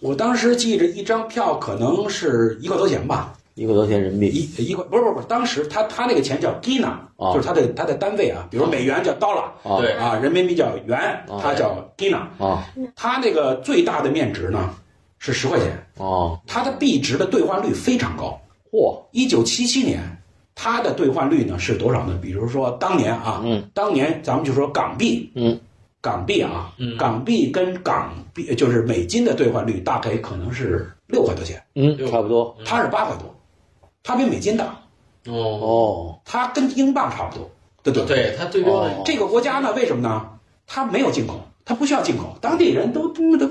[SPEAKER 4] 我当时记着一张票可能是一块多钱吧，
[SPEAKER 1] 一块多钱人民币
[SPEAKER 4] 一一块不是不是不是，当时他他那个钱叫 dina，
[SPEAKER 1] 啊
[SPEAKER 4] 就是他的他的单位啊，比如美元叫 dollar
[SPEAKER 1] 啊
[SPEAKER 2] 对
[SPEAKER 4] 啊，人民币叫元
[SPEAKER 1] 啊，
[SPEAKER 4] 他叫 dina，
[SPEAKER 1] 啊
[SPEAKER 4] 他那个最大的面值呢是十块钱，
[SPEAKER 1] 啊！
[SPEAKER 4] 他的币值的兑换率非常高。
[SPEAKER 1] 嚯，
[SPEAKER 4] 一九七七年，它的兑换率呢是多少呢？比如说当年啊，
[SPEAKER 1] 嗯，
[SPEAKER 4] 当年咱们就说港币，
[SPEAKER 1] 嗯，
[SPEAKER 4] 港币啊，
[SPEAKER 2] 嗯
[SPEAKER 4] 港币跟港币就是美金的兑换率大概可能是六块多钱，
[SPEAKER 1] 嗯，
[SPEAKER 2] 六
[SPEAKER 1] 差不多
[SPEAKER 2] 嗯
[SPEAKER 4] 它是八块多，它比美金大，
[SPEAKER 2] 哦，
[SPEAKER 1] 哦
[SPEAKER 4] 它跟英镑差不多的对换率
[SPEAKER 2] 对它对标的
[SPEAKER 1] 哦
[SPEAKER 4] 这个国家呢，为什么呢？它没有进口，它不需要进口，当地人都都都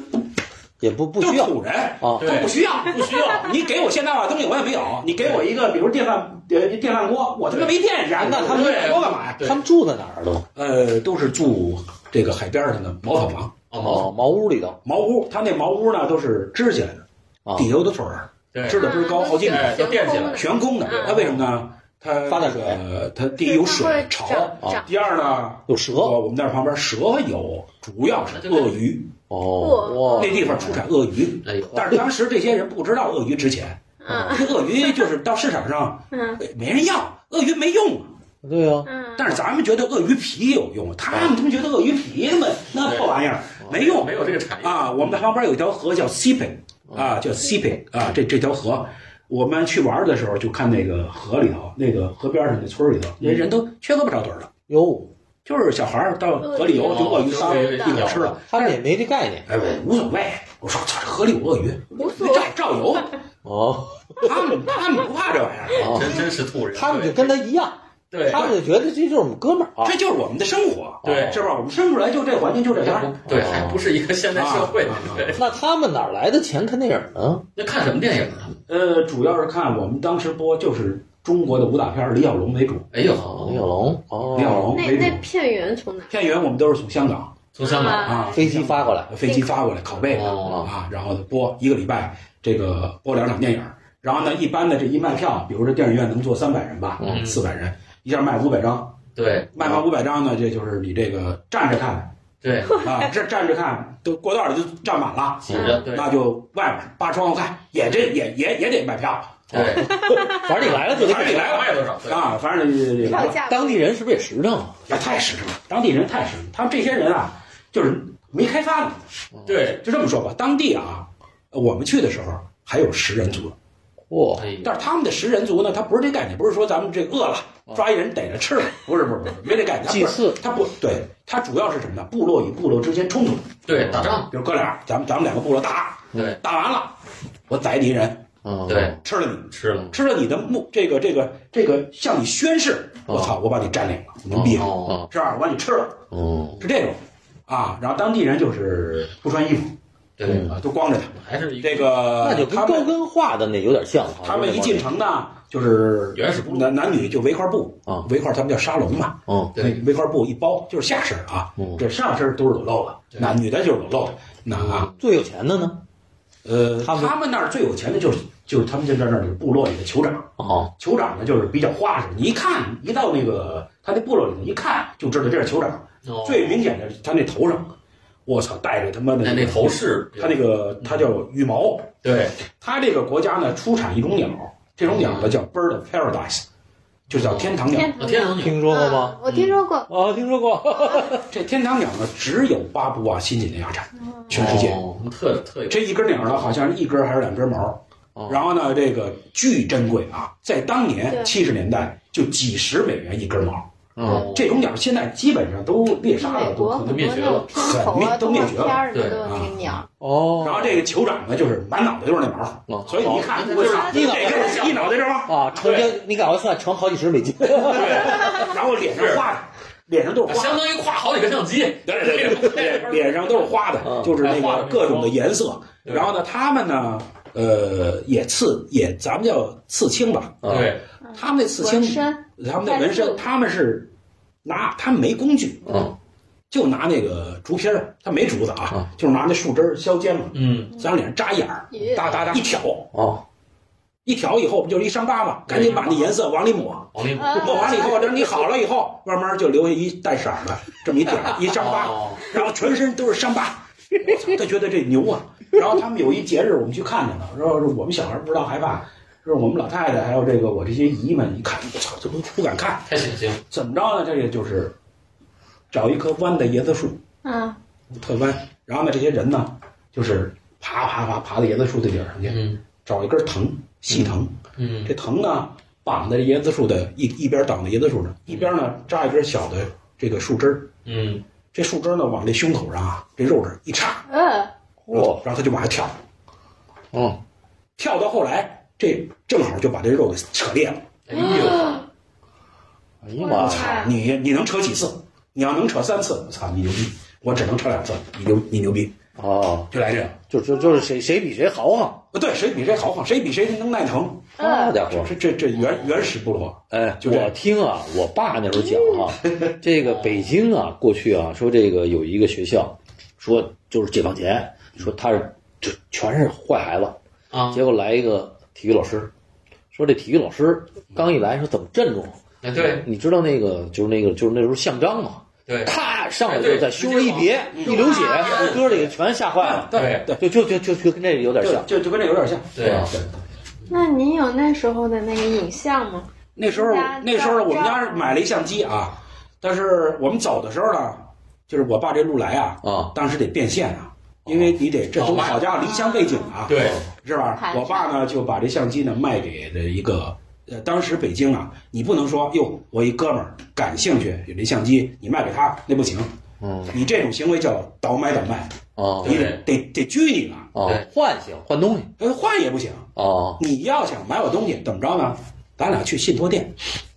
[SPEAKER 1] 也不不
[SPEAKER 4] 都
[SPEAKER 1] 需要
[SPEAKER 4] 土人，
[SPEAKER 1] 啊
[SPEAKER 4] 哦都不需要。
[SPEAKER 2] 不需 要，
[SPEAKER 4] 你给我现代化东西我也没有，你给我一个比如电饭呃电饭锅，我他妈没电燃，那他们
[SPEAKER 2] 对
[SPEAKER 4] 锅干嘛呀？
[SPEAKER 2] 对
[SPEAKER 1] 他们住在哪儿都
[SPEAKER 4] 呃，都是住这个海边上的茅草房、
[SPEAKER 2] 哦，毛
[SPEAKER 1] 哦，茅屋里头
[SPEAKER 4] 茅屋，他那茅屋呢都是支起来的，
[SPEAKER 1] 啊，
[SPEAKER 4] 底下有的腿儿，
[SPEAKER 2] 对，
[SPEAKER 4] 支的倍儿
[SPEAKER 3] 啊
[SPEAKER 4] 高，好几米，
[SPEAKER 2] 哎要垫起来
[SPEAKER 4] 悬空的
[SPEAKER 3] 嗯。
[SPEAKER 4] 它为什么呢？它
[SPEAKER 1] 发大水
[SPEAKER 4] 呃，它第一有水潮。
[SPEAKER 1] 啊
[SPEAKER 4] 第二呢，
[SPEAKER 1] 有蛇
[SPEAKER 4] 我我们那儿旁边蛇有，主要是鳄鱼，
[SPEAKER 1] 哦哇，
[SPEAKER 4] 那地方出产鳄鱼。
[SPEAKER 2] 哎呦，
[SPEAKER 4] 但是当时这些人不知道鳄鱼值钱，
[SPEAKER 3] 嗯
[SPEAKER 2] 哦
[SPEAKER 4] 这鳄鱼就是到市场上
[SPEAKER 3] 嗯
[SPEAKER 4] 呃没人要，鳄鱼没用啊。
[SPEAKER 1] 对啊，
[SPEAKER 3] 嗯，
[SPEAKER 4] 但是咱们觉得鳄鱼皮有用，他们他们觉得鳄鱼皮那么那破玩意儿没用
[SPEAKER 2] 没有这个产业
[SPEAKER 4] 啊。我们旁边有一条河叫西北啊，叫西北啊，这这条河。我们去玩的时候，就看那个河里头，那个河边上那村里头，那人都缺胳膊少腿儿的，
[SPEAKER 1] 哟，
[SPEAKER 4] 就是小孩儿到河里游，就鳄鱼
[SPEAKER 2] 哦
[SPEAKER 4] 仨
[SPEAKER 2] 就
[SPEAKER 4] 一
[SPEAKER 2] 是
[SPEAKER 4] 口吃了。
[SPEAKER 1] 他们也没这概念
[SPEAKER 4] 哎，我无所谓。我说操，这河里有鳄鱼，
[SPEAKER 3] 无所谓
[SPEAKER 4] 照照游。
[SPEAKER 1] 哦，
[SPEAKER 4] 他们他们不怕这玩意儿，
[SPEAKER 1] 啊
[SPEAKER 2] 真真是吐人，
[SPEAKER 1] 他们就跟他一样，
[SPEAKER 2] 对
[SPEAKER 1] 他们就觉得这就是我们哥们儿啊
[SPEAKER 4] 这，就是我们的生活，
[SPEAKER 2] 对嗯
[SPEAKER 4] 是吧？我们生出来就这环境，就这样。
[SPEAKER 2] 对，还不是一个现代社会
[SPEAKER 4] 啊，
[SPEAKER 2] 对，
[SPEAKER 1] 那他们哪来的钱看电影呢？
[SPEAKER 2] 那看什么电影啊？
[SPEAKER 4] 呃，主要是看我们当时播就是中国的武打片儿，李小龙为主。
[SPEAKER 2] 哎呦，
[SPEAKER 1] 哦，李小龙哦，
[SPEAKER 4] 李小龙
[SPEAKER 3] 那那片源从哪？
[SPEAKER 4] 片源我们都是从香港
[SPEAKER 2] 从香港
[SPEAKER 4] 啊
[SPEAKER 1] 飞机发过来，
[SPEAKER 4] 飞机发过来拷贝
[SPEAKER 2] 哦
[SPEAKER 4] 啊，然后播一个礼拜，这个播两场电影儿。然后呢，一般的这一卖票，比如说电影院能坐三百人吧，
[SPEAKER 2] 嗯
[SPEAKER 4] 四百人，一下卖五百张，
[SPEAKER 2] 对
[SPEAKER 4] 卖完五百张呢，这就是你这个站着 看
[SPEAKER 2] 对，
[SPEAKER 4] 啊，这站着看都过道儿就站满了，
[SPEAKER 2] 挤着对
[SPEAKER 4] 那就外边儿扒窗户看，也这也也也得买票，
[SPEAKER 2] 对，
[SPEAKER 1] 反正你来了就得
[SPEAKER 4] 反正
[SPEAKER 1] 给
[SPEAKER 4] 你来了
[SPEAKER 2] 卖多少？对
[SPEAKER 4] 啊，反正这这这
[SPEAKER 3] 票价
[SPEAKER 1] 当地人是不是也实诚啊？
[SPEAKER 4] 那太实诚了，当地人太实诚了。他们这些人啊，就是没开发呢，
[SPEAKER 2] 对，
[SPEAKER 4] 就这么说吧。当地啊，呃我们去的时候还有食人族，
[SPEAKER 1] 哇，
[SPEAKER 2] 哎呦，
[SPEAKER 4] 但是他们的食人族呢，他不是这概念，不是说咱们这饿了抓一人逮着吃了，哦不是不是不是，没这概念。
[SPEAKER 1] 祭祀
[SPEAKER 4] 他不是，他不对，他主要是什么呢？部落与部落之间冲突，
[SPEAKER 2] 对，打仗，
[SPEAKER 4] 比如哥俩，咱们咱们两个部落打，
[SPEAKER 2] 对
[SPEAKER 4] 打完了，我宰你一人，
[SPEAKER 1] 嗯，
[SPEAKER 2] 对，
[SPEAKER 4] 吃了你。
[SPEAKER 2] 吃了，
[SPEAKER 4] 吃了你的目，这个这个这个向你宣誓，我操，我把你占领了，我能毙了，
[SPEAKER 2] 哦，
[SPEAKER 4] 是吧？我把你吃了，
[SPEAKER 1] 啊嗯，
[SPEAKER 4] 是这种啊。然后当地人就是不穿衣服
[SPEAKER 2] 对，
[SPEAKER 4] 啊，都光着的。
[SPEAKER 2] 还是一个
[SPEAKER 4] 这个
[SPEAKER 1] 那就跟
[SPEAKER 4] 呃他
[SPEAKER 1] 高
[SPEAKER 4] 们
[SPEAKER 1] 跟化的那有点像啊，
[SPEAKER 4] 他们一进城呢，就是
[SPEAKER 2] 原始部落
[SPEAKER 4] 男男女就围块布
[SPEAKER 1] 啊
[SPEAKER 4] 围块他们叫沙龙嘛，
[SPEAKER 1] 嗯，
[SPEAKER 2] 对，
[SPEAKER 4] 围块布一包就是下身啊
[SPEAKER 1] 嗯，
[SPEAKER 4] 这上身都是裸露的，
[SPEAKER 2] 对
[SPEAKER 4] 男女的就是裸露的。那啊，
[SPEAKER 1] 最有钱的呢？
[SPEAKER 4] 呃，
[SPEAKER 1] 嗯他们
[SPEAKER 4] 他们那儿最有钱的就是就是他们就在那儿就是部落里的酋长。
[SPEAKER 1] 哦，
[SPEAKER 4] 酋长呢，就是比较花实，你一看一到那个他那部落里头，一看就知道这是酋长。
[SPEAKER 2] 哦
[SPEAKER 4] 最明显的是他那头上，我操，戴着他妈的
[SPEAKER 2] 那那头饰，
[SPEAKER 4] 他那个它叫羽毛，
[SPEAKER 2] 对，
[SPEAKER 4] 它这个国家呢出产一种鸟，这种鸟呢叫 bird of paradise，就叫天堂鸟。
[SPEAKER 3] 天堂
[SPEAKER 2] 哦天堂鸟，
[SPEAKER 1] 听说过吗？
[SPEAKER 3] 嗯我听说过，
[SPEAKER 1] 啊，听说过，
[SPEAKER 4] 这天堂鸟呢只有巴布啊亚新几内亚产，全世界、
[SPEAKER 2] 哦特特有，
[SPEAKER 4] 这一根鸟呢好像是一根还是两根毛
[SPEAKER 1] 哦。
[SPEAKER 4] 然后呢，这个巨珍贵啊，在当年
[SPEAKER 3] 对
[SPEAKER 4] 七十年代就几十美元一根毛，
[SPEAKER 2] 嗯
[SPEAKER 4] 这种鸟现在基本上都猎杀
[SPEAKER 3] 美
[SPEAKER 4] 了，
[SPEAKER 3] 国
[SPEAKER 4] 都
[SPEAKER 3] 很
[SPEAKER 2] 都
[SPEAKER 3] 多
[SPEAKER 2] 灭
[SPEAKER 3] 那
[SPEAKER 2] 绝
[SPEAKER 3] 种
[SPEAKER 2] 了
[SPEAKER 3] 片头啊、
[SPEAKER 4] 很都
[SPEAKER 3] 动
[SPEAKER 4] 灭
[SPEAKER 3] 画
[SPEAKER 4] 绝了
[SPEAKER 3] 片儿里
[SPEAKER 2] 对
[SPEAKER 3] 都有
[SPEAKER 4] 啊
[SPEAKER 3] 那鸟儿，
[SPEAKER 1] 哦，
[SPEAKER 4] 然后这个酋长呢，就是满脑袋都是那毛，
[SPEAKER 1] 哦
[SPEAKER 4] 所以你一看
[SPEAKER 2] 好
[SPEAKER 4] 就是
[SPEAKER 2] 那
[SPEAKER 4] 这
[SPEAKER 2] 就是
[SPEAKER 4] 根哦一脑袋这吗？
[SPEAKER 1] 啊，成斤，你赶快算，成好几十美金。
[SPEAKER 4] 对，然后脸上画的，脸上都是花
[SPEAKER 2] 相
[SPEAKER 4] 的，
[SPEAKER 2] 当于跨好几个相机，
[SPEAKER 4] 对对对，脸脸上都是花
[SPEAKER 1] 嗯
[SPEAKER 4] 的，就是那
[SPEAKER 2] 画的那
[SPEAKER 4] 个
[SPEAKER 2] 个
[SPEAKER 4] 各种的嗯颜色。
[SPEAKER 2] 对
[SPEAKER 4] 然后呢，他们呢，呃，也刺也咱们叫刺青吧，
[SPEAKER 1] 嗯
[SPEAKER 2] 对，
[SPEAKER 4] 他们那刺青
[SPEAKER 3] 纹，身，
[SPEAKER 4] 他们那纹身，他们是拿他们没工具，
[SPEAKER 1] 嗯，
[SPEAKER 4] 就拿那个竹片儿，他没竹子啊
[SPEAKER 1] 啊，
[SPEAKER 4] 就是拿那树枝儿削尖了，
[SPEAKER 2] 嗯，
[SPEAKER 4] 在脸上扎眼儿，
[SPEAKER 3] 咦
[SPEAKER 4] 哒哒哒一挑，
[SPEAKER 1] 哦，
[SPEAKER 4] 一挑以后不就是一伤疤吗？赶紧把那颜色往里抹，
[SPEAKER 2] 王力宏
[SPEAKER 3] 啊
[SPEAKER 4] 抹完了以后，等你好了以后，慢慢就留下一带色儿的这么一点儿一伤疤，
[SPEAKER 2] 哦
[SPEAKER 4] 然后全身都是伤疤。我操，他觉得这牛啊！然后他们有一节日，我们去看见了，然后我们小孩儿不知道害怕，就是我们老太太还有这个我这些姨们一看，我操，这不不敢看，
[SPEAKER 2] 太血腥，
[SPEAKER 4] 怎么着呢？这个就是找一棵弯的椰子树，
[SPEAKER 3] 嗯，
[SPEAKER 4] 特弯，然后呢，这些人呢，就是爬爬爬爬到椰子树的顶上去，
[SPEAKER 2] 嗯
[SPEAKER 4] 找一根藤，细藤，
[SPEAKER 2] 嗯
[SPEAKER 4] 这藤呢绑在椰子树的一一边挡在椰子树上，一边呢扎一根小的这个树枝儿，
[SPEAKER 2] 嗯，
[SPEAKER 4] 这树枝儿呢往这胸口上啊这肉这儿一插，
[SPEAKER 3] 呃，
[SPEAKER 2] 哦
[SPEAKER 4] 然后
[SPEAKER 1] 嚯，
[SPEAKER 4] 然后他就往下跳，
[SPEAKER 1] 嗯，
[SPEAKER 4] 跳到后来这正好就把这肉给扯裂了。
[SPEAKER 2] 哎呦，
[SPEAKER 1] 哎呀妈呀，
[SPEAKER 3] 哎
[SPEAKER 4] 你你能扯几次？你要能扯三次，我操你牛逼！我只能扯两次，你牛你牛逼，
[SPEAKER 1] 哦，
[SPEAKER 4] 就来这个。
[SPEAKER 1] 就就就是谁谁比谁豪横，
[SPEAKER 4] 呃对，谁比谁豪放，谁比谁能耐疼。
[SPEAKER 1] 好
[SPEAKER 3] 呃，
[SPEAKER 1] 家伙！
[SPEAKER 4] 这这这原原始部落，
[SPEAKER 1] 哎，
[SPEAKER 4] 就这
[SPEAKER 1] 我听啊，我爸那时候讲啊， 这个北京啊，过去啊，说这个有一个学校，说就是解放前，说他是就全是坏孩子，
[SPEAKER 2] 啊，
[SPEAKER 1] 结果来一个体育老师，说这体育老师刚一来，说怎么镇住？
[SPEAKER 2] 哎对
[SPEAKER 1] 你知道那个就是那个就是那时候像章嘛，
[SPEAKER 2] 对
[SPEAKER 4] 哎
[SPEAKER 1] 咔上来就在胸上一别，一流血，我哥几个全吓坏了，
[SPEAKER 2] 啊对
[SPEAKER 4] 对
[SPEAKER 1] 就就就就就跟这个有点
[SPEAKER 4] 对
[SPEAKER 1] 像，
[SPEAKER 4] 就就跟这有点像。
[SPEAKER 2] 对
[SPEAKER 1] 啊
[SPEAKER 4] 对。
[SPEAKER 3] 那您有那时候的那个影像吗？
[SPEAKER 4] 那时候
[SPEAKER 3] 家
[SPEAKER 4] 那时候我们
[SPEAKER 3] 照
[SPEAKER 4] 家
[SPEAKER 3] 照
[SPEAKER 4] 买了一相机啊，但是我们走的时候呢，就是我爸这路来啊，
[SPEAKER 1] 啊
[SPEAKER 4] 当时得变现啊，因为你得这
[SPEAKER 2] 哦
[SPEAKER 4] 都
[SPEAKER 2] 卖
[SPEAKER 4] 好家伙离乡背景啊，
[SPEAKER 2] 对，
[SPEAKER 4] 是吧
[SPEAKER 3] 盘？
[SPEAKER 4] 我爸呢就把这相机呢卖给了一个。呃，当时北京啊，你不能说哟，我一哥们儿感兴趣有这相机，你卖给他那不行，
[SPEAKER 1] 嗯
[SPEAKER 4] 你这种行为叫倒买倒卖，
[SPEAKER 1] 啊
[SPEAKER 4] 你得得得拘你了，
[SPEAKER 1] 啊，唤醒换东西
[SPEAKER 4] 呃换也不行。
[SPEAKER 1] 啊
[SPEAKER 4] 你要想买我东西，怎么着呢？咱俩去信托店，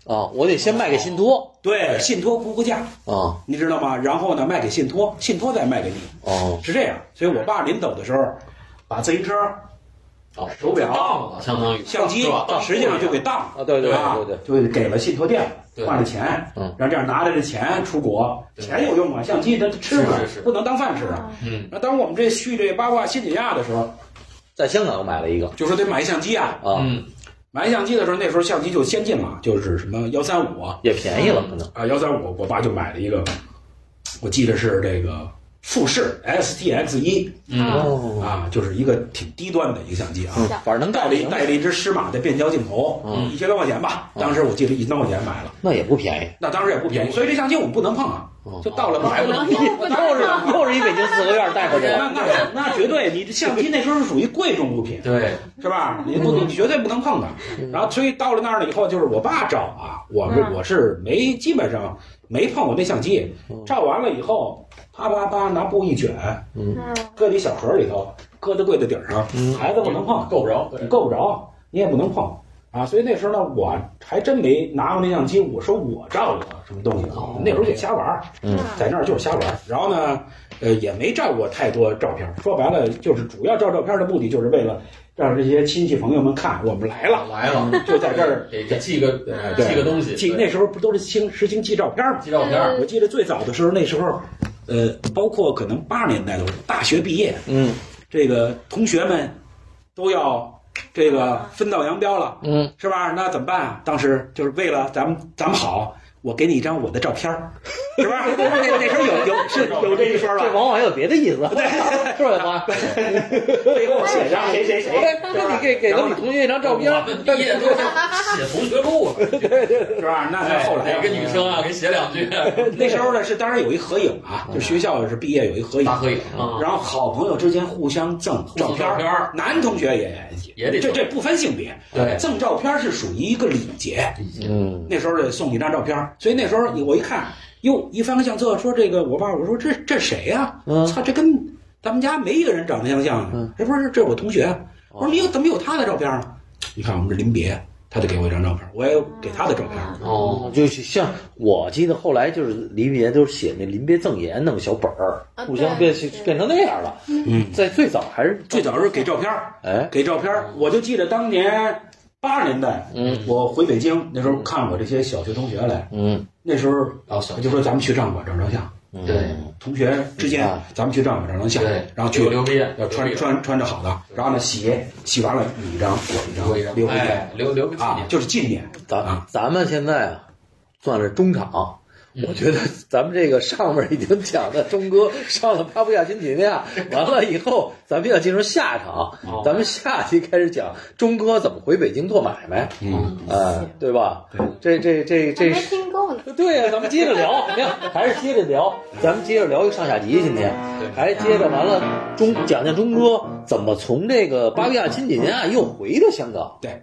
[SPEAKER 1] 啊，我得先卖给信托
[SPEAKER 4] 对，信托估估价，
[SPEAKER 1] 啊
[SPEAKER 4] 你知道吗？然后呢，卖给信托，信托再卖给你，
[SPEAKER 1] 哦
[SPEAKER 4] 是这样。所以我爸临走的时候，把自行车、
[SPEAKER 2] 哦，
[SPEAKER 4] 手表、
[SPEAKER 2] 当了，相当于
[SPEAKER 4] 相机
[SPEAKER 2] 是吧，
[SPEAKER 4] 实际上就给当了
[SPEAKER 1] 啊对对
[SPEAKER 4] 啊
[SPEAKER 1] 对对，
[SPEAKER 4] 就给了信托店
[SPEAKER 2] 对
[SPEAKER 4] 换了钱，
[SPEAKER 1] 嗯
[SPEAKER 4] 然后这样拿着这钱出国，
[SPEAKER 2] 对
[SPEAKER 4] 钱有用吗？啊相机它吃不了
[SPEAKER 2] 是是是
[SPEAKER 4] 不能当饭吃啊。
[SPEAKER 2] 嗯
[SPEAKER 4] 那当我们这续这八卦新解压的时候，
[SPEAKER 1] 在香港我买了一个
[SPEAKER 4] 就说得买相机啊。
[SPEAKER 1] 啊，
[SPEAKER 2] 嗯，
[SPEAKER 4] 买相机的时候，那时候相机就先进了，就是什么幺三五啊，
[SPEAKER 1] 也便宜了可能
[SPEAKER 4] 幺三五，我爸就买了一个，我记得是这个富士 STX 一，
[SPEAKER 2] 嗯
[SPEAKER 1] 哦，
[SPEAKER 4] 啊，就是一个挺低端的一个相机啊，
[SPEAKER 1] 嗯反正能
[SPEAKER 4] 带
[SPEAKER 1] 干
[SPEAKER 4] 了一
[SPEAKER 1] 行
[SPEAKER 4] 带了一只施玛的变焦镜头，
[SPEAKER 1] 嗯
[SPEAKER 4] 一千多块钱吧，当时我记得一千多块钱买了，
[SPEAKER 1] 那也不便宜，
[SPEAKER 4] 那当时也不便宜，所以这相机我们不能碰啊
[SPEAKER 1] 嗯，
[SPEAKER 4] 就到了买
[SPEAKER 3] 不能
[SPEAKER 4] 碰
[SPEAKER 3] 碰不能碰
[SPEAKER 4] 又是又
[SPEAKER 1] 又是一北京四合院带回去
[SPEAKER 4] 是
[SPEAKER 1] 了，
[SPEAKER 4] 那那那绝对，你这相机那时候是属于贵重物品，
[SPEAKER 2] 对，
[SPEAKER 4] 是吧？你
[SPEAKER 1] 嗯
[SPEAKER 4] 不能，你绝对不能碰的。 然后所以到了那儿了以后，就是我爸照啊，我们
[SPEAKER 3] 嗯
[SPEAKER 4] 我是没基本上没碰过那相机
[SPEAKER 1] 嗯，
[SPEAKER 4] 照完了以后，啪啪啪拿布一卷，
[SPEAKER 3] 嗯，
[SPEAKER 4] 搁一小盒里头，搁在柜子顶上，
[SPEAKER 1] 嗯
[SPEAKER 4] 孩子不能碰，
[SPEAKER 2] 够不着，
[SPEAKER 4] 你够不着，你也不能碰啊。所以那时候呢，我还真没拿过那相机，我说我照过什么东西啊
[SPEAKER 2] 哦？
[SPEAKER 4] 那时候就瞎玩儿，
[SPEAKER 1] 嗯
[SPEAKER 3] 啊
[SPEAKER 4] 在那儿就是瞎玩儿。然后呢，呃，也没照过太多照片儿，说白了就是主要照照片儿的目的就是为了让这些亲戚朋友们看我们来了，
[SPEAKER 2] 来了，
[SPEAKER 4] 就在这儿
[SPEAKER 2] 给给寄个
[SPEAKER 4] 哎对嗯
[SPEAKER 2] 寄个东西，
[SPEAKER 4] 记。那时候不都是兴实行寄照片儿吗？
[SPEAKER 2] 寄照片儿，
[SPEAKER 4] 我记得最早的时候，那时候，呃，包括可能八十年代的时候大学毕业，
[SPEAKER 1] 嗯
[SPEAKER 4] 这个同学们都要这个分道扬镳了，
[SPEAKER 1] 嗯，
[SPEAKER 4] 是吧？那怎么办啊？当时就是为了咱们咱们好，我给你一张我的照片儿，是吧？ 那那那时候有有是有这一说
[SPEAKER 1] 嗯这
[SPEAKER 4] 吧？
[SPEAKER 1] 往往还有别的意思， 是吧， 妈？
[SPEAKER 4] 背 后写上谁谁谁，
[SPEAKER 1] 哎那那你给给了你同学一张照片，
[SPEAKER 2] 我们毕业都写同学录了，
[SPEAKER 4] 是吧？那
[SPEAKER 2] 哎
[SPEAKER 4] 那后来
[SPEAKER 2] 哪个女生啊给写两句，
[SPEAKER 4] 那时候呢是当然有一合影啊，就学校是毕业有一合影
[SPEAKER 2] 大，合影啊，
[SPEAKER 4] 然后好朋友之间互相赠
[SPEAKER 2] 互
[SPEAKER 4] 照
[SPEAKER 2] 送
[SPEAKER 4] 片
[SPEAKER 2] 照
[SPEAKER 4] 儿，
[SPEAKER 2] 片儿
[SPEAKER 4] 男同学也
[SPEAKER 2] 也得
[SPEAKER 4] 这这不分性别，
[SPEAKER 2] 对
[SPEAKER 4] 赠照片是属于一个礼节。
[SPEAKER 1] 嗯，
[SPEAKER 4] 那时候得送一张照片儿，所以那时候我一看，哟，一翻个相册，说这个我爸，我说这这谁呀、
[SPEAKER 1] 嗯
[SPEAKER 4] 操、这跟咱们家没一个人长得相像啊！
[SPEAKER 1] 嗯
[SPEAKER 4] 这不是这是我同学啊，我
[SPEAKER 1] 哦
[SPEAKER 4] 说你有怎么有他的照片呢？你看我们这临别，他就给我一张照片，我也给他的照片。
[SPEAKER 2] 哦，
[SPEAKER 1] 就是像我记得后来就是临别都是写那临别赠言，弄个小本儿，
[SPEAKER 3] 啊
[SPEAKER 1] 互相变
[SPEAKER 3] 对
[SPEAKER 1] 去
[SPEAKER 3] 对
[SPEAKER 1] 变成那样了。
[SPEAKER 4] 嗯，
[SPEAKER 1] 在最早还是
[SPEAKER 4] 最早是给照片儿，
[SPEAKER 1] 哎，
[SPEAKER 4] 给照片儿，我就记得当年八十年代，
[SPEAKER 1] 嗯
[SPEAKER 4] 我回北京那时候看我这些小学同学来，
[SPEAKER 1] 嗯
[SPEAKER 4] 那时候
[SPEAKER 2] 然后小
[SPEAKER 4] 他就说咱们去照相馆照张相，
[SPEAKER 1] 嗯，
[SPEAKER 2] 对
[SPEAKER 4] 同学之间
[SPEAKER 1] 啊
[SPEAKER 4] 咱们去照相馆照张相
[SPEAKER 2] 对，，
[SPEAKER 4] 然后去
[SPEAKER 2] 留边
[SPEAKER 4] 要穿穿穿着好的，然后呢洗洗完了你一张我
[SPEAKER 2] 留
[SPEAKER 4] 一
[SPEAKER 2] 一
[SPEAKER 4] 张
[SPEAKER 2] 张，
[SPEAKER 4] 留一
[SPEAKER 2] 哎
[SPEAKER 4] 张
[SPEAKER 2] 留留个纪
[SPEAKER 4] 啊
[SPEAKER 2] 念，，
[SPEAKER 4] 就是纪念
[SPEAKER 1] 咱
[SPEAKER 4] 啊
[SPEAKER 1] 咱们现在啊，算是中场。我觉得咱们这个上面已经讲的钟哥上了巴布亚新几内亚，完了以后咱们要进入下场
[SPEAKER 2] 哦，
[SPEAKER 1] 咱们下期开始讲钟哥怎么回北京做买卖，
[SPEAKER 4] 嗯，
[SPEAKER 1] 哎，对吧？这这这
[SPEAKER 3] 还
[SPEAKER 1] 这
[SPEAKER 3] 没
[SPEAKER 1] 是。
[SPEAKER 3] 听够呢。
[SPEAKER 1] 对呀、咱们接着聊，行，还是接着聊，咱们接着聊一个上下集，今天
[SPEAKER 2] 对
[SPEAKER 1] 还接着完了钟讲讲钟哥怎么从这个巴布亚新几内亚又回到香港，
[SPEAKER 4] 对，